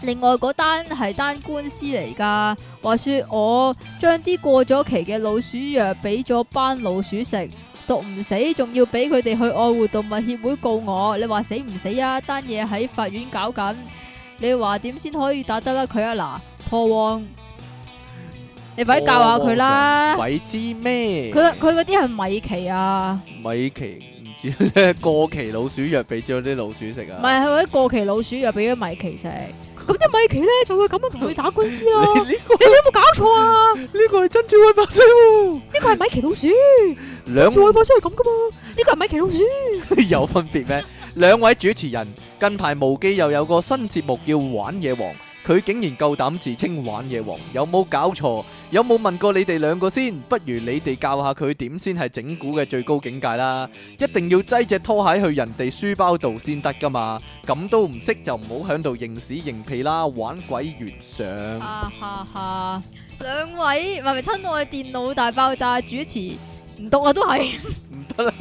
[SPEAKER 1] 另外嗰單係單官司嚟㗎，話說我將啲過咗期嘅老鼠藥俾咗班老鼠食。毒唔死，仲要俾佢哋去愛護動物協會告我，你話死唔死啊？單嘢喺法院搞緊，你話點先可以打得甩佢啊？嗱，破旺，你快啲教下
[SPEAKER 2] 啊
[SPEAKER 1] 佢啦！
[SPEAKER 2] 鬼知咩？
[SPEAKER 1] 佢佢嗰啲係米奇啊，
[SPEAKER 2] 米奇唔知咧， 過期老鼠藥俾咗啲老鼠食
[SPEAKER 1] 唔
[SPEAKER 2] 啊！
[SPEAKER 1] 係係嗰啲過期老鼠藥俾咗米奇 食，咁啲米奇咧就會咁樣同佢打官司啊！
[SPEAKER 2] 呢呢個
[SPEAKER 1] 你有冇搞錯啊？
[SPEAKER 2] 呢個係真主威百聲喎，
[SPEAKER 1] 呢個係米奇老鼠，
[SPEAKER 2] 兩
[SPEAKER 1] 做過先係咁噶嘛？呢個係米奇老鼠，
[SPEAKER 2] 有分別咩？兩位主持人近排無記又有個新節目叫《玩嘢王》，佢竟然夠膽自稱玩嘢王，有冇搞錯？有冇問過你哋兩個先？不如你哋教下佢點先係整蠱嘅最高境界啦！一定要擠只拖鞋去人哋書包度先得噶嘛，咁都唔識就唔好喺度認屎認屁啦，玩鬼原相。
[SPEAKER 1] 哈啊哈哈！兩位咪咪親愛電腦大爆炸主持唔讀啊，都係
[SPEAKER 2] 唔得啦，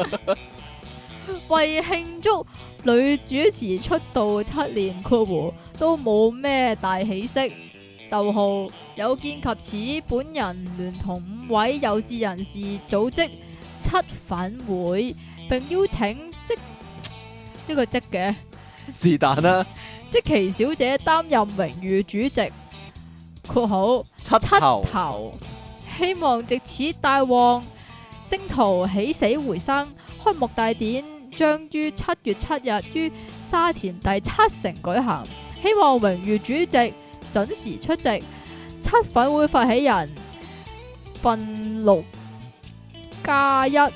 [SPEAKER 1] 為慶祝女主持出道七年括弧都冇咩大起色。逗號有見及此，本人聯同五位有志人士組織七粉會，並邀請即呢個即嘅。
[SPEAKER 2] 是但啦，
[SPEAKER 1] 即奇小姐擔任榮譽主席（括號
[SPEAKER 2] 七
[SPEAKER 1] 七
[SPEAKER 2] 頭
[SPEAKER 1] 頭），希望藉此大旺星途起死回生。開幕大典將於七月七日於沙田第七城舉行，希望榮譽主席準時出席。七粉會發起人笨六加一係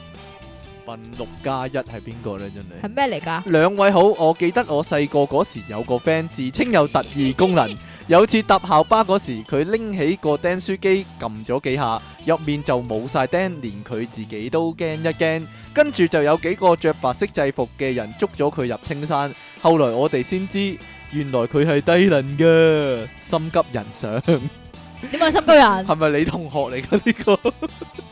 [SPEAKER 2] 問六加一係邊個呢？真係。
[SPEAKER 1] 咩嚟㗎？
[SPEAKER 2] 兩位好，我記得我細個嗰時有個 friend 自稱有特異功能，有次搭校巴嗰時，佢拎起個釘書機撳咗幾下，入面就冇晒釘，連佢自己都驚一驚。跟住就有幾個着白色制服嘅人捉咗佢入青山，後來我哋先知，原來佢係低能嘅，心急人上，
[SPEAKER 1] 點解心高人
[SPEAKER 2] 係咪你同學嚟㗎呢個？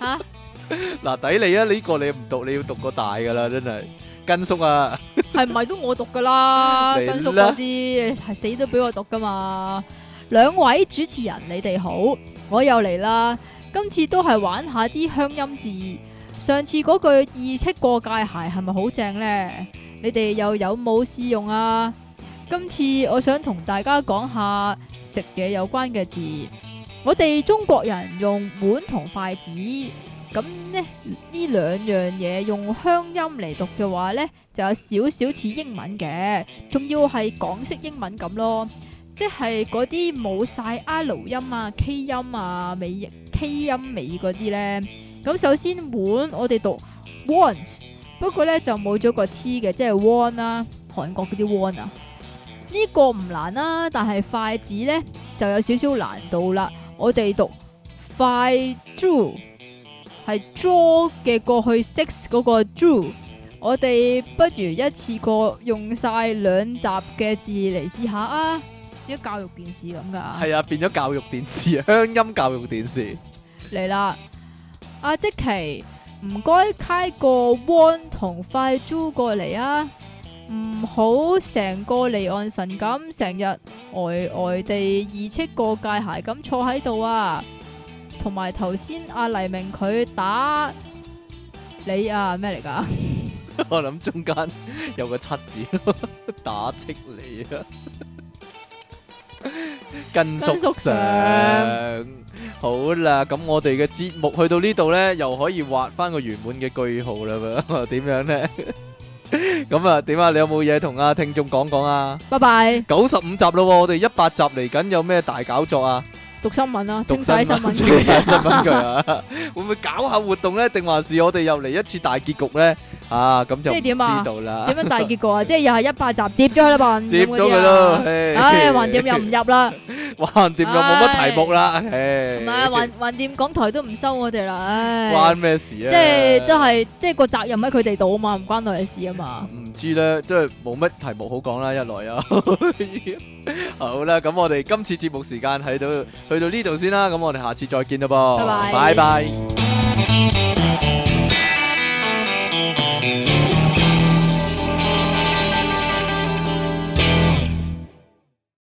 [SPEAKER 1] 嚇？
[SPEAKER 2] 嗱，抵你啊！呢個你唔讀，你要讀個大㗎啦，真係根叔啊！
[SPEAKER 1] 系咪都我讀噶啦？
[SPEAKER 2] 你啦
[SPEAKER 1] 跟叔嗰啲係死都俾我讀噶嘛。兩位主持人，你哋好，我又嚟啦。今次都係玩下啲鄉音字。上次嗰句意戚過界鞋係咪好正呢？你哋又有冇試用啊？今次我想同大家講下食嘢有關嘅字。我哋中國人用碗同筷子，咁呢呢兩樣嘢用鄉音嚟讀嘅話呢。就有少少似英文嘅，仲要係港式英文咁咯，即係嗰啲冇晒 R 音啊、K 音啊、尾 K 音尾嗰啲呢。咁首先碗我哋讀 want，不過呢就冇咗個 t 嘅，即係 won 啦，韓國嗰啲 won 啊。呢個唔難啦，但係筷子呢就有少少難度啦。我哋讀快 drew 係 draw 嘅過去 six 嗰個 drew。我哋不如一次過用晒兩集嘅字嚟試下啊！啲教育電視咁噶，
[SPEAKER 2] 系啊，變咗教育電視，鄉音教育電視，
[SPEAKER 1] 嚟啦！阿即奇，唔該開個 one 同快豬過嚟啊！唔好成個離岸神咁，成日呆呆地二尺過界鞋咁坐喺度啊！同埋頭先阿黎明佢打你啊咩嚟 㗎？
[SPEAKER 2] 我諗中間有個七字， 打戚你啊， 跟
[SPEAKER 1] 跟
[SPEAKER 2] 叔
[SPEAKER 1] 叔
[SPEAKER 2] 上
[SPEAKER 1] 上。
[SPEAKER 2] 好啦，咁我哋嘅節目去到呢度呢，又可以畫翻個圓滿嘅句號啦噃， 點樣呢？咁啊，點啊？你有冇嘢同啊聽眾講講啊？
[SPEAKER 1] 拜拜。
[SPEAKER 2] 九十五集咯喎，我哋一百集嚟緊有咩大搞作啊？
[SPEAKER 1] 讀新聞啦，
[SPEAKER 2] 讀
[SPEAKER 1] 清洗新
[SPEAKER 2] 聞
[SPEAKER 1] 聞
[SPEAKER 2] 清洗新聞佢啊，會唔會搞下活動咧？定還是我哋又嚟一次大結局咧？啊，咁
[SPEAKER 1] 即
[SPEAKER 2] 就
[SPEAKER 1] 係
[SPEAKER 2] 唔
[SPEAKER 1] 點啊
[SPEAKER 2] 知道啦
[SPEAKER 1] 點，樣大結果啊？即係又係一百集 接咗佢啦笨，
[SPEAKER 2] 接咗佢咯。
[SPEAKER 1] 咁嗰啲啊。
[SPEAKER 2] 唉
[SPEAKER 1] 唉，橫掂 又唔入啦，
[SPEAKER 2] 橫掂又冇乜題目啦，
[SPEAKER 1] 唔
[SPEAKER 2] 唉，
[SPEAKER 1] 係啊，橫橫掂港台都唔收我哋啦，唉
[SPEAKER 2] 關，咩事啊？
[SPEAKER 1] 即係都係即係個責任喺佢哋度啊嘛，唔關我哋事啊嘛。
[SPEAKER 2] 唔知咧，即係冇乜題目好講啦，一 來啊，好啦，咁我哋今次節目時間喺度去到呢度先啦，咁我哋下次再見啦噃，
[SPEAKER 1] 拜拜
[SPEAKER 2] 拜拜。